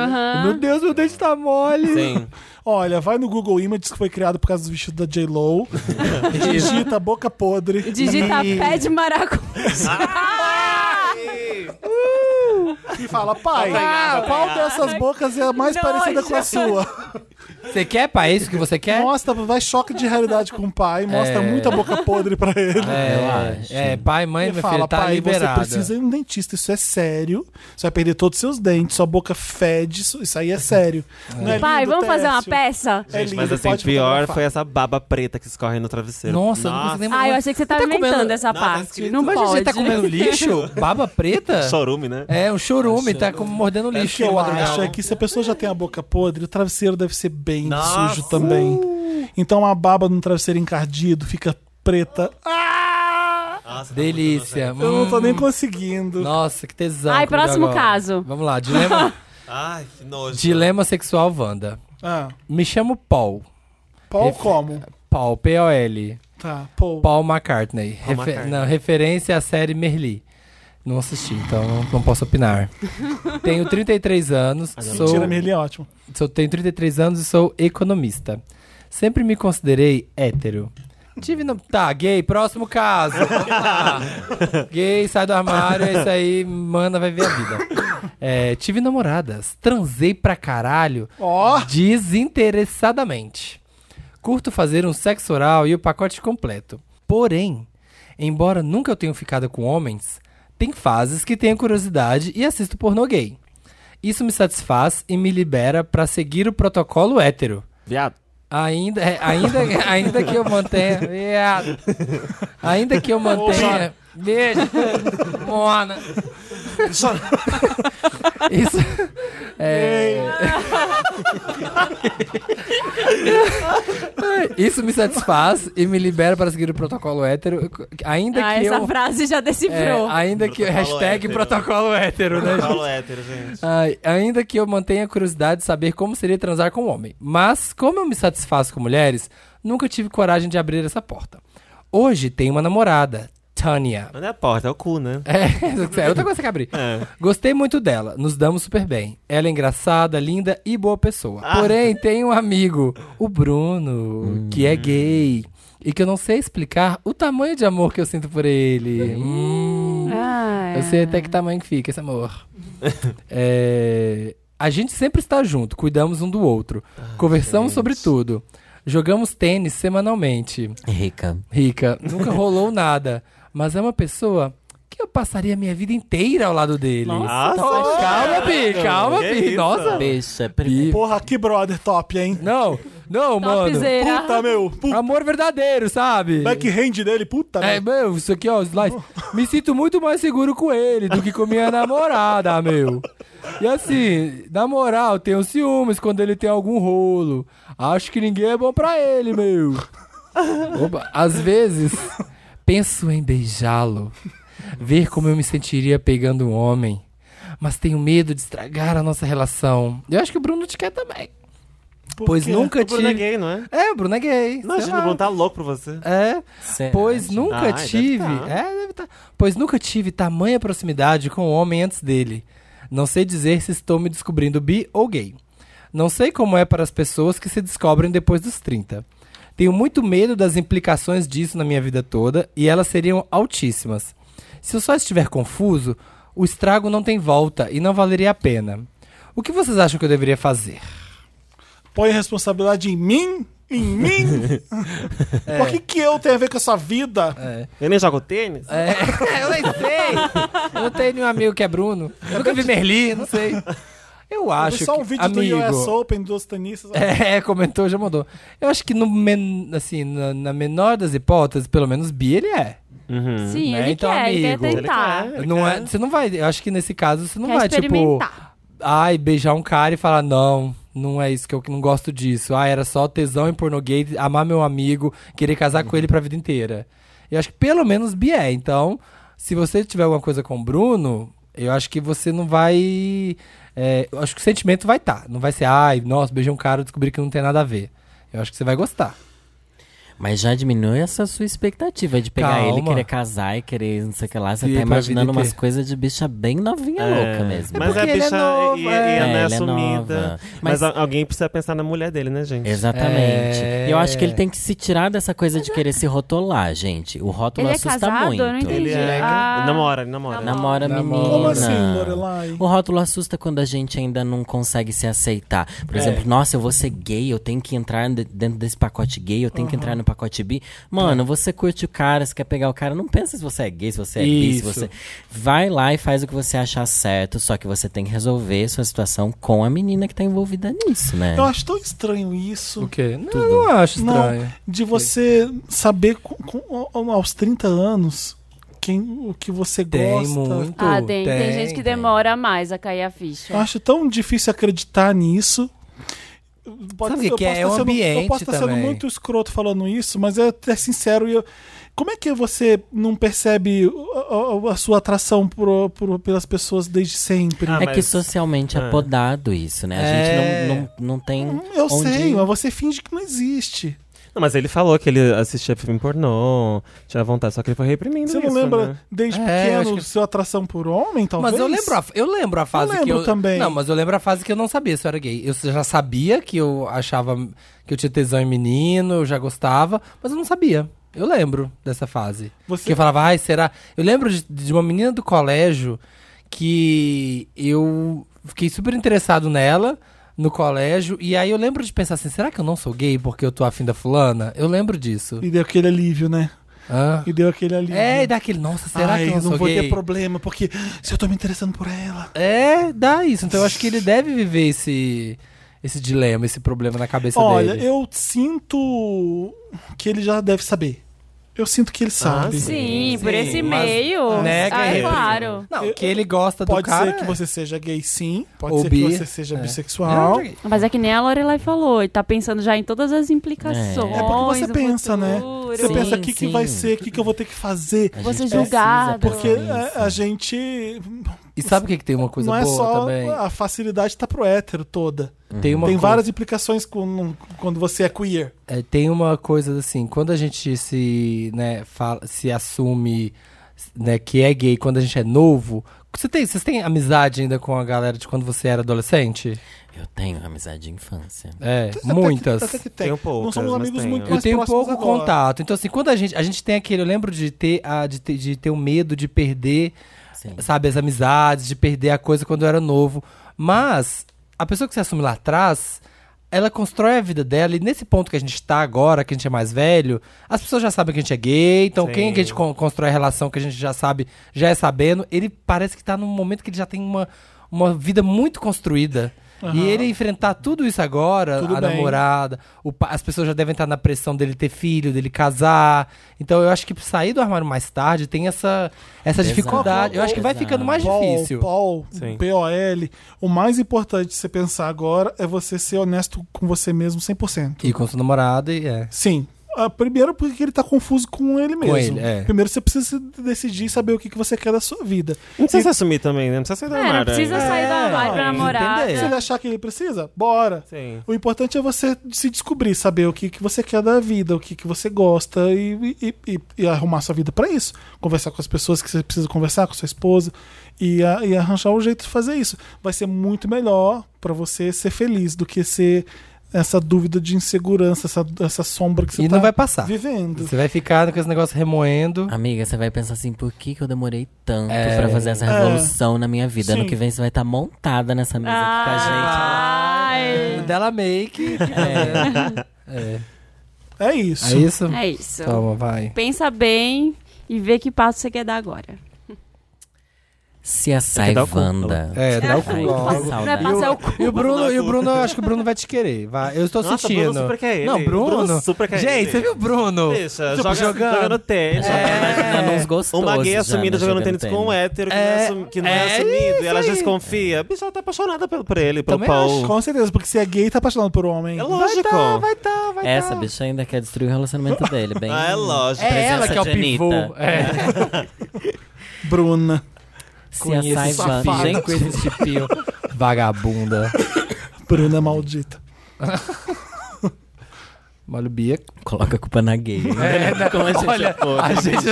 B: Meu Deus, meu dente tá mole.
E: Sim.
A: Olha, vai no Google Images que foi criado por causa dos vestidos da J-Lo. digita boca podre.
C: Digita pé de maracu.
A: E fala, pai, qual dessas bocas é a mais
C: Nojo.
A: parecida com a sua?
B: Você quer pra isso que você quer?
A: Mostra, vai choque de realidade com o pai, mostra
B: É.
A: muita boca podre pra ele.
B: É, é, pai, mãe,
A: E
B: meu
A: fala,
B: filho, tá
A: pai,
B: liberado.
A: você precisa ir no dentista, isso é sério. Você vai perder todos os seus dentes, sua boca fede, isso, isso aí é sério. Não é
C: Pai,
A: lindo,
C: vamos fazer uma
A: Técio?
C: peça?
A: É lindo,
E: Mas assim,
A: pode
E: pior
A: fotografar.
E: foi essa baba preta que escorre no travesseiro.
B: Nossa, eu não consigo nem
C: Ah, eu achei que você tava
B: tá comendo-
C: inventando essa
E: Não, tá
C: parte.
E: escrito.
C: não
B: Imagina
C: pode.
B: você tá comendo lixo, baba preta.
E: Chorume, né?
B: É, um chorume, tá como mordendo
A: O
B: lixo.
A: que eu
B: de madrugada.
A: acho é que se a pessoa já tem a boca podre, o travesseiro deve ser bem
B: Nossa.
A: sujo também. Então a baba num travesseiro encardido fica preta. Ah!
E: Nossa, tá
B: Delícia.
A: Eu não tô
B: hum.
A: nem conseguindo.
B: Nossa, que tesão.
C: Ai,
B: que me deu
C: próximo
B: agora.
C: caso.
B: Vamos lá, dilema,
E: muito- Ai, que nojo.
B: dilema sexual Wanda.
A: Ah,
B: Me chamo Paul.
A: pau
B: Efe-
A: como?
B: Paul, P-O-L.
A: Tá, pau.
B: Paul McCartney. Refe-
E: McCartney.
B: Não, referência à série Merli. Não assisti, então não- não posso opinar. Tenho 33 anos. Sou...
A: Mentira, Merlin é ótimo.
B: Sou, tenho 33 anos e sou economista. Sempre me considerei hétero. Tive no... Tá, gay, próximo caso. Vamos lá. gay, sai do armário, é isso aí, mana, vai ver a vida. É, tive namoradas, transei pra caralho,
A: Ó,
B: desinteressadamente. Curto fazer um sexo oral e o pacote completo. Porém, embora nunca eu tenha ficado com homens, tem fases que tenho curiosidade e assisto pornô gay. Isso me satisfaz e me libera pra seguir o protocolo hétero.
E: Viado.
B: Ainda, é, ainda, ainda que eu mantenha. Viado. Ainda que eu mantenha. Beijo. Mona. Isso. É. Isso me satisfaz e me libera para seguir o protocolo hétero. Ainda
C: Ah,
B: que
C: essa
B: eu.
C: frase já
B: é,
C: decifrou.
B: ainda que.
E: Protocolo
B: Hashtag
E: hétero.
B: protocolo hétero, né, gente?
E: Fala hétero, gente.
B: Ai, Ah, ainda que eu mantenha a curiosidade de saber como seria transar com um homem. Mas, como eu me satisfaço com mulheres, nunca tive coragem de abrir essa porta. Hoje tenho uma namorada, Tânia.
E: Mas não é a porta, é o cu, né?
B: É, é outra coisa que abri.
E: É.
B: Gostei muito dela, nos damos super bem. Ela é engraçada, linda e boa pessoa. Porém, tem um amigo, o Bruno, que é gay. E que eu não sei explicar o tamanho de amor que eu sinto por ele. Hum.
C: Ah,
B: Eu sei até que tamanho que fica esse amor. É, a gente sempre está junto, cuidamos um do outro.
E: Ah,
B: conversamos sobre tudo. Jogamos tênis semanalmente.
D: Rica.
B: Rica, nunca rolou nada. Mas é uma pessoa que eu passaria a minha vida inteira ao lado dele.
E: Nossa,
B: calma, Bi, calma,
E: Ah, Que
B: Bi.
E: isso?
B: Nossa, Bi.
D: Bicha, pri-
A: porra, que brother top, hein?
B: Não, não, mano.
C: Topzera.
A: Puta, meu. Puta,
B: Amor verdadeiro, sabe?
A: backhand dele, puta.
E: né?
B: É,
A: meu.
B: meu, isso aqui, ó, slice. Me sinto muito mais seguro com ele do que com minha namorada, meu. E assim, na moral, tenho ciúmes quando ele tem algum rolo. Acho que ninguém é bom pra ele, meu. Opa, às vezes penso em beijá-lo, ver como eu me sentiria pegando um homem, mas tenho medo de estragar a nossa relação. Eu acho que o Bruno te quer também. pois nunca
E: O Bruno é
B: tive.
E: gay, não é?
B: É, o Bruno é gay. sei
E: Imagina, o
B: lá.
E: Bruno tá louco por você.
B: É,
D: Será?
B: pois nunca
E: Ah, deve
B: tive.
E: tá.
B: É, deve tá. Pois nunca tive tamanha proximidade com o homem antes dele. Não sei dizer se estou me descobrindo bi ou gay. Não sei como é para as pessoas que se descobrem depois dos 30. Tenho muito medo das implicações disso na minha vida toda e elas seriam altíssimas. Se eu só estiver confuso, o estrago não tem volta e não valeria a pena. O que vocês acham que eu deveria fazer?
A: Põe a responsabilidade em mim? Em mim?
B: É.
A: Por que, que eu tenho a ver com a sua vida?
E: Eu nem jogo tênis.
B: É, eu nem sei. Eu não tenho nenhum amigo que é Bruno. Eu nunca vi Merli, não sei. Eu
A: Eu vi
B: acho
A: só
B: que,
A: um vídeo
B: amigo,
A: do US Open, dos tenistas.
B: É, comentou, já mandou. Eu acho que no men- assim, na, na menor das hipóteses, pelo menos bi ele é.
C: Sim,
B: Né?
C: ele
B: Então,
C: quer, ele quer
B: amigo.
C: tentar.
E: Ele
B: Não é, você não vai, eu acho que nesse caso você não
C: Quer
B: vai tipo,
C: experimentar.
B: ai, beijar um cara e falar não, não é isso que eu não gosto disso. Ah, era só tesão em pornô gay, amar meu amigo, querer casar com ele pra vida inteira. Eu acho que pelo menos bi é. Então, se você tiver alguma coisa com o Bruno, eu acho que você não vai é, eu acho que o sentimento vai estar. Não vai ser, ai, nossa, beijei um cara e descobri que não tem nada a ver. Eu acho que você vai gostar.
D: Mas já diminui essa sua expectativa de pegar
B: Calma.
D: ele, querer casar e querer não sei o que lá. Você tá
B: E pra vida É,
D: imaginando umas
B: inteira.
D: coisas de bicha bem novinha louca mesmo.
E: Mas
B: porque
E: a
B: ele é
E: bicha
B: novo,
E: e, e
B: é.
E: ela
D: É,
E: é
D: ele é
E: sumida.
D: nova.
E: Mas,
D: Mas-
E: a- alguém precisa pensar na mulher dele, né, gente?
D: Exatamente.
B: É.
D: Eu acho que ele tem que se tirar dessa coisa de querer se rotolar, gente. O rótulo
C: Ele é
D: assusta
C: casado?
D: muito.
C: Eu não entendi.
E: Ele é.
C: Ah.
E: Namora, ele namora.
D: Namora, menina.
B: Namora.
A: Como assim, Lorelai?
D: O rótulo assusta quando a gente ainda não consegue se aceitar. Por exemplo, nossa, eu vou ser gay, eu tenho que entrar de- dentro desse pacote gay, eu tenho que entrar no pacote bi. Mano, você curte o cara, você quer pegar o cara, não pensa se você é gay, se você é bi, se
B: Isso.
D: você. Vai lá e faz o que você achar certo, só que você tem que resolver sua situação com a menina que tá envolvida nisso, né?
A: Eu acho tão estranho isso.
B: É. O quê? Não, eu não acho estranho.
A: Não, de você saber com, com- aos 30 anos quem, o que você
B: Tem
A: gosta.
B: muito.
C: Ah, tem, tem, gente que demora mais a cair a ficha.
A: Eu acho tão difícil acreditar nisso. Pode,
B: Sabe o que
A: eu
B: que é?
A: posso
B: É o
A: estar sendo- Eu
B: ambiente
A: posso estar sendo
B: também.
A: muito escroto falando isso, mas é até sincero. e eu- como é que você não percebe a, a- a sua atração por- por- pelas pessoas desde sempre?
E: Ah,
D: É
E: mas-
D: que socialmente é,
E: Ah.
D: podado isso, né? A
B: É.
D: gente não, não, não tem.
A: eu
D: onde-
A: sei, mas você finge que não existe.
E: Não, mas ele falou que ele assistia filme pornô, tinha vontade, só que ele foi reprimindo
A: Você não
E: isso,
A: lembra
E: né?
A: desde
B: É, eu acho
A: pequeno
B: que-
A: sua atração por homem, talvez?
B: Mas eu lembro, a, eu lembro a fase que
A: lembro
B: eu
A: também.
B: Não, mas eu lembro a fase que eu não sabia se eu era gay. Eu já sabia que eu achava que eu tinha tesão em menino, eu já gostava, mas eu não sabia. Eu lembro dessa fase.
A: Você-
B: Que eu falava, ai, será? Eu lembro de, de uma menina do colégio que eu fiquei super interessado nela no colégio e aí eu lembro de pensar assim, será que eu não sou gay porque eu tô afim da fulana? Eu lembro disso.
A: E deu aquele alívio, né?
B: Hã?
A: E deu aquele alívio.
B: É, e daquele, nossa, será
A: Ai,
B: que eu não, sou
A: vou
B: gay?
A: ter problema, porque se eu tô me interessando por ela.
B: É, dá isso. Então eu acho que ele deve viver esse, esse dilema, esse problema na cabeça
A: Olha,
B: dele.
A: eu sinto que ele já deve saber. Eu sinto
B: Ah,
A: que ele sabe.
C: Sim, por esse
B: mas-
C: meio.
B: Né,
C: ah, é
B: querido?
C: claro.
B: Não, que ele gosta do
A: Pode
B: cara. é
A: ser que você seja gay, sim. Pode
B: Ou
A: ser
B: bi.
A: que você seja
B: É.
A: bissexual.
B: É.
C: Mas é que nem a Lorelai falou, ele tá pensando já em todas as implicações.
D: É. É
A: porque você
C: do
A: pensa, né?
C: futuro.
A: Você
D: Sim,
A: pensa o que, que
D: sim.
A: vai ser, o que, que eu vou ter que fazer.
B: É
D: A
C: Você
D: gente precisa
C: julgado.
D: pensar
A: Porque é,
D: nisso.
A: a, a gente.
B: E sabe o que, que tem uma coisa
A: "Ah, não é
B: boa
A: só.
B: também?
A: A facilidade tá pro hétero toda.
B: Tem, uma
A: Tem
B: coisa-
A: várias implicações com- quando você é queer.
B: É, tem uma coisa assim, quando a gente se, né, fala, se assume né, que é gay quando a gente é novo. Você tem, vocês têm amizade ainda com a galera de quando você era adolescente?
D: Eu tenho amizade de infância.
B: É,
A: Até que-
B: muitas.
A: até que tem.
E: Tenho poucas,
A: não somos
E: mas
A: amigos
E: tenho.
A: muito
E: Eu
B: Eu
A: mais
B: tenho
A: próximos
B: pouco
A: agora.
B: contato. Então, assim, quando a gente. A gente tem aquele. Eu lembro de ter, a, de, ter, de ter o medo de perder,
D: Sim.
B: sabe, as amizades, de perder a coisa quando eu era novo. Mas a pessoa que se assume lá atrás, ela constrói a vida dela. E nesse ponto que a gente tá agora, que a gente é mais velho, as pessoas já sabem que a gente é gay. Então,
E: Sim.
B: quem que a gente con- constrói a relação que a gente já sabe, já é sabendo. Ele parece que tá num momento que ele já tem uma, uma vida muito construída. E ele enfrentar tudo isso agora,
A: Tudo
B: a
A: bem.
B: namorar namorada, o pa- as pessoas já devem estar na pressão dele ter filho, dele casar. Então eu acho que sair do armário mais tarde tem essa, essa dificuldade. Eu acho que vai ficando mais
A: Paul,
B: difícil.
A: Paul,
E: Sim.
A: P-O-L. O mais importante de você pensar agora é você ser honesto com você mesmo 100%.
B: E com sua namorada, e é.
A: Sim. Ah, primeiro, porque ele tá confuso com ele mesmo.
B: ele, é.
A: Primeiro, você precisa se decidir e saber o que, que você quer da sua vida.
E: Não precisa se assumir também, né? Não precisa ser da
C: É, não
E: Mara.
C: precisa sair do armário pra namorar.
E: É.
A: Se ele achar que ele precisa, bora.
E: Sim.
A: O importante é você se descobrir, saber o que, que você quer da vida, o que, que você gosta e, e- e- e arrumar sua vida pra isso. Conversar com as pessoas que você precisa conversar, com sua esposa e, a- e arranjar um jeito de fazer isso. Vai ser muito melhor pra você ser feliz do que ser essa dúvida de insegurança, essa, essa sombra que você
B: E
A: tá
B: não vai passar.
A: vivendo.
B: Você vai ficar com esse negócio remoendo.
D: Amiga, você vai pensar assim, por que, que eu demorei tanto
B: É.
D: pra fazer essa revolução na minha vida?
A: Sim.
D: Ano que vem você vai estar montada nessa mesa
C: Ai.
B: Dela make. É. é.
A: É isso.
B: É isso?
C: É isso.
B: Toma, vai.
C: Pensa bem e vê que passo você quer dar agora.
D: aqui com a gente. Se a
E: que dar o cu,
D: Saivanda.
B: É, dá o cu
D: Ai,
B: logo.
D: que
C: Não é
D: saudade.
C: passar o cu.
B: E o Bruno, e o Bruno, eu acho que o Bruno vai te querer. Vai. Eu estou
E: Nossa, o
B: sentindo.
E: Bruno super quer ele.
B: Não, Bruno.
E: O Bruno super quer
B: Gente,
E: ele.
B: você viu o Bruno?
E: Deixa,
B: Tipo,
E: joga,
B: jogando.
E: joga no tênis. É.
D: Imaginando uns gostosos
E: Uma gay
D: já,
E: assumida
D: né,
E: jogando tênis com um hétero que não é,
B: É,
E: assumi- que não é
B: é
E: assumido. E
B: isso
E: ela já
B: aí.
E: desconfia. A bicha ela tá apaixonada pelo- por ele, pelo
B: Também
E: Paul.
A: Com certeza, porque se é gay, tá apaixonado por homem.
E: Oh. É
B: Vai
E: lógico.
B: tá, vai tá, vai
D: Essa
B: tá.
D: bicha ainda quer destruir o relacionamento dele, bem.
E: Ah, é lógico.
B: É ela
D: Presença
B: que é o
D: de
B: pivô.
D: Anitta.
B: É.
A: Bruna.
D: Se a
B: Esse safado.
D: Saivanda.
B: Vem com esse chipio. Vagabunda.
A: Bruna maldita.
B: Olha o Bia.
D: Coloca a culpa na gay.
B: É, né?
D: Como a gente
B: Olha,
D: apoia.
B: a gente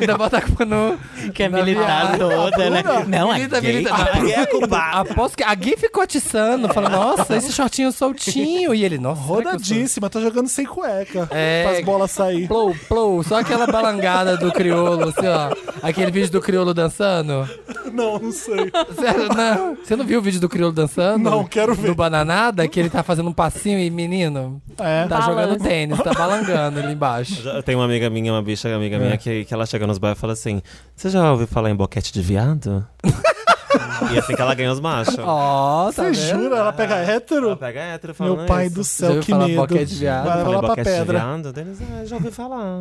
B: ainda bota a culpa no... tá
D: que é
B: na
D: militar
B: viagem.
D: toda, né? Não, a
B: Milita,
D: gay.
B: milita.
A: tá
E: A gay é culpada.
B: Aposto que a gay ficou atiçando, falando, nossa, esse shortinho soltinho. E ele, nossa, será que eu sou-
A: Rodadíssima, tá jogando sem cueca.
B: É.
A: Pra as bolas sair.
B: Plou, plou, só aquela balangada do criolo, assim, ó. Aquele vídeo do criolo dançando.
A: Não, não sei.
B: Sério, não. Você não viu o vídeo do criolo dançando?
A: Não, quero ver.
B: Do Bananada, que ele tá fazendo um passinho e, menino,
A: É.
B: tá
C: Balança.
B: jogando tênis, tá balangando ali embaixo.
E: Já- Tem uma amiga minha, uma bicha
D: É.
E: amiga minha, que, que ela chega nos bairros e fala assim: Você já ouviu falar em boquete de viado? e é assim que ela ganha os machos.
B: Ó, tá
A: Você
B: vendo?
A: jura? Ela pega
E: Ela
A: hétero?
E: pega hétero e fala,
A: Meu pai do
B: Já
A: céu,
B: ouviu
A: que
B: falar
A: medo.
B: boquete de viado?
A: Vai levar
E: Falei,
A: lá pra
E: boquete de
A: pedra.
E: viado? Deles, ah, já ouvi falar.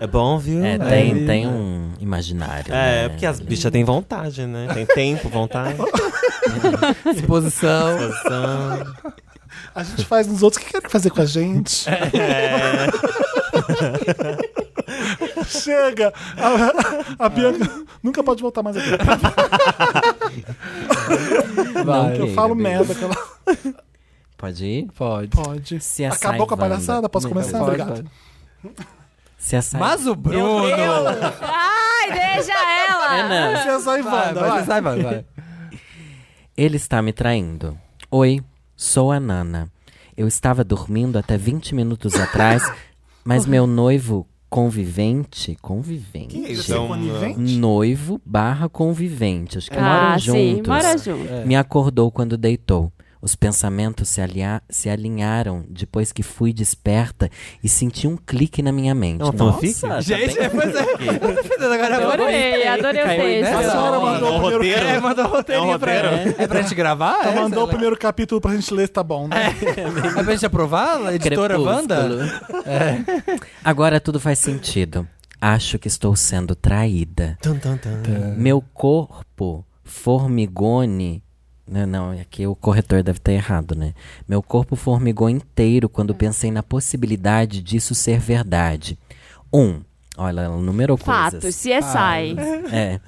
E: É bom, viu?
D: É, tem, tem um imaginário.
E: É,
D: né?
E: porque as bichas têm vontade, né? Tem tempo, vontade,
B: Exposição.
E: disposição.
A: A gente faz nos outros. O que querem fazer com a gente?
E: É.
A: Chega! A, a Bianca nunca pode voltar mais aqui.
B: Vai.
A: Eu
D: Amiga,
A: falo
D: Bianca.
A: merda que ela
D: Pode ir?
B: Pode.
A: pode.
D: Se a
A: Acabou com a
D: Saivanda-
A: palhaçada? Posso
D: Não,
A: começar?
B: Pode,
A: Obrigado.
B: pode.
D: Se a Saivanda.
B: Mas o Bruno.
C: Ai, deixa
D: É,
C: ela.
B: Ah!
D: não.
A: Você é só
B: Vai,
A: Ivana,
B: vai,
A: vai.
B: vai, vai, vai.
D: Ele está me traindo. Oi, sou a Nana. Eu estava dormindo até 20 minutos atrás, mas
C: Uhum.
D: meu noivo convivente. Convivente.
E: Isso é um-
D: Noivo barra convivente. Acho que moram
C: ah, sim,
D: juntos. É.
C: mora junto.
D: Me acordou quando deitou. Os pensamentos se, alia- se alinharam depois que fui desperta e senti um clique na minha mente.
E: É uma fanfic?
D: Nossa,
B: Gente,
D: tá
B: é, pois é. Agora eu vou-
C: Adorei, adorei o
B: Caiu aí, né?
C: texto.
A: A senhora
B: Não,
A: mandou
E: não,
A: o primeiro
E: roteiro.
B: É, mandou um roteirinho
E: É um
B: pra
E: roteiro?
B: É pra gente gravar?
A: Ela
B: é?
A: mandou o primeiro capítulo pra gente ler, tá bom, né?
B: É pra gente aprovar? A editora Wanda?
D: Crepúsculo. Agora tudo faz sentido. Acho que estou sendo traída.
E: Tum, tum, tum.
D: Meu corpo formigone. Não, não, aqui o corretor deve ter errado, né? Meu corpo formigou inteiro quando pensei na possibilidade disso ser verdade. Um, olha, ela numerou
C: Fato,
D: coisas.
C: CSI.
D: É.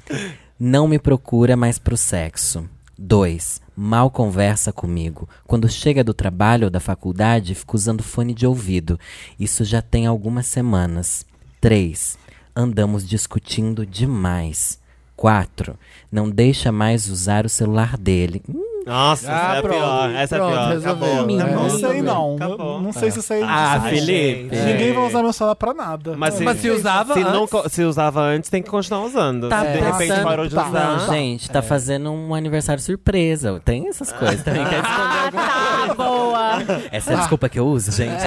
D: Não me procura mais pro sexo. 2. Mal conversa comigo. Quando chega do trabalho ou da faculdade, fica usando fone de ouvido. Isso já tem algumas semanas. 3. Andamos discutindo demais. 4. Não deixa mais usar o celular dele. Hum,
E: Nossa, essa
B: Ah,
E: é a
B: pronto.
E: pior. Essa é a
B: Pronto,
E: pior.
B: resolveu.
E: Acabou.
B: Menino.
A: Não
B: É.
A: sei, não.
E: Acabou.
A: Não sei se eu sei.
E: Ah,
A: disso.
E: Felipe.
A: Ninguém vai usar meu celular pra nada.
E: Mas se,
B: Mas se usava
E: se não
B: antes?
E: co- se usava antes, tem que continuar usando.
D: Tá
E: se de repente
D: pensando-
E: parou de
A: tá.
E: usar.
C: Ah.
A: Não,
D: gente,
C: É.
D: tá fazendo um aniversário surpresa. Tem essas coisas também. Quer esconder
C: Ah, tá, boa.
D: alguma- Essa é a desculpa que eu uso, gente.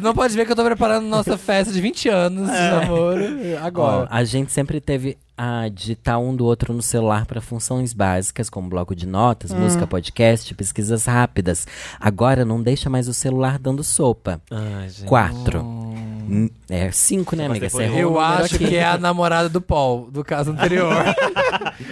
B: Não pode ver que eu tô preparando nossa festa de 20 anos de namoro
D: Ó,
B: É. agora.
D: a gente sempre teve a digitar um do outro no celular para funções básicas, como bloco de notas, música, podcast, pesquisas rápidas. Agora não deixa mais o celular dando sopa.
E: Ai, gente.
D: Quatro. Hum, É cinco, né, amiga? Você
E: depois-
D: errou.
B: Eu
D: o número
B: acho
D: aqui.
B: que é a namorada do Paul, do caso anterior.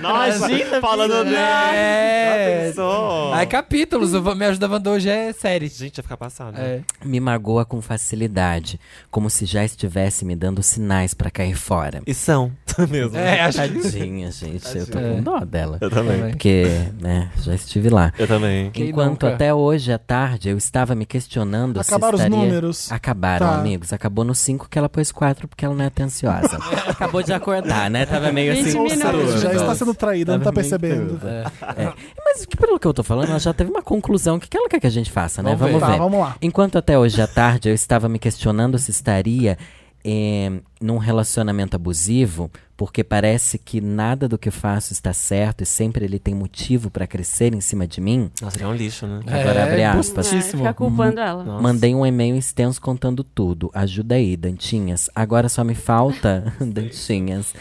E: Nossa,
D: Imagina,
E: falando
D: filha.
E: dele. Já
B: é.
E: pensou?
B: Aí capítulos, o Me Ajuda Wanda hoje é série.
E: Gente, ia ficar passado.
B: É.
D: Me magoa com facilidade, como se já estivesse me dando sinais pra cair fora.
E: E são Tá mesmo.
B: É, acho que
D: Tadinha, gente. Eu tô
B: Tadinha.
D: com dó dela.
E: Eu também.
B: também.
D: Porque, né, já estive lá.
E: Eu também.
B: Quem
D: Enquanto
B: nunca?
D: até hoje à tarde eu estava me questionando
A: Acabaram
D: se
A: os
D: estaria...
A: números.
D: Acabaram,
A: Tá.
D: amigos. Acabou no 5 que ela pôs 4 porque ela não é atenciosa. Acabou de acordar, né? Tava meio assim.
C: 20
A: Ou seja,
C: minutos.
A: já está
D: dúvida.
A: sendo traída, não tá
D: Tava meio
A: percebendo.
D: dúvida. É. Mas que- pelo que eu tô falando, ela já teve uma conclusão. O que que ela quer que a gente faça, né?
B: Vamos
D: Vamos,
B: ver.
A: Tá,
D: ver.
A: vamos lá.
D: Enquanto até hoje à tarde eu estava me questionando se estaria eh, num relacionamento abusivo, porque parece que nada do que faço está certo e sempre ele tem motivo pra crescer em cima de mim.
E: Nossa, ele é um lixo, né?
D: Agora abre aspas.
B: bustíssimo.
C: fica culpando ela.
E: Nossa.
D: Mandei um e-mail extenso contando tudo. Ajuda aí, Dantinhas. Agora só me falta. Dantinhas.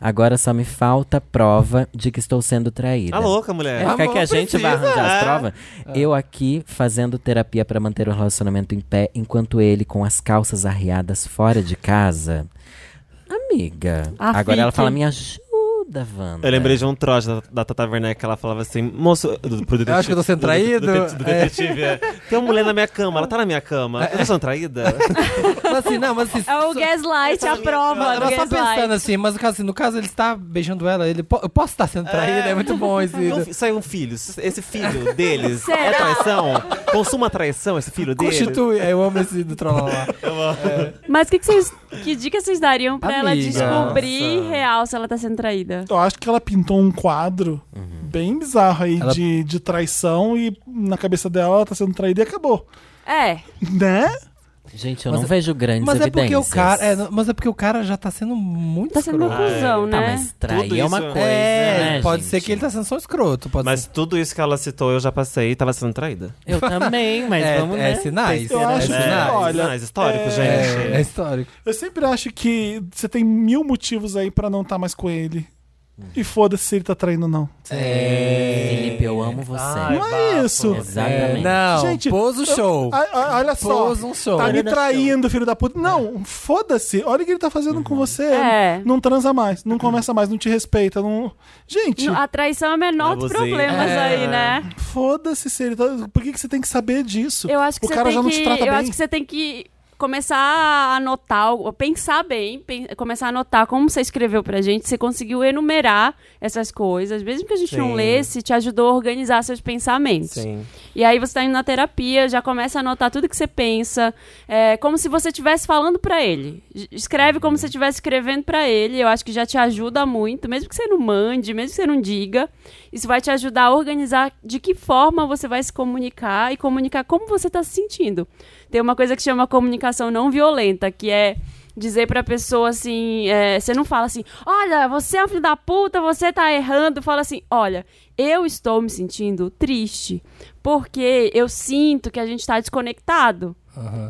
D: Agora só me falta prova de que estou sendo traída.
E: Tá louca, mulher.
D: É, quer
B: Amor,
D: que a gente vá
E: precisa,
D: arranjar as
E: é.
D: provas? Eu aqui fazendo terapia pra manter o relacionamento em pé, enquanto ele com as calças arriadas fora de casa. Amiga.
C: Ah,
D: agora ela
C: fique.
D: fala: me ajuda, Wanda.
E: Eu lembrei de um trote da, da Tata Werneck que ela falava assim, moço, do, pro detetive.
B: acho que eu tô sendo
E: do- do- do-
B: traído.
E: Do, do detetive, é. Tem uma mulher na minha cama, ela tá na minha cama.
B: É.
E: Eu tô sendo traída?
B: Mas assim, não, mas assim.
C: É o gaslight, a prova do
B: Ela só
C: gaslight.
B: pensando assim, mas no caso, assim, no caso ele está beijando ela, ele po- eu posso estar sendo traído, é, muito bom esse.
E: Não, fi- Saiu um filho. Esse filho deles é
C: Será?
E: traição? Consuma traição esse filho deles?
B: Constitui, é, eu amo esse do Trololá.
C: Mas que, que, vocês, que dica vocês dariam pra ela
B: Amiga.
C: descobrir
E: Nossa.
C: real se ela tá sendo traída?
A: Eu acho que ela pintou um quadro bem bizarro aí
B: Ela-
A: de, de traição e na cabeça dela ela tá sendo traída e acabou.
C: É.
A: Né?
D: Gente, eu
B: Mas
D: não
B: é-
D: vejo grandes
B: Mas é
D: evidências.
B: porque o cara. é, não, mas é porque o cara já tá sendo muito
C: Tá sendo um
B: escroto.
C: cuzão,
D: Tá,
C: né?
D: mas trair
E: Tudo
D: é uma
E: isso-
D: coisa.
B: É,
D: né,
B: pode
D: gente?
B: ser que ele tá sendo só um escroto. Pode
E: Mas
B: ser.
E: tudo isso que ela citou eu já passei e tava sendo traída.
D: Eu também, mas
B: é,
D: vamos
B: é
D: né?
B: sinais.
A: Eu
B: é
A: acho que-
B: sinais.
A: olha,
E: sinais históricos, um gente.
B: É, é histórico.
A: Eu sempre acho que você tem mil motivos aí pra não estar mais com ele. E foda-se se ele tá traindo ou não.
D: Felipe, eu amo você.
A: Não é isso.
D: Exatamente.
B: Não,
A: Gente,
B: pôs o
A: eu-
B: show.
A: Ah, ah, Olha só.
B: Pôs um show.
A: Tá me traindo, filho da puta. Não, foda-se. Olha o que ele tá fazendo com você.
C: É.
A: Não transa mais, não conversa mais, não te respeita. Não... Gente,
C: A traição é o menor dos
E: Baboseiro.
C: problemas
B: É.
C: aí, né?
A: foda-se se ele tá. Por que, que você tem que saber disso?
C: Eu acho que
A: É. o
C: você
A: cara
C: tem
A: já
C: que,
A: não te trata
C: Eu
A: bem.
C: acho que você tem que começar a anotar, ou pensar bem, pen- começar a anotar como você escreveu pra gente, você conseguiu enumerar essas coisas, mesmo que a gente não
E: Sim.
C: lesse, te ajudou a organizar seus pensamentos.
E: Sim.
C: E aí você tá indo na terapia, já começa a anotar tudo que você pensa, é, como se você estivesse falando pra ele. J- Escreve como se você estivesse escrevendo pra ele, eu acho que já te ajuda muito, mesmo que você não mande, mesmo que você não diga, isso vai te ajudar a organizar de que forma você vai se comunicar e comunicar como você tá se sentindo. Tem uma coisa que chama comunicação não violenta, que é dizer pra pessoa assim, é, você não fala assim, olha, você é um filho da puta, você tá errando, fala assim, olha, eu estou me sentindo triste, porque eu sinto que a gente tá desconectado.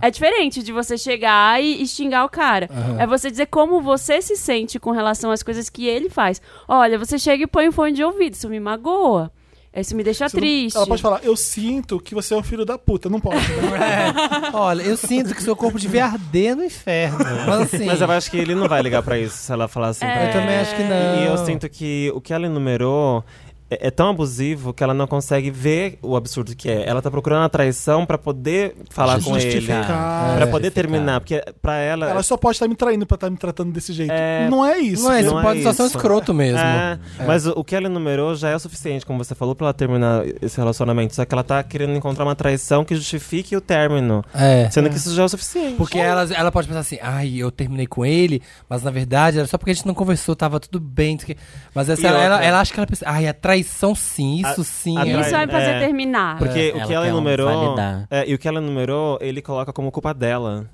C: É diferente de você chegar e, e xingar o cara. É você dizer como você se sente com relação às coisas que ele faz. Olha, você chega e põe um fone de ouvido, isso me magoa. Isso me deixa
A: Você não-
C: triste.
A: Ela pode falar, eu sinto que você é um filho da puta. Não pode. né?
B: É, Olha, eu sinto que seu corpo devia arder no inferno. Mas assim.
E: Mas eu acho que ele não vai ligar pra isso se ela falar assim pra
B: eu
E: ele.
B: também acho que não.
E: E eu sinto que o que ela enumerou é, é tão abusivo que ela não consegue ver o absurdo que é. Ela tá procurando a traição pra poder falar com ele. ah,
D: Justificar.
A: Cara,
E: Pra poder terminar, porque pra ela.
A: É. Ela só pode estar me traindo pra estar me tratando desse jeito.
E: É.
A: Não é isso.
B: Não é, isso
E: não é
B: pode só ser um
E: isso.
B: escroto mesmo.
E: É, Mas o, o que ela enumerou já é o suficiente, como você falou, pra ela terminar esse relacionamento. Só que ela tá querendo encontrar uma traição que justifique o término.
B: É.
E: Sendo que isso já é o suficiente.
B: Porque ela, ela pode pensar assim, ai, eu terminei com ele, mas na verdade era só porque a gente não conversou, tava tudo bem. não sei o quê. Mas essa,
E: E
B: ela,
E: outra-
B: ela, ela acha que ela pensa, ai, a traição sim, isso
E: né? A-
B: sim.
E: a
B: é-
C: Isso vai fazer
E: É.
C: terminar.
E: Porque
D: É,
E: o
D: ela
E: que ela
D: quer um
E: enumerou.
D: validar.
E: é, e o que ela enumerou, ele coloca como culpa dela.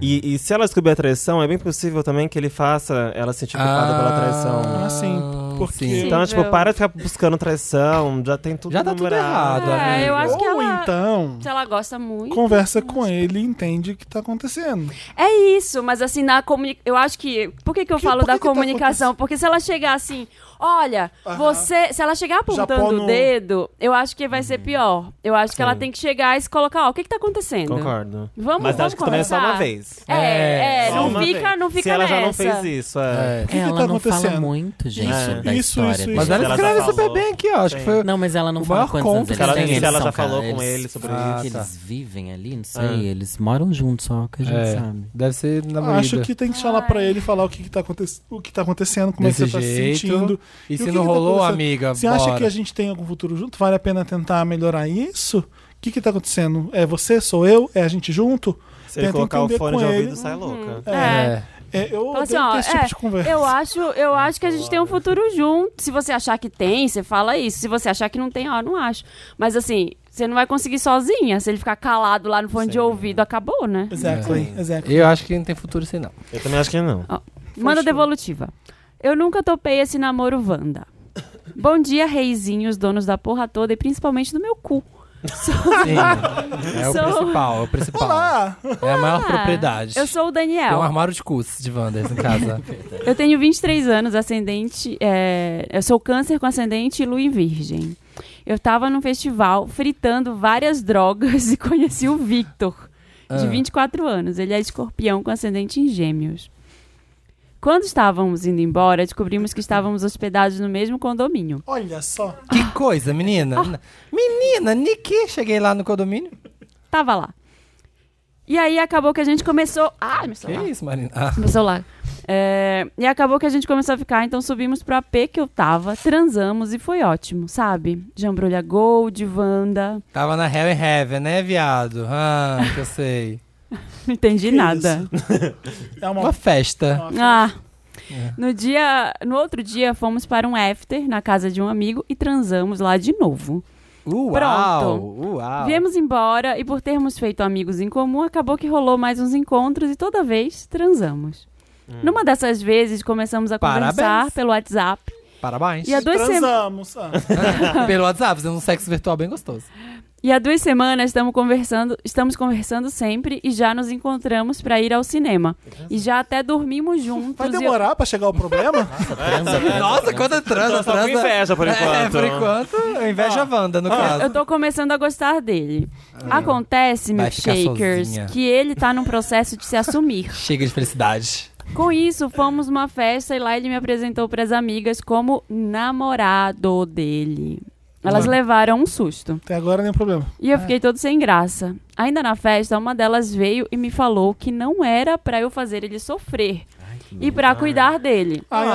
E: E, e se ela descobrir a traição, é bem possível também que ele faça ela se sentir culpada
B: Ah,
E: pela traição.
A: Ah, sim. Porque-
B: sim.
E: Então, tipo,
C: Possível.
E: para de ficar buscando traição, já tem tudo
B: Já tá tudo
E: numerado.
B: errado, né?
C: É,
B: amiga.
C: eu acho que
A: Ou
C: ela-
A: então,
C: Se ela gosta muito.
A: conversa com ele e entende o que tá acontecendo.
C: É isso, mas assim, na comuni... eu acho que. Por que, que eu
A: Que-
C: falo
A: por que
C: da
A: que tá
C: comunicação? Porque se ela chegar assim, olha, você. Se ela chegar apontando
A: põe
C: o
A: no-
C: dedo, eu acho que vai
E: Uhum.
C: ser pior. Eu acho que ela tem que chegar e se colocar, ó, o que, que tá acontecendo?
E: Concordo.
C: Vamos,
E: Mas
C: vamos
E: acho que também é só uma
C: conversar.
E: vez.
C: É, é,
E: Só
C: não
E: uma
C: fica,
E: vez.
C: não fica
E: Se ela
C: nessa.
E: já não fez isso, é.
A: que
D: ela
A: tá
D: não fala
A: acontecendo?
D: muito, gente,
A: Isso,
D: da
A: isso,
D: história
A: isso,
D: dele.
B: Mas
A: isso.
B: ela
E: Ela já
B: escreve super
E: falou.
B: bem aqui, ó. Acho que
E: Sim.
B: foi.
D: Não, mas ela não
B: O
D: fala
B: maior
D: quantos anos
B: conto
D: eles
B: que ela
D: têm,
B: tem,
E: se
D: eles
E: ela
D: são,
E: já
D: cara,
E: falou com
D: eles-
E: ele sobre
B: Ah,
D: que
B: tá.
D: eles vivem ali, não sei. Eles moram juntos só, que a gente
B: É,
D: sabe.
B: deve ser na
A: Acho que tem que falar pra ele e falar o que, que tá acontecendo, o que tá acontecendo, como é
B: Desse
A: que você
B: jeito.
A: tá se sentindo.
B: E,
A: E
B: se
A: o que
B: não
A: que tá
B: rolou,
A: acontecendo?
B: amiga,
A: Você
B: bora.
A: acha que a gente tem algum futuro junto? Vale a pena tentar melhorar isso? O que, que tá acontecendo? É você? Sou eu? É a gente junto?
E: Se ele
A: Tenta
E: colocar o
A: entender
E: fone
A: com
E: de
A: ele. Hum.
E: ouvido, sai louca.
C: É.
B: É.
A: É, eu
C: Fala
A: odeio
C: assim, ó,
A: ter esse tipo de conversa.
C: é, eu acho, eu acho que a gente tem um futuro junto. Se você achar que tem, você fala isso. Se você achar que não tem, ó, não acho. Mas assim, você não vai conseguir sozinha. Se ele ficar calado lá no fone de ouvido, acabou, né?
A: Exactly,
B: É.
A: exactly.
B: Eu acho que não tem futuro sem não.
E: Eu também acho que não.
C: Manda devolutiva. Eu nunca topei esse namoro Wanda. Bom dia, reizinhos, donos da porra toda e principalmente do meu cu.
B: Sim. É o
C: Sou-
B: principal, é o principal.
A: Olá!
B: É a maior
C: Ah,
B: propriedade.
C: Eu sou o
B: Tem um
C: Daniel.
B: armário de cursos de Wanders em casa.
C: Eu tenho 23 anos, ascendente. é, eu sou câncer com ascendente e lua em virgem. Eu tava num festival fritando várias drogas e conheci o Victor, de
B: Ah.
C: 24 anos. Ele é escorpião com ascendente em gêmeos. Quando estávamos indo embora, descobrimos que estávamos hospedados no mesmo condomínio.
A: Olha só.
B: que coisa, menina. Menina, Niki, cheguei lá no condomínio.
C: Tava lá. E aí acabou que a gente começou. Ai, meu
B: Que
C: celular.
B: isso, Marina? Ah,
C: Meu celular. É, e acabou que a gente começou a ficar, então subimos pro AP que eu tava, transamos e foi ótimo, sabe? Jambrulha Gold, Wanda,
B: tava na Hell and Heaven, né, viado? Ah, que eu sei.
C: não entendi nada.
A: É uma
B: Uma festa.
C: Ah. No dia, no outro dia fomos para um after na casa de um amigo e transamos lá de novo.
B: Uau! Uau!
C: Viemos embora e por termos feito amigos em comum, acabou que rolou mais uns encontros e toda vez transamos. Numa dessas vezes começamos a
B: Hum. Parabéns.
C: conversar pelo WhatsApp
B: Parabéns.
C: e há duas semanas
A: transamos. Ah,
B: Pelo WhatsApp, fazendo um sexo virtual bem gostoso.
C: E há duas semanas estamos conversando, estamos conversando sempre e já nos encontramos para ir ao cinema. E já até dormimos juntos.
A: vai
C: e eu-
A: demorar pra chegar o problema?
B: Nossa, quanta transa,
E: Tô Então, só com
B: transa.
E: inveja, por
B: É,
E: enquanto.
B: por enquanto, inveja Wanda, no
C: Eu,
B: caso.
C: tô começando a gostar dele. Acontece,
B: Ah. Vai
C: meus
B: ficar
C: shakers,
B: sozinha.
C: que ele tá num processo de se assumir.
B: Chega de felicidade.
C: Com isso, fomos numa festa e lá ele me apresentou pras amigas como namorado dele. Elas levaram um susto.
A: Até agora nenhum problema.
C: E
B: É.
C: eu fiquei todo sem graça. Ainda na festa, uma delas veio e me falou que não era pra eu fazer ele sofrer e pra cuidar dele.
A: Ai,
B: Ah.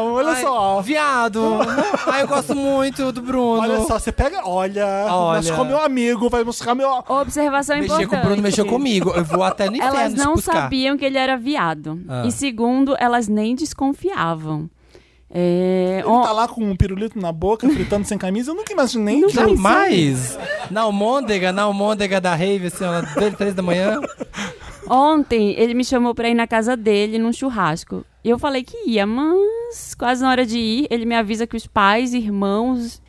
A: amigão, olha
B: Ai,
A: só.
B: Viado! Ai, eu gosto muito do Bruno.
A: Olha só, você pega. Olha,
B: Olha.
A: machucou meu amigo, vai machucar meu.
C: Observação
B: Mexer
C: Tá importante.
B: com o Bruno, mexeu comigo. Eu vou até no inferno
C: Elas
B: te
C: não
B: buscar.
C: sabiam que ele era viado.
B: Ah.
C: E segundo, elas nem desconfiavam. É,
A: Ele
C: on-
A: tá lá com um pirulito na boca, fritando sem camisa. Eu nunca imaginei. que-
B: Jamais! Na almôndega, na almôndega da Rave, assim, ó, três- três da manhã.
C: Ontem ele me chamou pra ir na casa dele num churrasco. E eu falei que ia, mas quase na hora de ir, ele me avisa que os pais, irmãos.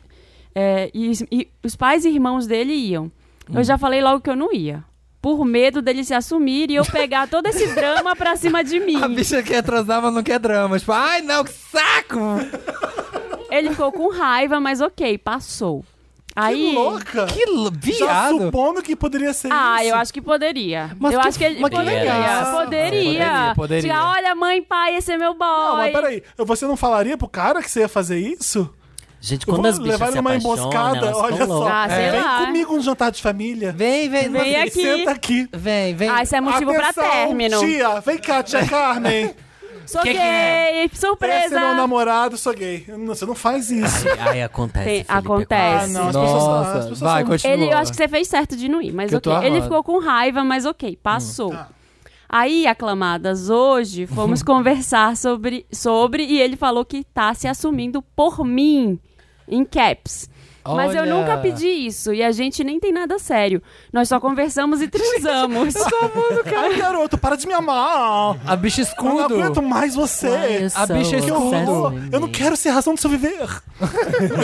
C: é, e, e os pais e irmãos dele iam. Eu já falei logo que eu não ia. Por medo dele se assumir e eu pegar todo esse drama pra cima de mim.
B: A bicha quer transar, mas não quer drama. Tipo, ai não, que saco!
C: Ele ficou com raiva, mas ok, passou. Aí.
A: Que louca!
B: Que l-
A: Já
B: viado!
A: supondo que poderia ser
C: Ah,
A: isso.
C: eu acho que poderia.
B: Mas
C: eu
B: que-
C: acho que ele
B: mas que
C: poderia.
B: legal. Poderia,
C: Poderia.
B: poderia.
C: Diga, olha, mãe, pai, esse é meu boy.
A: Não, mas peraí, você não falaria pro cara que você ia fazer isso?
D: Gente,
A: Eu
D: quando
A: vou
D: as bichas
A: levar
D: se
A: numa
D: apaixonam,
A: emboscada,
D: elas
A: olha
D: ficam
A: só.
D: loucas.
C: Ah, sei
A: Vem
C: lá.
A: comigo um jantar de família.
B: Vem,
C: Vem
B: vem, vem.
C: aqui.
A: Senta aqui.
B: Vem, vem.
C: Ah, isso é motivo
A: Atenção,
C: pra término.
A: Tia, vem cá, tia Carmen.
C: Sou
B: Que que
C: gay,
A: Esse
C: surpresa.
A: é meu namorado, sou gay. Não, você não faz isso.
D: Ai, ai, acontece.
C: Tem-
D: É, Felipe,
C: acontece.
A: Ah, não, as pessoas-
B: Nossa,
A: as pessoas
B: vai,
A: são-
B: continua.
C: Ele, eu acho que você fez certo de não ir, mas
B: Que eu tô
C: ok. Ele
B: armado.
C: ficou com raiva, mas
A: Hum.
C: ok, passou.
A: Tá.
C: Aí, aclamadas hoje, fomos conversar sobre, sobre e ele falou que tá se assumindo por mim, em caps. Mas eu
B: Olha.
C: nunca pedi isso. E a gente nem tem nada sério. Nós só conversamos e transamos.
A: Ai, garoto, para de me amar.
B: A bicha
A: Eu não
B: escudo.
A: aguento mais você.
B: A bicha é
A: Que horror. Eu não quero ser razão do seu viver.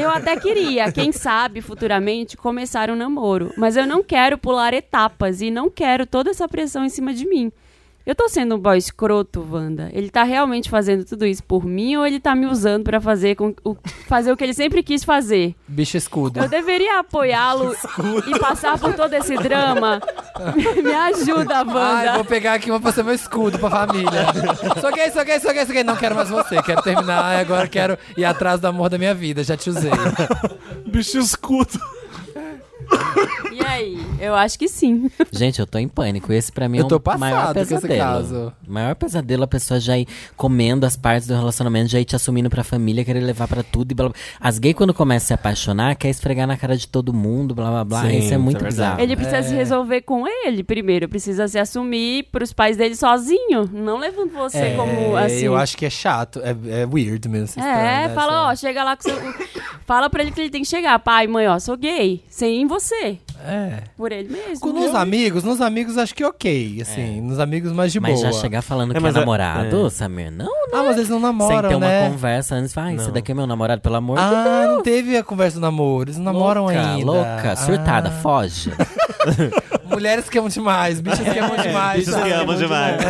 C: Eu até queria, quem sabe, futuramente, começar um namoro. Mas eu não quero pular etapas e não quero toda essa pressão em cima de mim. Eu tô sendo um boy escroto, Wanda. Ele tá realmente fazendo tudo isso por mim ou ele tá me usando pra fazer, com, o, fazer o que ele sempre quis fazer?
B: Bicha escudo.
C: Eu deveria apoiá-lo e passar por todo esse drama? Me ajuda,
B: Ai,
C: Wanda.
B: vou pegar aqui uma pra ser meu escudo pra família. Só que é só que só que só que não quero mais você. Quero terminar, agora quero ir atrás do amor da minha vida. Já te usei. é
A: Bicho escudo.
C: E aí? Eu acho que sim.
D: Gente, eu tô em pânico. Esse pra mim
B: Eu tô
D: é o maior
B: passado com esse
D: pesadelo.
B: caso.
D: Maior pesadelo a pessoa já ir comendo as partes do relacionamento, já ir te assumindo pra família, querer levar pra tudo e blá blá. As gays, quando começam a se apaixonar, quer esfregar na cara de todo mundo, blá blá blá.
E: Sim,
D: Isso é muito
E: isso é verdade.
D: bizarro.
B: Ah,
C: Ele precisa se resolver com ele primeiro. Precisa se assumir pros pais dele sozinho. Não levando você como
B: É,
C: assim.
B: Eu acho né, que é chato. É, é weird mesmo.
C: É,
B: Assim,
C: fala, ó, chega lá com seu. fala pra ele que ele tem que chegar. Pai, mãe, ó, sou gay. Sem em você.
B: ó. É.
C: Por ele mesmo.
B: Com- Nos amigos, nos amigos acho que ok, assim. Nos amigos mais de
D: Mas
B: boa.
D: já chegar falando
E: É,
D: que é
E: mas é-
D: namorado,
E: é.
D: Samir, não, né?
B: Ah, mas eles não namoram,
D: Sem ter uma
B: né?
D: conversa antes, vai, esse daqui é meu namorado, pelo amor de Deus.
B: Ah, não teve a conversa do namoro. Eles não namoram
D: louca,
B: ainda.
D: Louca, surtada, foge.
B: Ah, mulheres que amam demais, bichos que amam demais.
E: Bichos que
B: sabe?
E: amam demais.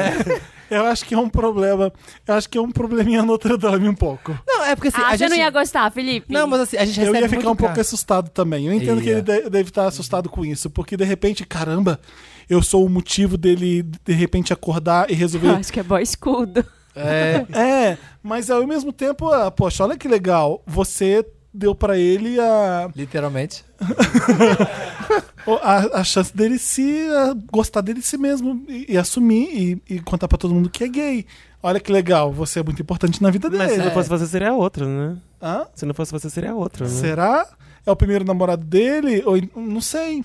A: Eu acho que é um problema. Eu acho que é um probleminha Notre Dame um pouco.
B: Não, é porque assim.
C: Ah,
B: a
C: você
B: gente...
C: não ia gostar, Felipe?
B: Não, mas assim, a gente
A: Eu
B: recebe
A: ia ficar
B: muito
A: um pouco
B: ca-
A: assustado também. Eu entendo que
B: Ia.
A: ele de- deve estar assustado com isso, porque de repente, caramba, eu sou o motivo dele de repente acordar e
C: Eu
A: resolver.
C: acho que é boy escudo.
B: É,
A: É, mas ao mesmo tempo, ah, poxa, olha que legal. Você deu pra ele a,
B: literalmente.
A: o- a, a chance dele se ah, gostar dele si mesmo e, e assumir e, e contar pra todo mundo que é gay. Olha que legal, você é muito importante na vida
E: Mas é. se
A: dele.
E: não fosse você, seria outro, né?
A: Hã?
E: Se não fosse você, seria outro, né?
A: Será? É o primeiro namorado dele? Ou, não sei.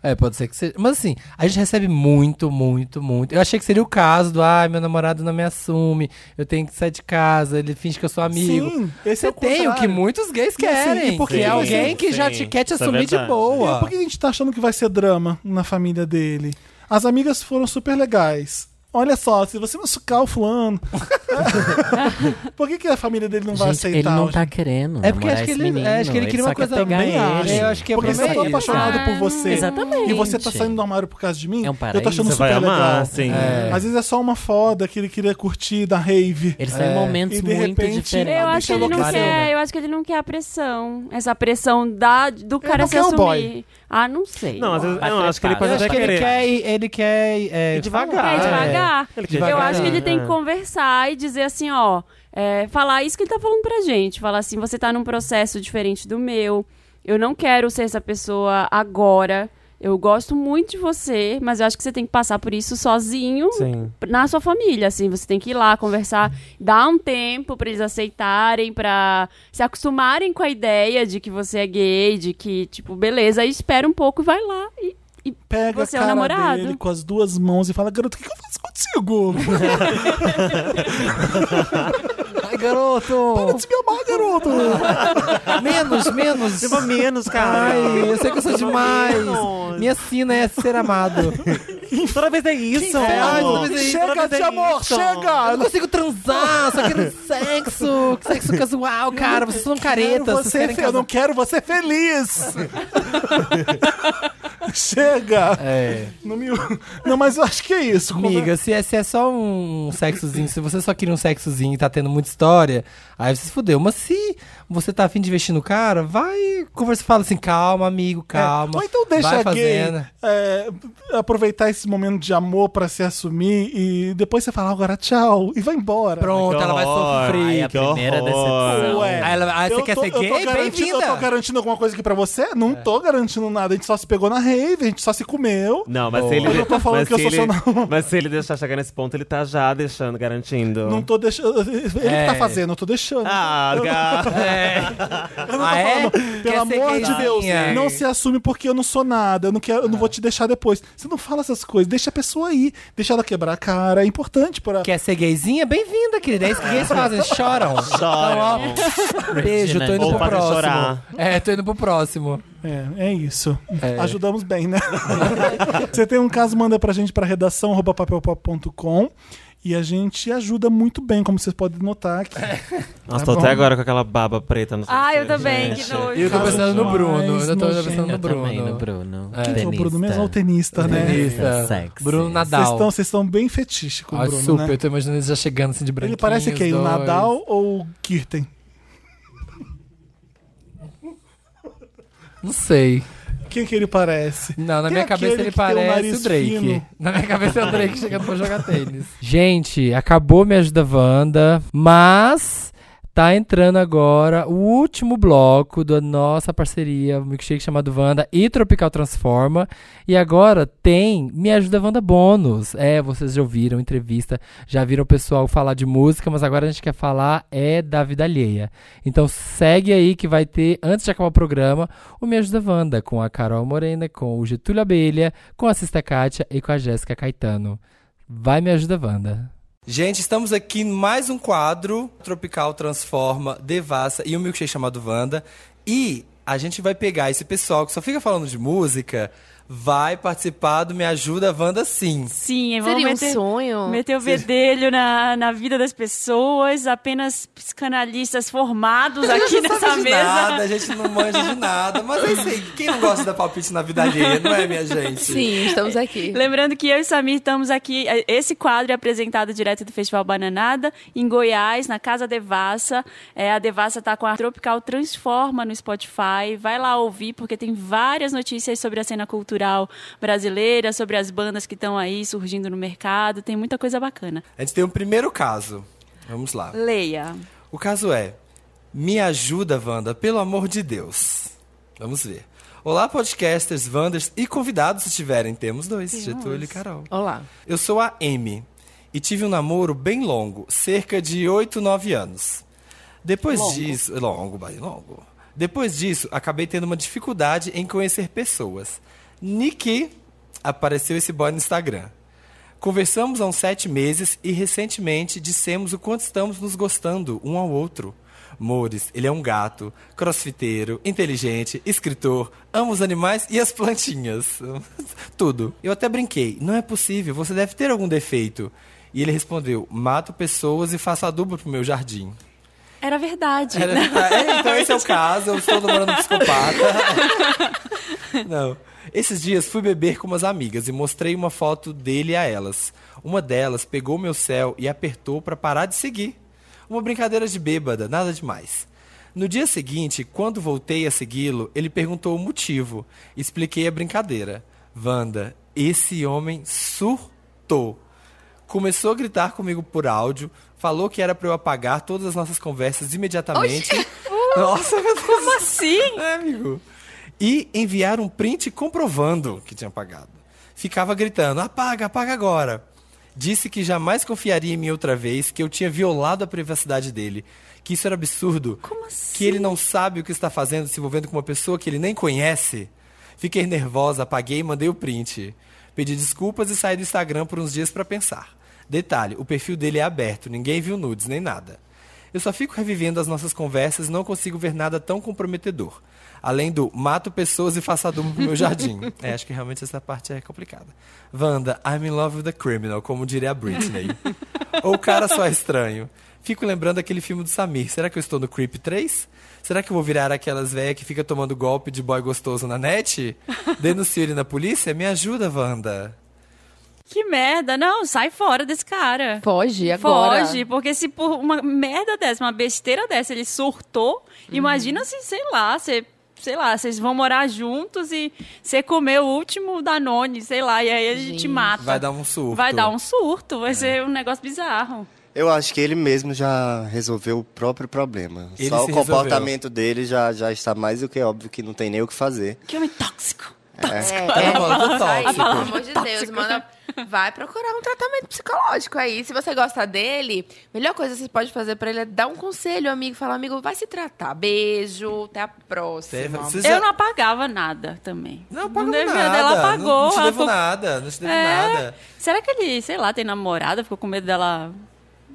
B: É, pode ser que seja. Mas assim, a gente recebe muito, muito, muito. Eu achei que seria o caso do, ai, meu namorado não me assume, eu tenho que sair de casa, ele finge que eu sou amigo.
A: Sim, esse
B: Você
A: é o
B: tem o que
A: contrário.
B: muitos gays
A: E assim,
B: querem.
A: e por que
B: que é
A: que
B: alguém
A: você-
B: que já
E: Sim,
B: te quer te
E: isso é
B: assumir de
E: verdade.
A: E
B: boa.
A: por que a gente tá achando que vai ser drama na família dele? As amigas foram super legais. Olha só, se você machucar o fulano. por que, que a família dele não vai
D: Gente,
A: aceitar?
D: ele não
A: hoje?
D: tá querendo.
B: É porque
D: namorar
B: acho que
D: esse
B: ele-
D: menino.
B: é, acho que ele queria
D: só
B: uma
D: quer
B: coisa-
D: pegar
A: Também
D: ele.
A: acho.
B: Eu acho que é
A: Porque
B: pra
A: eu tô
B: isso.
A: apaixonado
C: Ah,
A: por você.
D: exatamente.
A: E você tá saindo do armário por causa de mim?
D: É um
A: eu tô
D: paraíso.
A: achando
E: Você
A: super
E: vai
A: legal.
E: amar, sim.
B: É.
A: Às vezes é só uma foda que ele queria curtir da rave.
D: Eles estão em momentos
A: É, E de
D: muito
A: repente-
B: É,
D: diferentes.
C: Eu
A: bicho
C: acho que ele não
A: enlouqueceu,
C: quer,
B: né?
C: eu acho que ele não quer a pressão. Essa pressão da, do cara
A: não
C: se
A: quer o
C: assumir.
A: boy.
C: Ah, não sei.
E: Não, às vezes,
D: Vai
E: não, acho que ele pode
B: Eu
D: preparado.
E: até
B: acho que ele
E: querer.
B: quer ir, ele quer ir, é,
A: tipo,
E: E devagar.
C: É,
B: falar,
C: devagar.
E: Ele
B: Devagar,
C: Eu acho que ele
E: é.
C: tem que conversar e dizer assim, ó, é, falar isso que ele tá falando pra gente. Falar assim, você tá num processo diferente do meu. Eu não quero ser essa pessoa agora. Eu gosto muito de você, mas eu acho que você tem que passar por isso sozinho
E: Sim.
C: na sua família, assim, você tem que ir lá conversar, dar um tempo pra eles aceitarem, pra se acostumarem com a ideia de que você é gay, de que, tipo, beleza, aí espera um pouco e vai lá e
A: Pega
C: Você é
A: a
C: o
A: cara
C: namorado?
A: dele com as duas mãos e fala, garoto, o que, que eu faço contigo?
B: Ai, garoto!
A: Para de me amar, garoto!
B: menos, menos!
E: Leva Tipo, "Ah, menos, cara. Tipo,
B: Ai, eu sei que eu sou é demais!
E: menos.
B: Minha sina é ser amado.
E: Toda vez é isso.
B: É, ai, toda vez é isso.
A: Então, chega de amor,
B: Eu
A: chega!
B: não consigo transar, só quero sexo, sexo casual, cara. Vocês são caretas,
A: Quero
B: vocês
A: você
B: querem
A: fe- eu não
B: casar.
A: quero você feliz! Chega!
B: É.
A: Não, me... não, mas eu acho que é isso.
B: Amiga, se é, se é só um sexozinho, se você só queria um sexozinho e tá tendo muita história, aí você se fudeu. Mas se você tá afim de investir no cara, vai, conversa, fala assim, calma, amigo, calma.
A: Ou então deixa
B: vai
A: a gay
B: fazendo.
A: é, aproveitar esse momento de amor pra se assumir e depois você fala agora tchau e vai embora.
B: Pronto, ela vai
D: Ai, a
B: sofrer.
D: primeira decepção.
A: Ué,
B: Aí ela- aí você
A: eu
B: quer
A: tô-
B: ser
A: eu tô
B: gay?
A: garantindo-
B: Bem-vinda. É.
A: Eu tô garantindo alguma coisa aqui pra você? Não tô garantindo nada, a gente só se pegou na rave. teve, a gente só se comeu.
E: Não, mas se ele.
A: Eu não tô falando
E: mas
A: que eu
E: se
A: sou
E: ele-
A: seu namorado.
E: Mas se ele deixar chegar nesse ponto, ele tá já deixando, garantindo.
A: Não tô deixando. Ele
B: É.
A: que tá fazendo, eu tô deixando.
E: Ah, gato.
B: É. Ah, é?
A: Pelo
B: Quer ser
A: amor de Deus,
B: gayzinha? Ah.
A: não se assume porque eu não sou nada, eu não quero, eu não vou te deixar depois. Você não fala essas coisas, deixa a pessoa aí, deixa ela quebrar a cara, é importante para
B: Quer ser gayzinha? Bem-vinda, querida. É isso que gays fazem, eles choram. Então,
E: Choram.
B: ó, beijo, tô indo
E: Ou
B: pro
E: fazem
B: próximo.
E: chorar.
B: É, tô indo pro próximo.
A: É, é isso.
B: É.
A: Ajudamos bem, né? Você tem um caso, manda pra gente pra redação arroba papelpop.com e a gente ajuda muito bem, como vocês podem notar aqui.
E: Nossa, tô
A: bom.
E: até agora com aquela baba preta no
C: Ah, eu também, que
B: Tá E eu
C: nojo.
B: tô pensando no
A: Caso
B: Bruno.
A: mais
B: Eu tô
A: nojento.
B: pensando no
D: Eu também, no
B: Bruno.
D: Bruno.
B: É. Quem
A: Que é o Bruno mesmo é o
D: Tenista.
A: tenista, né?
D: Tenista.
B: Tenista.
D: Sexy.
B: Bruno
A: Vocês estão-
B: Nadal.
A: Vocês estão bem fetiche com o
B: Ah,
A: Bruno,
B: super,
A: né?
B: eu tô imaginando eles já chegando assim de branquinho.
A: Ele parece quem? O Nadal ou o Kirten?
B: Não sei.
A: Quem que ele parece?
B: Não, na
A: Tem
B: minha cabeça
A: é aquele
B: ele
A: que tem o
B: parece o,
A: nariz
B: Drake.
A: fino.
B: Na minha cabeça é o Drake chegando pra jogar tênis. Gente, acabou Me Ajuda Wanda, mas tá entrando agora o último bloco da nossa parceria, o milkshake chamado Wanda e Tropical Transforma. E agora tem Me Ajuda Wanda bônus. É, vocês já ouviram entrevista, já viram o pessoal falar de música, mas agora a gente quer falar é da vida alheia. Então segue aí que vai ter, antes de acabar o programa, o Me Ajuda Wanda, com a Carol Morena, com o Getúlio Abelha, com a Sista Kátia e com a Jéssica Caetano. Vai Me Ajuda Wanda. Gente, estamos aqui em mais um quadro Tropical Transforma, Devassa e um milkshake chamado Wanda. E a gente vai pegar esse pessoal que só fica falando de música, vai participar do Me Ajuda Wanda sim.
C: Sim, e vamos
I: Seria um
C: meter,
I: sonho.
C: meter o bedelho na, na vida das pessoas, apenas psicanalistas formados aqui nessa
B: sabe de nada,
C: mesa.
B: a gente não manja de nada, mas é isso aí. Quem não gosta da palpite na vida alheia, não é, minha gente?
I: Sim, estamos aqui.
C: Lembrando que eu e Samir estamos aqui. Esse quadro é apresentado direto do Festival Bananada, em Goiás, na Casa Devassa. É, a Devassa tá com a Tropical Transforma no Spotify. Vai lá ouvir, porque tem várias notícias sobre a cena cultural brasileira, sobre as bandas que estão aí surgindo no mercado. Tem muita coisa bacana.
B: A gente tem um primeiro caso. Vamos lá.
C: Leia.
B: O caso é: Me ajuda, Wanda, pelo amor de Deus. Vamos ver. Olá, podcasters, Wanders e convidados, se tiverem. Temos dois, Getúlio e Carol.
I: Olá.
B: Eu sou a Amy e tive um namoro bem longo, cerca de 8, 9 anos. Depois disso. Longo, bem longo. Depois disso, acabei tendo uma dificuldade em conhecer pessoas. Nick apareceu esse boy no Instagram. Conversamos há uns sete meses e recentemente dissemos o quanto estamos nos gostando um ao outro. Mores, ele é um gato, crossfiteiro, inteligente, escritor, ama os animais e as plantinhas. Tudo. Eu até brinquei, não é possível, você deve ter algum defeito. E ele respondeu: mato pessoas e faço adubo pro meu jardim.
C: Era verdade.
B: Era- É, então esse é o caso, eu estou namorando um psicopata. Não. Esses dias fui beber com umas amigas e mostrei uma foto dele a elas. Uma delas pegou meu céu e apertou para parar de seguir. Uma brincadeira de bêbada, nada demais. No dia seguinte, quando voltei a segui-lo, ele perguntou o motivo. Expliquei a brincadeira. Wanda, esse homem surtou. Começou a gritar comigo por áudio, falou que era pra eu apagar todas as nossas conversas imediatamente. Nossa, meu Deus. Como
C: assim?
B: É, amigo. E enviar um print comprovando que tinha apagado. Ficava gritando: apaga, apaga agora. Disse que jamais confiaria em mim outra vez, que eu tinha violado a privacidade dele, que isso era absurdo.
C: Como assim?
B: Que ele não sabe o que está fazendo, se envolvendo com uma pessoa que ele nem conhece. Fiquei nervosa, apaguei e mandei o print. Pedi desculpas e saí do Instagram por uns dias pra pensar. Detalhe, o perfil dele é aberto, ninguém viu nudes nem nada. Eu só fico revivendo as nossas conversas e não consigo ver nada tão comprometedor. Além do mato pessoas e faço adubo pro meu jardim. é, acho que realmente essa parte é complicada. Wanda, I'm in love with the criminal, como diria a Britney. Ou o cara só é estranho. Fico lembrando aquele filme do Samir. Será que eu estou no Creep 3? Será que eu vou virar aquelas velhas que fica tomando golpe de boy gostoso na net? Denuncio ele na polícia? Me ajuda, Wanda.
C: Que merda. Não, sai fora desse cara.
I: Foge agora.
C: Foge, porque se por uma merda dessa, uma besteira dessa, ele surtou,
B: Uhum.
C: imagina se, sei lá, você. Sei lá, vocês vão morar juntos e você comer o último Danone, sei lá, e aí ele te mata.
B: Vai dar um surto.
C: Ah,
B: É.
C: Vai dar um surto, vai ser um negócio bizarro.
J: Eu acho que ele mesmo já resolveu o próprio problema.
B: Ele
J: Só
B: se
J: o comportamento dele já, já está mais do que óbvio que não tem nem o que fazer.
C: Que homem tóxico.
B: Tá na moda do
I: É. Aí,
B: tóxico.
I: pelo amor de Deus, manda. Vai procurar um tratamento psicológico aí. Se você gosta dele, a melhor coisa que você pode fazer pra ele é dar um conselho, amigo. Falar, amigo, vai se tratar. Beijo, até a próxima.
B: Você já-
C: Eu não apagava nada também.
B: Não, pagou
C: devia,
B: nada.
C: Ela apagou.
B: Não, não te
C: ela
B: devo
C: ficou-
B: nada, não te devo
C: É.
B: nada.
C: Será que ele, sei lá, tem namorada? Ficou com medo dela,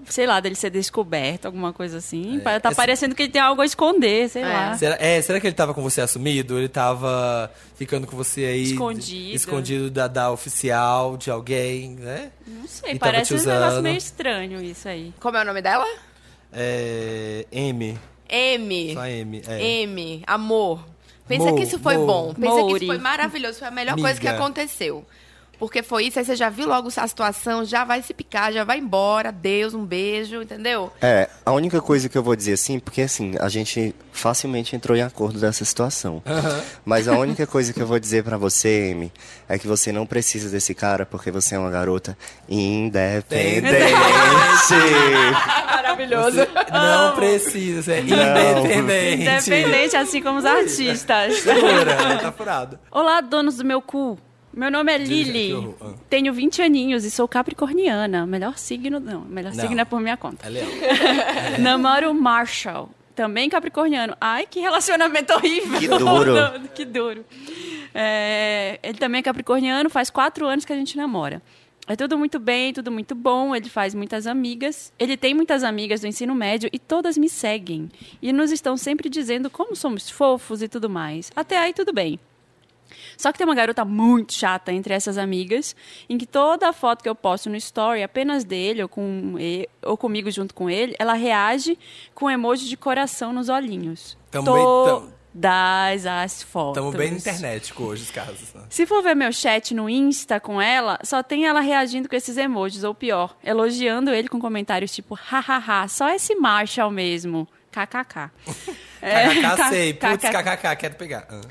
C: sei lá, dele ser descoberto, alguma coisa assim? Pa- Tá
B: É, esse-
C: parecendo que ele tem algo a esconder, sei lá.
B: Será, é, será que ele tava com você assumido? Ele tava ficando com você aí...
C: Escondido.
B: Escondido da, da oficial, de alguém, né?
C: Não sei,
B: E tava
C: parece
B: te
C: um negócio
B: usando.
C: meio estranho isso aí.
I: Como é o nome dela?
B: É... M.
I: M.
B: Só M. É.
I: M. Amor. Pensa
B: Mo-
I: que isso foi
B: Mo-
I: bom. Pensa que
C: Mouri.
I: isso foi maravilhoso. Foi a melhor
B: Miga.
I: coisa que aconteceu. Porque foi isso, aí você já viu logo a situação, já vai se picar, já vai embora. Deus, um beijo, entendeu?
J: É, a única coisa que eu vou dizer assim, porque assim, a gente facilmente entrou em acordo dessa situação. Mas a única coisa que eu vou dizer pra você, Amy, é que você não precisa desse cara porque você é uma garota independente.
C: Maravilhoso.
B: Você
C: Ah.
B: não precisa, você é independente.
C: Independente, assim como os artistas.
B: é. Segura, ela tá furada.
C: Olá, donos do meu cu. Meu nome é
B: que
C: Lili.
B: horror. Ah.
C: Tenho 20 aninhos e sou capricorniana. Melhor signo, não. Melhor
B: Não.
C: signo é por minha conta.
B: É leão.
J: É.
C: Namoro Marshall, também capricorniano. Ai, que relacionamento horrível.
J: Que duro.
C: que duro. É, ele também é capricorniano, faz quatro anos que a gente namora. É tudo muito bem, tudo muito bom. Ele faz muitas amigas. Ele tem muitas amigas do ensino médio e todas me seguem. E nos estão sempre dizendo como somos fofos e tudo mais. Até aí, tudo bem. Só que tem uma garota muito chata entre essas amigas, em que toda a foto que eu posto no story, apenas dele ou, com e- ou comigo junto com ele, ela reage com emoji de coração nos olhinhos.
B: Tamo bem-
C: Todas
B: tamo-
C: as fotos.
B: Tamo bem na internet com hoje os casos. né?
C: Se for ver meu chat no Insta com ela, só tem ela reagindo com esses emojis, ou pior, elogiando ele com comentários tipo, hahaha, só esse Marshall mesmo. KKK.
B: KKK, sei.
C: É, K-
B: Putz,
C: K-
B: KKK, quero pegar. Ah.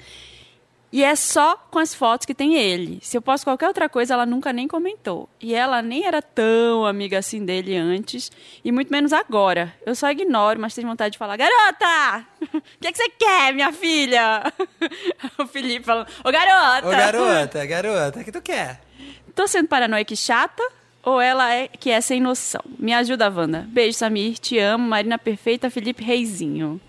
C: E é só com as fotos que tem ele. Se eu posto qualquer outra coisa, ela nunca nem comentou. E ela nem era tão amiga assim dele antes, e muito menos agora. Eu só ignoro, mas tenho vontade de falar: Garota! O que, é que você quer, minha filha? O Felipe falando: Ô garota!
B: Ô, garota, garota, o que tu quer?
C: Tô sendo paranoica e chata? Ou ela é que é sem noção? Me ajuda, Wanda. Beijo, Samir. Te amo. Marina Perfeita, Felipe Reizinho.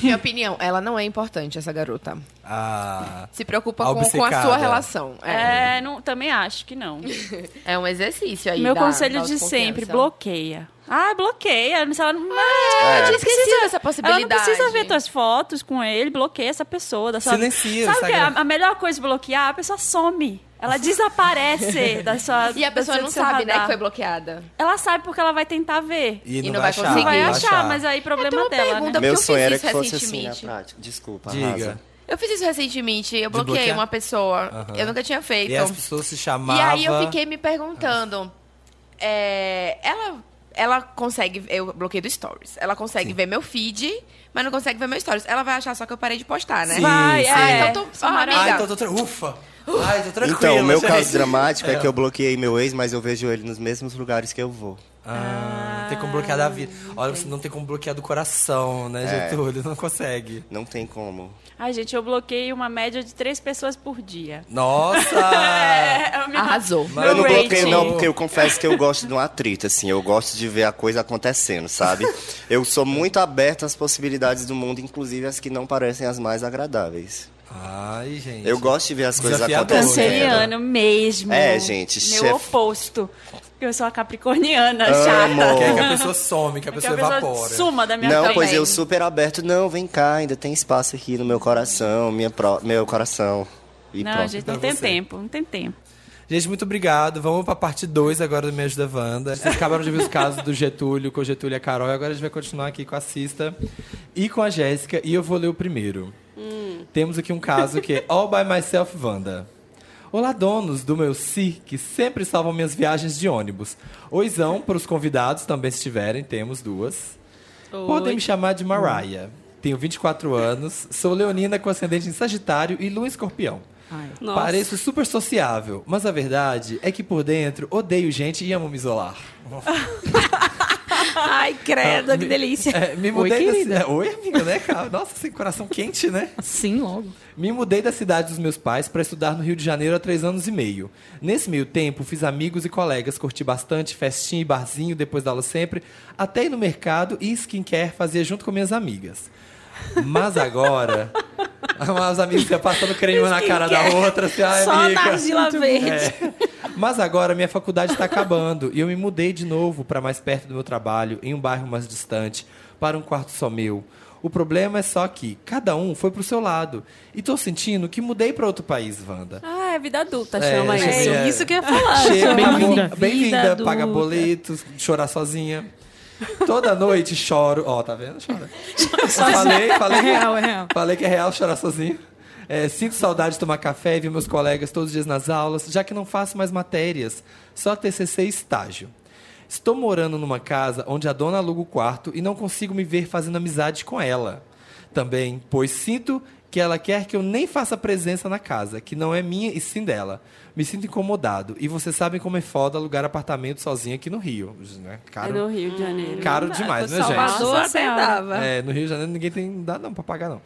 I: Minha opinião, ela não é importante, essa garota.
B: Ah.
I: Se preocupa
B: A
I: com, com a
B: obcecada.
I: sua relação. É,
C: É, não, também acho que não.
I: é. um exercício aí.
C: Meu
I: da-
C: conselho
I: da
C: de sempre,
I: autoconfiança.
C: bloqueia. Ah, bloqueia. Mas ela não,
B: É.
I: Eu tinha
C: não
I: esquecido essa
C: ela
I: possibilidade.
C: não precisa ver tuas fotos com ele, bloqueia essa pessoa. Da sua...
B: Silencia o
C: Sabe o que é a,
B: Instagram.
C: a melhor coisa de bloquear? A pessoa some. Ela desaparece da sua.
I: E a
C: da
I: pessoa
C: sua-
I: não
C: do seu
I: sabe, né,
C: radar.
I: que foi bloqueada.
C: Ela sabe porque ela vai tentar ver.
B: E não,
I: não
B: vai
I: vai
B: achar.
I: conseguir.
C: vai
I: Sim,
C: achar, mas aí problema
I: Eu tenho É, uma
C: dela,
I: pergunta.
C: né?
I: eu
J: Meu
I: fiz
J: sonho era
I: isso
J: que fosse assim na
I: recentemente.
J: prática. Desculpa,
B: Diga.
J: arrasa.
I: Eu fiz isso recentemente, eu bloqueei
B: bloquear?
I: uma pessoa.
B: Aham.
I: Eu nunca tinha feito.
B: E as pessoas se chamavam.
I: então. E aí eu fiquei me perguntando, é, ela, ela consegue, eu bloqueei do Stories, ela consegue ver meu feed, mas não consegue ver meu Stories. Ela vai achar só que eu parei de postar, né?
B: Sim,
C: Vai,
B: sim.
C: é.
I: Ah, então tô-
C: Sou
I: ah,
C: maravilhosa.
B: Ah,
I: amiga.
B: então tô tra... Ufa! Ai, tô tranquilo.
J: Então, o meu
B: gente.
J: caso dramático é. que eu bloqueei meu ex, mas eu vejo ele nos mesmos lugares que eu vou.
B: Ah, não tem como bloquear da vida. Olha, você não tem como bloquear do coração, né,
J: É.
B: Getúlio? Não consegue.
J: Não tem como.
C: Ai, gente, eu bloqueei uma média de três pessoas por dia.
B: Nossa!
C: É, o meu-
I: Arrasou.
B: Mas
J: eu não
C: Meu
J: bloqueio,
C: rating.
J: não, porque eu confesso que eu gosto de um atrito, assim. Eu gosto de ver a coisa acontecendo, sabe? Eu sou muito aberto às possibilidades do mundo, inclusive as que não parecem as mais agradáveis.
B: Ai, gente.
J: Eu gosto de ver as coisas
B: Desafiador.
J: acontecendo.
C: Canceriano mesmo.
J: É, gente,
C: Meu
J: chef-
C: oposto. Eu sou a capricorniana,
J: Amo.
C: chata.
B: Quer que a pessoa some, que a
C: Que
B: pessoa
C: a pessoa
B: evapora.
C: suma da minha
J: Não,
C: frente.
J: pois eu super aberto. Não, vem cá, ainda tem espaço aqui no meu coração, minha pró- meu coração. E
C: Não,
J: pronto.
C: gente, não
B: pra
C: tem
B: você.
C: tempo, não tem tempo.
B: Gente, muito obrigado. Vamos pra parte 2 agora do Me Ajuda Wanda. Vocês acabaram de ver os casos do Getúlio, com o Getúlio e a Carol. E agora a gente vai continuar aqui com a Cista e com a Jéssica. E eu vou ler o primeiro. Temos aqui um caso que é All By Myself Wanda. Olá, donos do meu Si, que sempre salvam minhas viagens de ônibus. Oizão para os convidados, também se tiverem, temos duas. Podem me chamar de Mariah. Tenho 24 anos, sou leonina com ascendente em Sagitário e Lua em Escorpião.
C: Nossa.
B: Pareço super sociável, mas a verdade é que por dentro odeio gente e amo me isolar.
K: Ai, credo, que delícia.
B: É, me mudei da cidade. Oi, amiga, né, cara? Nossa, sem coração quente, né?
L: Sim, logo.
B: Me mudei da cidade dos meus pais para estudar no Rio de Janeiro há três anos e meio. Nesse meio tempo, fiz amigos e colegas, curti bastante, festinha e barzinho, depois da aula sempre, até ir no mercado e skincare fazia junto com minhas amigas. Mas agora, as amigas ficam tá passando creme uma na cara da
L: Skincare.
B: outra, assim, ai,
L: Só na
B: amiga.
L: argila
B: Muito bom.
L: verde.
B: É. Mas agora minha faculdade está acabando e eu me mudei de novo para mais perto do meu trabalho, em um bairro mais distante, para um quarto só meu. O problema é só que cada um foi pro seu lado. E tô sentindo que mudei para outro país, Wanda.
M: Ah, é vida adulta,
B: É,
M: chama
B: gente,
M: isso.
B: é.
L: isso que eu ia falar,
B: Che-
L: chama
B: Bem-vinda,
L: vida
B: bem-vinda,
L: adulta.
B: paga boletos, chorar sozinha. Toda noite choro. Ó, tá vendo? Chora.
L: sozinha.
B: falei, falei.
L: É real, é real.
B: Falei que é real chorar sozinho. É, sinto saudade de tomar café e ver meus colegas todos os dias nas aulas, já que não faço mais matérias, só TCC e estágio. Estou morando numa casa onde a dona aluga o quarto e não consigo me ver fazendo amizade com ela. Também, pois sinto que ela quer que eu nem faça presença na casa, que não é minha e sim dela. Me sinto incomodado. E vocês sabem como é foda alugar apartamento sozinho aqui no Rio. Né? Caro,
M: É no Rio de Janeiro.
B: Caro demais, né, gente?
M: Salvador aceitava.
I: Tá?
B: É, no Rio de Janeiro ninguém tem dá não pra pagar não.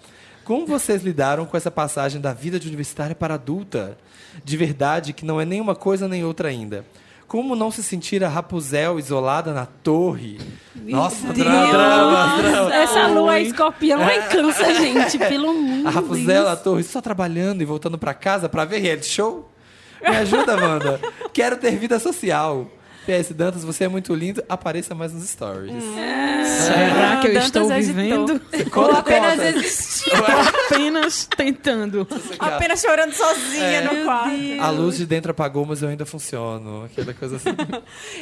B: Como vocês lidaram com essa passagem da vida de universitária para adulta? De verdade que não é nenhuma coisa nem outra ainda. Como não se sentir a Rapuzel isolada na torre? Nossa, drama, drama, drama.
L: Essa lua é escorpião é cansa, gente. Pelo amor
B: A
L: de
B: Rapuzel, a
L: Deus.
B: torre, só trabalhando e voltando pra casa pra ver reality show? Me ajuda, Wanda. Quero ter vida social. PS Dantas, você é muito lindo. Apareça mais nos stories.
C: É,
L: Será que eu
B: Dantas
L: estou
B: agitou.
L: vivendo?
B: Conta,
L: Ou apenas
B: conta.
L: existindo? apenas tentando.
B: Apenas
L: chorando sozinha
B: É. no
L: quarto.
B: A luz de dentro apagou, mas eu ainda funciono. Aquela coisa assim.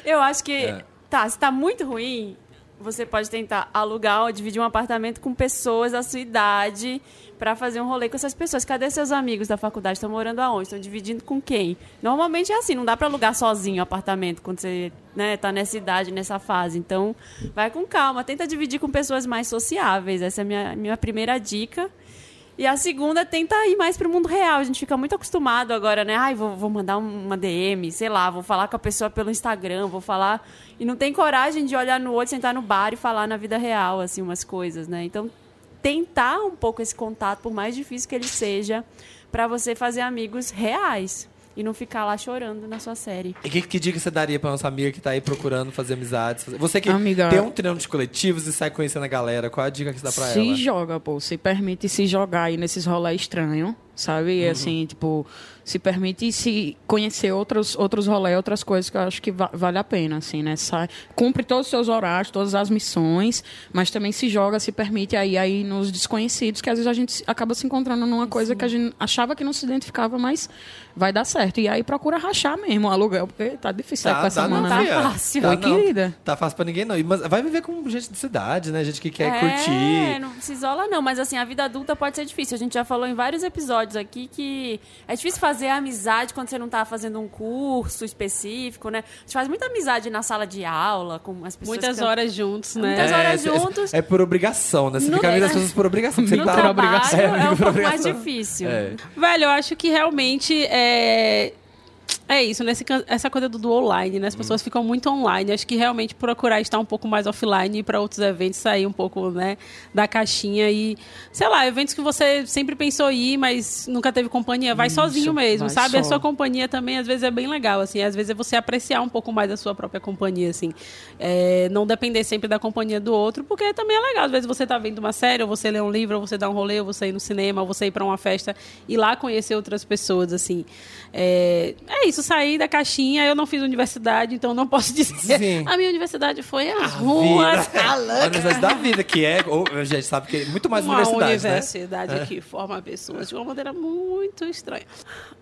C: Eu acho que.
B: É.
C: Tá, se tá muito ruim, você pode tentar alugar ou dividir um apartamento com pessoas da sua idade pra fazer um rolê com essas pessoas. Cadê seus amigos da faculdade? Estão morando aonde? Estão dividindo com quem? Normalmente é assim, não dá pra alugar sozinho apartamento quando você né, tá nessa idade, nessa fase. Então, vai com calma, tenta dividir com pessoas mais sociáveis. Essa é a minha, minha primeira dica. E a segunda tenta ir mais pro mundo real. A gente fica muito acostumado agora, né? Ai, vou, vou mandar uma DM, sei lá, vou falar com a pessoa pelo Instagram, vou falar. E não tem coragem de olhar no outro, sentar no bar e falar na vida real, assim, umas coisas, né? Então, tentar um pouco esse contato, por mais difícil que ele seja, pra você fazer amigos reais. E não ficar lá chorando na sua série.
B: E que, que dica você daria pra nossa amiga que tá aí procurando fazer amizades? fazer- Você que
L: Amiga.
B: tem um treino de coletivos e sai conhecendo a galera, qual a dica que você dá pra
L: se
B: ela?
L: joga, pô. Se permite se jogar aí nesses rolê estranho, sabe? E Assim, tipo, se permite se conhecer outros, outros rolê, outras coisas que eu acho que va- vale a pena, assim, né? Sai, cumpre todos os seus horários, todas as missões, mas também se joga, se permite aí, aí nos desconhecidos, que às vezes a gente se- acaba se encontrando numa coisa que a gente achava que não se identificava, mas vai dar certo. E aí procura rachar mesmo o aluguel, porque tá difícil aí com essa mana, né? Oi,
B: não.
L: querida.
B: Tá fácil pra ninguém, não. E- Mas vai viver com gente de cidade, né? Gente que quer
C: é,
B: curtir.
C: não se isola não, mas assim, a vida adulta pode ser difícil. A gente já falou em vários episódios aqui que é difícil fazer amizade quando você não tá fazendo um curso específico, né? A gente faz muita amizade na sala de aula, com as pessoas.
L: Muitas
C: que-
L: horas juntos, né?
C: Muitas horas
B: é-
C: juntos.
B: É, por obrigação, né? Você
L: No-
B: fica amigo das pessoas por obrigação. porque
L: No
B: você tá...
L: trabalho é um
B: amigo por
L: pouco mais
B: obrigação.
C: difícil.
B: É.
L: Velho, eu acho que realmente é. É isso, nesse, can- essa coisa do, do online, né? As pessoas ficam muito online. Acho que realmente procurar estar um pouco mais offline e ir para outros eventos, sair um pouco, né, da caixinha e, sei lá, eventos que você sempre pensou ir, mas nunca teve companhia, vai
C: Isso,
L: sozinho mesmo,
C: vai
L: sabe? A
C: só.
L: sua companhia também às vezes é bem legal, assim, às vezes é você apreciar um pouco mais a sua própria companhia, assim. É, não depender sempre da companhia do outro, porque também é legal. Às vezes você tá vendo uma série, ou você lê um livro, ou você dá um rolê, ou você ir no cinema, ou você ir para uma festa e lá conhecer outras pessoas, assim. É, é isso, sair da caixinha. Eu não fiz universidade, então não posso dizer.
B: Sim.
L: A minha tá universidade foi as
A: Ah.
L: ruas,
B: Vida.
L: a
B: A universidade da vida, que é. Ou, a gente sabe que é muito mais
L: uma
B: universidade.
L: universidade
B: né? É.
L: que forma pessoas de uma maneira muito estranha.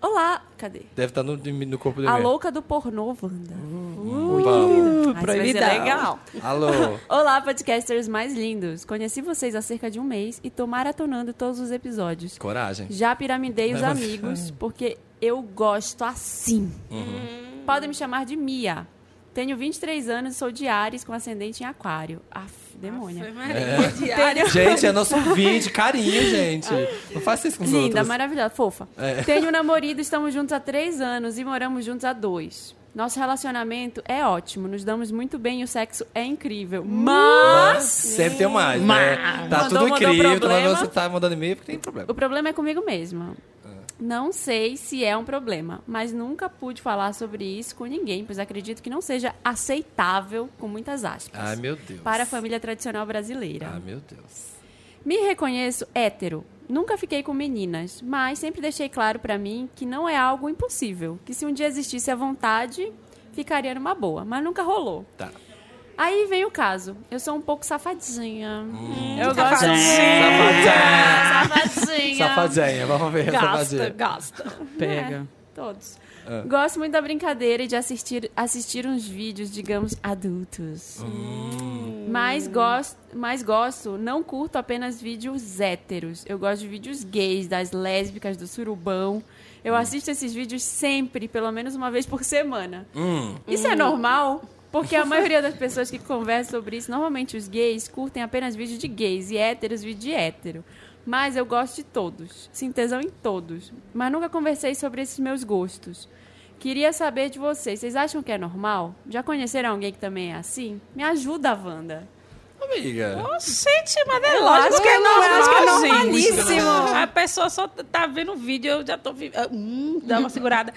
C: Olá, cadê?
B: Deve estar no, no corpo do
C: A
B: e-mail.
C: louca do pornô, Wanda. Uh,
B: Vamos.
C: Ai, isso vai ser
L: proibidão.
C: legal.
B: Alô.
C: Olá, podcasters mais lindos. Conheci vocês há cerca de um mês e tô maratonando todos os episódios.
B: Coragem.
C: Já piramidei os
B: Nossa.
C: amigos, porque eu gosto assim.
B: Uhum.
C: Podem me chamar de Mia. Tenho 23 anos, sou de Ares com ascendente em aquário. Aff, demônio.
B: É. Gente, é nosso vídeo, carinho, gente. Não faça isso com os
C: Linda,
B: outros.
C: maravilhosa, fofa.
B: É.
C: Tenho um namorado, estamos juntos há três anos e moramos juntos há dois. Nosso relacionamento é ótimo, nos damos muito bem e o sexo é incrível. Mas.
B: Sempre tem mais. Né?
C: Mas-
B: Tá
C: Mandou,
B: tudo
C: mandou
B: incrível, tá,
C: problema.
B: mandando- você tá mandando e-mail porque tem problema.
C: O problema é comigo mesma.
B: É.
C: Não sei se é um problema, mas nunca pude falar sobre isso com ninguém, pois acredito que não seja aceitável, com muitas aspas,
B: Ai, meu Deus.
C: para a família tradicional brasileira.
B: Ai, meu Deus.
C: Me reconheço hétero. Nunca fiquei com meninas, mas sempre deixei claro pra mim que não é algo impossível, que se um dia existisse a vontade, ficaria numa boa, mas nunca rolou.
B: Tá.
C: Aí vem o caso. Eu sou um pouco safadinha.
B: Hum.
N: Eu
C: Safadinha.
N: gosto.
B: Safadinha.
C: Safadinha.
B: Safadinha, vamos ver a
C: É. Gasta,
B: safadinha.
C: gasta.
B: Pega.
C: É, todos.
B: Ah.
C: Gosto muito da brincadeira e de assistir, assistir uns vídeos, digamos, adultos. Mas, gosto, mas gosto, não curto apenas vídeos héteros. Eu gosto de vídeos gays, das lésbicas, do surubão. Eu assisto esses vídeos sempre, pelo menos uma vez por semana. Isso é normal? Porque a maioria das pessoas que conversam sobre isso, normalmente os gays curtem apenas vídeo de gays e héteros vídeo de hétero. Mas eu gosto de todos, sinto tesão em todos. Mas nunca conversei sobre esses meus gostos. Queria saber de vocês, vocês acham que é normal? Já conheceram alguém que também é assim? Me ajuda, Wanda.
B: Amiga.
L: Gente, mas é
C: Eu
L: lógico
C: acho que
L: que é
C: é
L: normal.
C: lógico, é
L: gente.
C: normalíssimo.
L: A pessoa só tá vendo o vídeo, eu já tô... vi- ah, Hum, dá uma segurada.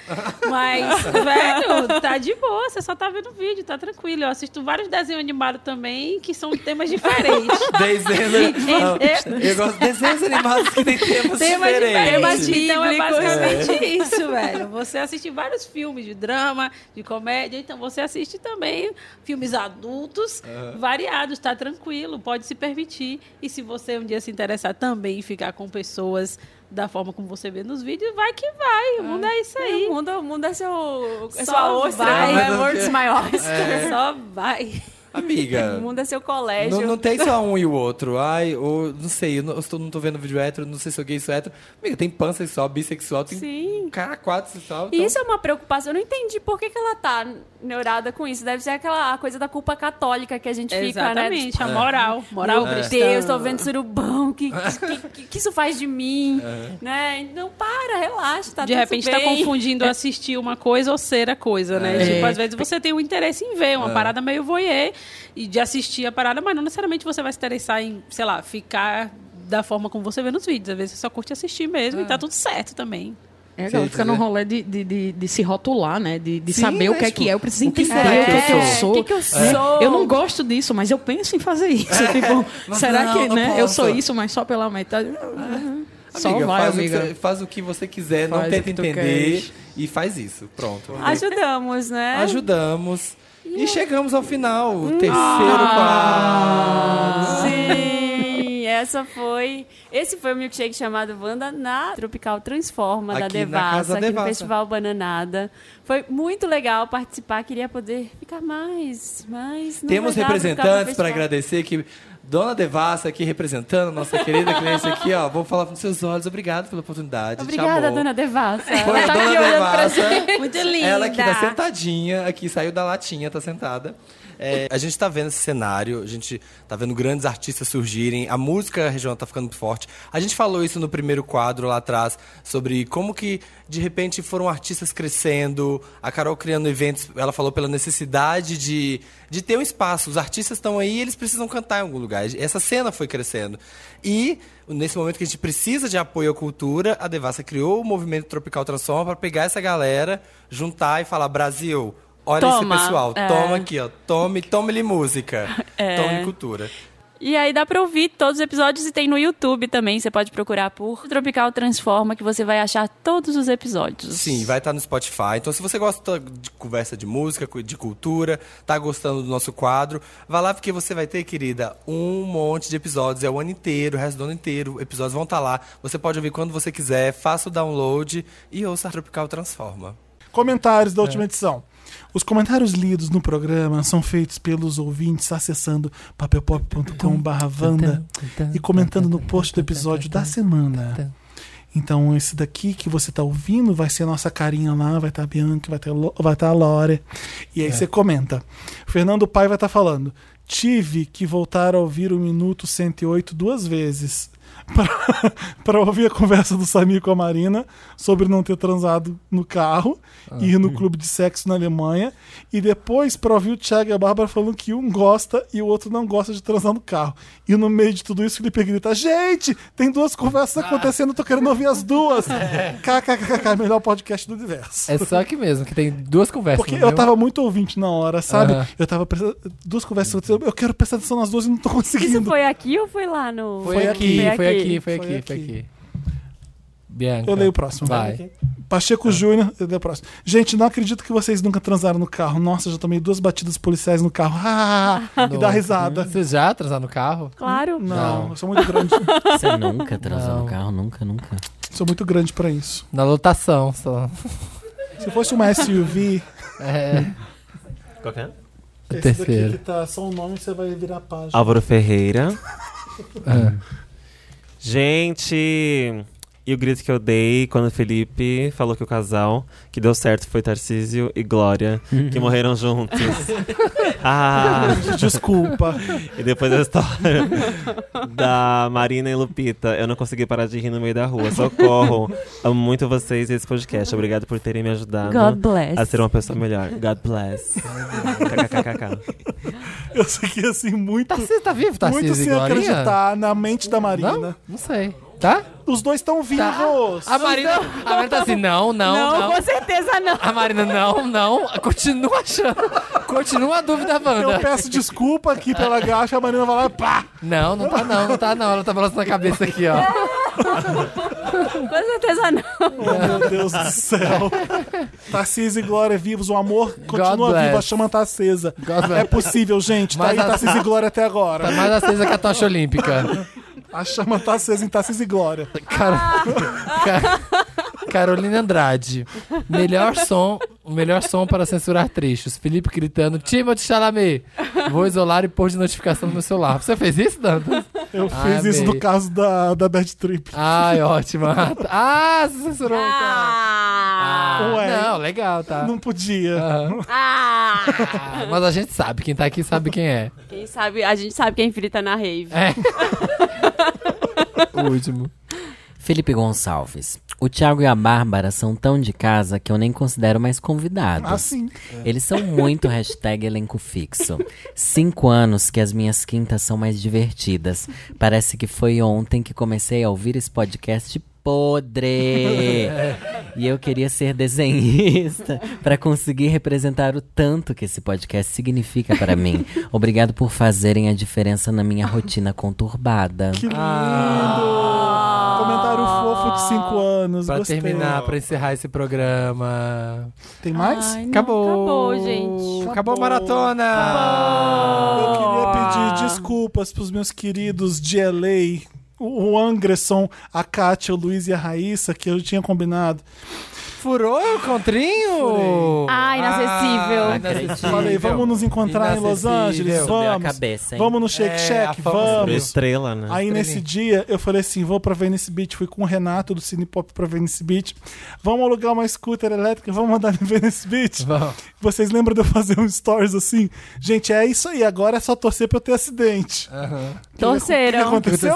L: Mas, velho, tá de boa. Você só tá vendo o vídeo, tá tranquilo. Eu assisto vários desenhos animados também, que são temas diferentes.
B: Desenhos. Não, Eu gosto de desenhos animados que tem temas
L: Temas
B: diferentes.
L: diferentes. Então é
B: Bíblicos.
L: basicamente
B: É.
L: isso, velho. Você assiste vários filmes de drama, de comédia, então você assiste também filmes adultos
B: Aham.
L: variados, tá tranquilo, pode se permitir. E se você um dia se interessar também em ficar com pessoas da forma como você vê nos vídeos, vai que vai. O mundo é isso aí.
C: O mundo, é seu,
L: é
C: sua ostra, né? World's my oyster.
B: É.
L: Só vai.
B: Amiga.
C: O mundo é seu colégio.
B: Não, não tem só um e o outro. Ai, ou não sei, eu não, eu tô- não tô vendo vídeo hétero, não sei se eu gay, sou hétero. Amiga, tem pansexual, bissexual, tem
C: Sim.
B: cara quatro sexual. então,
L: Então-
C: E isso é uma preocupação. Eu não entendi por que, que ela tá neurada com isso. Deve ser aquela coisa da culpa católica que a gente fica, né?
L: Exatamente, a moral, moral
C: Meu
L: cristã.
C: Deus, tô vendo surubão. Que, que, que- que isso faz de mim?
L: É.
C: Né? Não para, relaxa, tá
L: de
C: tudo
L: repente
C: bem.
L: tá confundindo assistir uma coisa ou ser a coisa, né?
C: É.
L: Tipo, às vezes você tem um interesse em ver uma
C: É.
L: parada meio voyeur e de assistir a parada, mas não necessariamente você vai se interessar em, sei lá, ficar da forma como você vê nos vídeos. Às vezes você só curte assistir mesmo e tá tudo certo também.
O: É, a galera fica
B: né?
O: num rolê de, de, de, de se rotular, né? De, de saber o que
B: tipo,
O: é que é. Eu preciso
L: o que
O: entender
L: será
O: o que é que eu
L: que é?
O: sou.
L: O que que eu sou?
O: Eu não gosto disso, mas eu penso em fazer isso. Tipo,
B: Mas
O: será
B: não,
O: que
B: não
O: né, eu
B: posso. É.
O: sou isso, mas só pela metade? Só
B: Amiga,
O: vai,
B: faz,
O: amiga.
B: O que você, faz o que você quiser, não
O: Faz o
B: tenta
O: que tu
B: entender
O: queres.
B: e faz isso. Pronto.
C: Ajudamos, né?
B: Ajudamos. E chegamos ao final. o Terceiro
C: Ah!
B: quadro.
C: Sim, essa foi. Esse foi o milkshake chamado Wanda na Tropical Transforma da
B: Aqui na
C: Devassa,
B: Casa
C: aqui no
B: Devassa.
C: Festival Bananada. Foi muito legal participar, queria poder ficar mais, mais. não é
B: Temos
C: vai dar pra ficar no
B: representantes para
C: festival.
B: agradecer que Dona Devassa aqui representando nossa querida cliente aqui, ó. Vou falar nos seus olhos. Obrigado pela oportunidade. te
C: Obrigada,
B: amou.
C: dona Devassa.
B: Foi
C: Ela
B: a
C: tá
B: dona
C: aqui olhando pra
B: Devassa.
C: gente.
L: Muito linda.
B: Ela aqui tá sentadinha, aqui saiu da latinha, tá sentada. É, a gente tá vendo esse cenário, a gente tá vendo grandes artistas surgirem, a música regional tá ficando muito forte. A gente falou isso no primeiro quadro lá atrás, sobre como que, de repente, foram artistas crescendo, a Carol criando eventos, ela falou pela necessidade de, de ter um espaço. Os artistas estão aí, eles precisam cantar em algum lugar. Essa cena foi crescendo. E, nesse momento que a gente precisa de apoio à cultura, a Devassa criou o movimento Tropical Transforma para pegar essa galera, juntar e falar: Brasil, olha
C: Toma.
B: esse pessoal,
C: É.
B: toma aqui, ó, tome, tome-lhe música,
C: É.
B: tome cultura.
C: E aí dá pra ouvir todos os episódios e tem no YouTube também. Você pode procurar por Tropical Transforma, que você vai achar todos os episódios.
B: Sim, vai estar no Spotify. Então, se você gosta de conversa de música, cu- de cultura, tá gostando do nosso quadro, vá lá porque você vai ter, querida, um monte de episódios. É o ano inteiro, o resto do ano inteiro. Episódios vão estar lá. Você pode ouvir quando você quiser. Faça o download e ouça Tropical Transforma.
A: Comentários da última edição. Os comentários lidos no programa são feitos pelos ouvintes acessando papelpop.com/vanda e comentando no post do episódio da semana. Então esse daqui que você tá ouvindo vai ser a nossa carinha lá, vai tá estar a Bianca, vai estar vai tá a Lore. E aí
B: É.
A: você comenta. Fernando Pai vai estar falando: Tive que voltar a ouvir o minuto 108 duas vezes pra- pra ouvir a conversa do Samir com a Marina sobre não ter transado no carro e ir no clube de sexo na Alemanha. E depois pra ouvir o Thiago e a Bárbara falando que um gosta e o outro não gosta de transar no carro. E no meio de tudo isso, o Felipe grita: Gente, tem duas conversas acontecendo, tô querendo ouvir as duas. KKKK, melhor podcast do universo.
B: É só aqui mesmo, que tem duas conversas.
A: Porque
B: entendeu?
E: é
A: eu tava muito ouvinte na hora, sabe?
B: Aham.
A: Eu tava prestando. Duas conversas acontecendo. Eu quero prestar atenção nas duas e não tô conseguindo.
C: Isso foi aqui ou foi lá no.
A: Foi aqui,
B: foi aqui, foi aqui, foi aqui. Bianca.
A: Eu leio o próximo.
B: Vai.
A: Pacheco Júnior, eu leio o próximo. Gente, não acredito que vocês nunca transaram no carro. Nossa, já tomei duas batidas policiais no carro. Ah, e dá
B: Nossa.
A: risada.
B: Vocês já transaram no carro?
C: Claro.
A: Não, eu sou muito grande.
D: Você nunca transou
A: Não.
D: no carro? Nunca, nunca.
A: Sou muito grande pra isso.
B: Na lotação só.
A: Se fosse uma SUV.
B: É.
E: Qual que é?
A: Esse
B: terceiro.
A: daqui que tá só o nome, você vai virar a página.
E: Álvaro Ferreira.
B: É.
E: Gente, e o grito que eu dei quando o Felipe falou que o casal que deu certo foi Tarcísio e Glória, que
A: Uhum.
E: morreram juntos. ah,
A: Desculpa.
E: E depois a história da Marina e Lupita. Eu não consegui parar de rir no meio da rua. Socorro. Amo muito vocês e esse podcast. Obrigado por terem me ajudado
C: God bless.
E: a ser uma pessoa melhor. God bless. KKKKK.
A: Eu segui assim muito.
B: Tarcísio tá vivo, Tarcísio
A: Muito
B: e
A: sem
B: Glorinha?
A: acreditar na mente da Marina.
B: Não? Não sei. Tá?
A: Os dois estão vivos.
B: A Marina, a Marina tá assim, não, não, não.
A: certeza não.
B: A Marina, não, não. Continua achando. Continua a dúvida, Wanda.
A: Eu peço desculpa aqui pela gacha, a Marina vai lá e pá!
B: Não, não tá não, não tá não. Ela tá balançando a cabeça aqui, ó.
C: Com certeza não.
A: Meu Deus do céu. Tarcísio e Glória vivos, o amor continua
B: bless.
A: vivo, a chama tá acesa. É possível, gente. Tá
B: Mais
A: aí
B: ac-
A: Tarcísio e Glória até agora.
B: Tá mais acesa que a tocha olímpica.
A: A chama tá acesa em Tarcísio e Glória.
B: Carolina Andrade. Melhor som, o melhor som para censurar trechos. Felipe gritando, Timothy Chalamet, vou isolar e pôr de notificação no meu celular. Você fez isso, Dantas?
A: Eu
B: Ah,
A: fiz isso no caso da, da Bad Trip.
B: Ai, ótima. Ah, você censurou então. Ah,
A: Ué.
B: Não, legal, tá.
A: é? Não podia.
B: Ah, Mas a gente sabe, quem tá aqui sabe quem é.
C: Quem sabe, a gente sabe quem frita na rave.
B: É. O último.
D: Felipe Gonçalves. O Thiago e a Bárbara são tão de casa que eu nem considero mais convidados.
A: Ah, sim.
D: Eles são muito hashtag elenco fixo. Cinco anos que as minhas quintas são mais divertidas. Parece que foi ontem que comecei a ouvir esse podcast podre. E eu queria ser desenhista para conseguir representar o tanto que esse podcast significa para mim. Obrigado por fazerem a diferença na minha rotina conturbada.
A: Que lindo! Comentário fofo de 5 anos.
B: Ah. Pra
A: gostei.
B: terminar, pra encerrar esse programa.
A: Tem mais?
B: acabou.
C: Acabou, gente.
B: Acabou a maratona.
A: Eu
B: Ah.
A: queria pedir desculpas pros meus queridos de LA, o o Anderson, a Kátia, o Luiz e a Raíssa, que eu tinha combinado.
B: Furou o contrinho?
A: Ah,
B: inacessível. Ah, inacessível.
A: Falei, vamos nos encontrar em Los
B: Inacessível.
A: Angeles,
B: Subiu a
A: vamos.
B: cabeça, hein?
A: vamos no Shake
B: É, a
A: Shack,
B: fama subiu.
A: vamos.
E: Estrela, né?
A: Aí nesse dia eu falei assim: vou pra Venice Beach. Fui com o Renato do Cine Pop pra Venice Beach. Vamos alugar uma scooter elétrica, vamos andar em Venice Beach. Vocês lembram de eu fazer um stories assim? Gente, é isso aí. Agora é só torcer pra eu ter acidente.
C: Torceram.
A: O que aconteceu?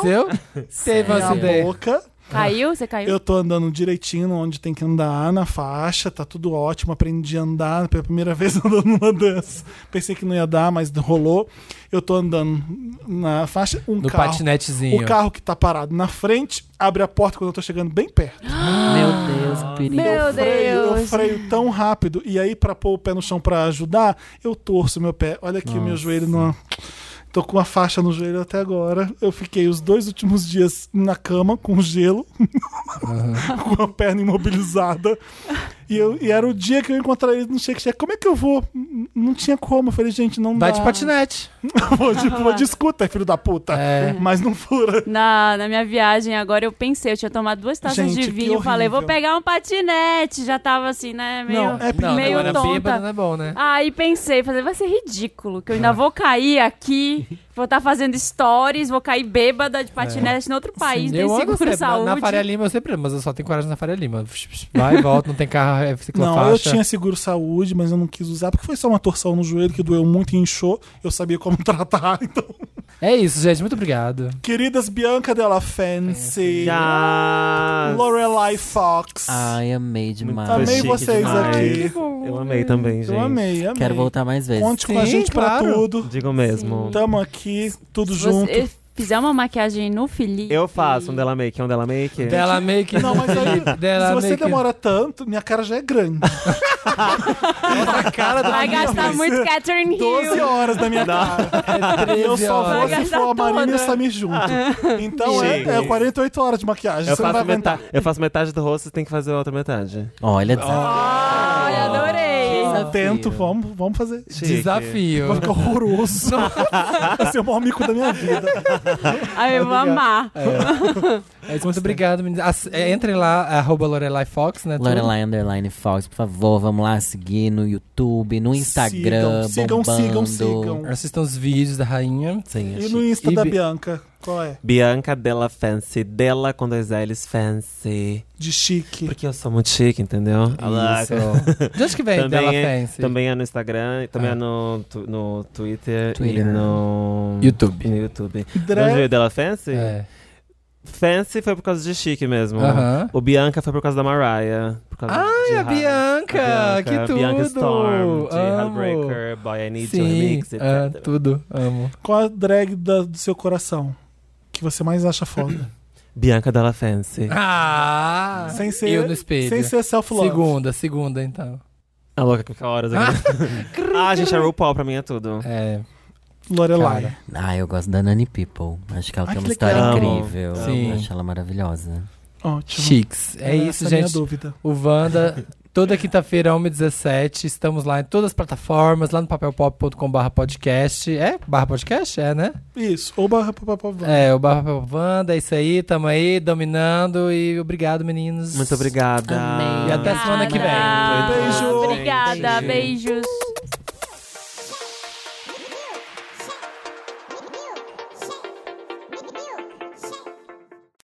B: Teve um
A: Minha
B: acidente.
A: boca.
C: Caiu? Você caiu?
A: Eu tô andando direitinho onde tem que andar, na faixa, tá tudo ótimo. Aprendi a andar pela primeira vez andando numa dança. Pensei que não ia dar, mas rolou. Eu tô andando na faixa, um
B: No
A: carro.
B: patinetezinho.
A: O carro que tá parado na frente abre a porta quando eu tô chegando bem perto.
D: Meu Deus, que perigo.
C: Meu
A: freio, eu
C: Deus.
A: freio tão rápido. E aí, pra pôr o pé no chão pra ajudar, eu torço meu pé. Olha aqui o meu joelho não. Tô com uma faixa no joelho até agora. Eu fiquei os dois últimos dias na cama, com gelo, com a perna imobilizada. E, eu- e era o dia que eu encontrei ele no Shake Shack. Como é que eu vou? N- Não tinha como. Eu falei, gente, não
B: Vai
A: dá.
B: de patinete. É.
A: vou, de, vou de scooter, filho da puta. Mas não fura.
C: Na, na minha viagem agora eu pensei, eu tinha tomado duas taças
A: Gente,
C: de
A: que
C: vinho, falei, vou
A: horrível.
C: pegar um patinete. Já tava assim, né? Meio,
A: Não, é
B: Não,
C: meio
B: agora
C: tonta.
B: bêbado não é bom, né?
C: Aí pensei, falei, vai ser ridículo, que eu ainda vou cair aqui. Vou estar fazendo stories, vou cair bêbada de patinete no outro país,
B: É. Sim,
C: tem
B: eu ando
C: seguro
B: sempre-
C: saúde.
B: Na, na Faria Lima eu sempre ando, mas eu só tenho coragem na Faria Lima. Vai e volta, não tem carro, é ciclofaixa.
A: Não, eu tinha seguro saúde, mas eu não quis usar porque foi só uma torção no joelho que doeu muito e inchou. Eu sabia como tratar, então.
B: É isso, gente. Muito obrigado.
A: Queridas Bianca Della Fancy,
E: Yes.
A: Lorelai Fox.
D: Ai, amei demais.
A: Amei vocês aqui.
E: Eu amei também, gente.
A: Eu amei, amei.
D: Quero voltar mais vezes.
A: Conte com a gente pra tudo.
E: Digo mesmo.
A: Tamo aqui, tudo
C: Se
A: junto.
C: Você fizer uma maquiagem no Felipe.
E: Eu faço um Della Make, é um Della Make?
B: Della Make.
A: Não, mas aí,
B: Della
A: se você
B: Make.
A: demora tanto, minha cara já é grande.
B: a cara da
C: Vai
A: minha
C: gastar
A: vai
C: muito
A: ser
C: Catherine Hill.
A: 12 horas da minha cara. E eu só vou
C: Vai
A: se
C: gastar
A: for a Marina e o
C: toda. Ah.
A: Samir junto. Então é,
E: Chega.
A: é 48 horas de maquiagem.
E: Eu
A: você não vai
E: faço,
A: aguentar.
E: metade, eu faço metade do rosto e tem que fazer a outra metade.
D: Olha,
A: Ah,
C: Olha, adorei.
A: Tento, vamos, vamos fazer.
E: Chique. Desafio.
A: Vai ficar horroroso. vai ser o maior mico da minha vida.
C: Ai, eu vou
B: Obrigado.
C: amar.
B: É, muito obrigado, meninas. Ass- é, Entrem lá, arroba Lorelai Fox, né? tudo?
D: Lorelai Underline Fox, por favor, vamos lá seguir no YouTube, no Instagram.
A: sigam, sigam,
D: bombando.
A: sigam.
B: Assistam os vídeos da rainha.
E: é
D: Sim,
A: E no Insta
B: E
A: da
B: Bi-
A: Bianca, qual é?
E: Bianca Della Fancy, Della com dois L's Fancy.
A: De chique.
E: Porque eu sou muito chique, entendeu?
B: Isso. é De onde que vem
E: Também
B: Della
E: é-
B: Fancy?
E: Também é no Instagram, e também é no, tu- no Twitter,
B: Twitter. né?
E: e no...
B: YouTube.
E: e no YouTube.
A: Dre-
E: Onde veio Della Fancy?
B: É.
E: Fancy foi por causa de chique mesmo.
B: Aham.
E: O Bianca foi por causa da Mariah. Por causa
B: Ai,
E: de
B: a
E: Har-
B: Bianca,
E: a
B: que tudo!
E: Bianca Storm, de
B: Amo.
E: Heartbreaker, Boy I Need
B: Sim,
E: You Remix, etc.
B: é, tudo, amo.
A: Qual a drag da- do seu coração? Que você mais acha foda?
E: Bianca Della Fancy.
B: Ah!
A: Sem ser-
B: eu no espelho.
A: sem ser self-love.
B: Segunda, segunda, então.
E: A louca que fica horas aqui. ah, gente, a RuPaul pra mim é tudo.
B: É.
A: Lorelai.
B: Cara.
D: Ah, eu gosto da Nani People. Acho que ela
A: Ai,
D: tem
A: que
D: uma história
A: legal.
D: incrível.
B: Amo. Sim.
D: Acho ela maravilhosa.
A: Ótimo.
B: Chiques. É
A: Era
B: isso,
A: essa a minha
B: gente.
A: dúvida.
B: O Wanda, toda quinta-feira, 1h17. Estamos lá em todas as plataformas, lá no papelpop.com/barra podcast. É? Barra podcast? É, né?
A: Isso. Ou barra papapá.
B: É, o barra papel Wanda, é isso aí. Tamo aí, dominando. E obrigado, meninos.
E: Muito obrigada.
B: E até semana que vem.
C: Obrigada.
E: Beijo.
C: Obrigada,
E: Gente.
C: beijos.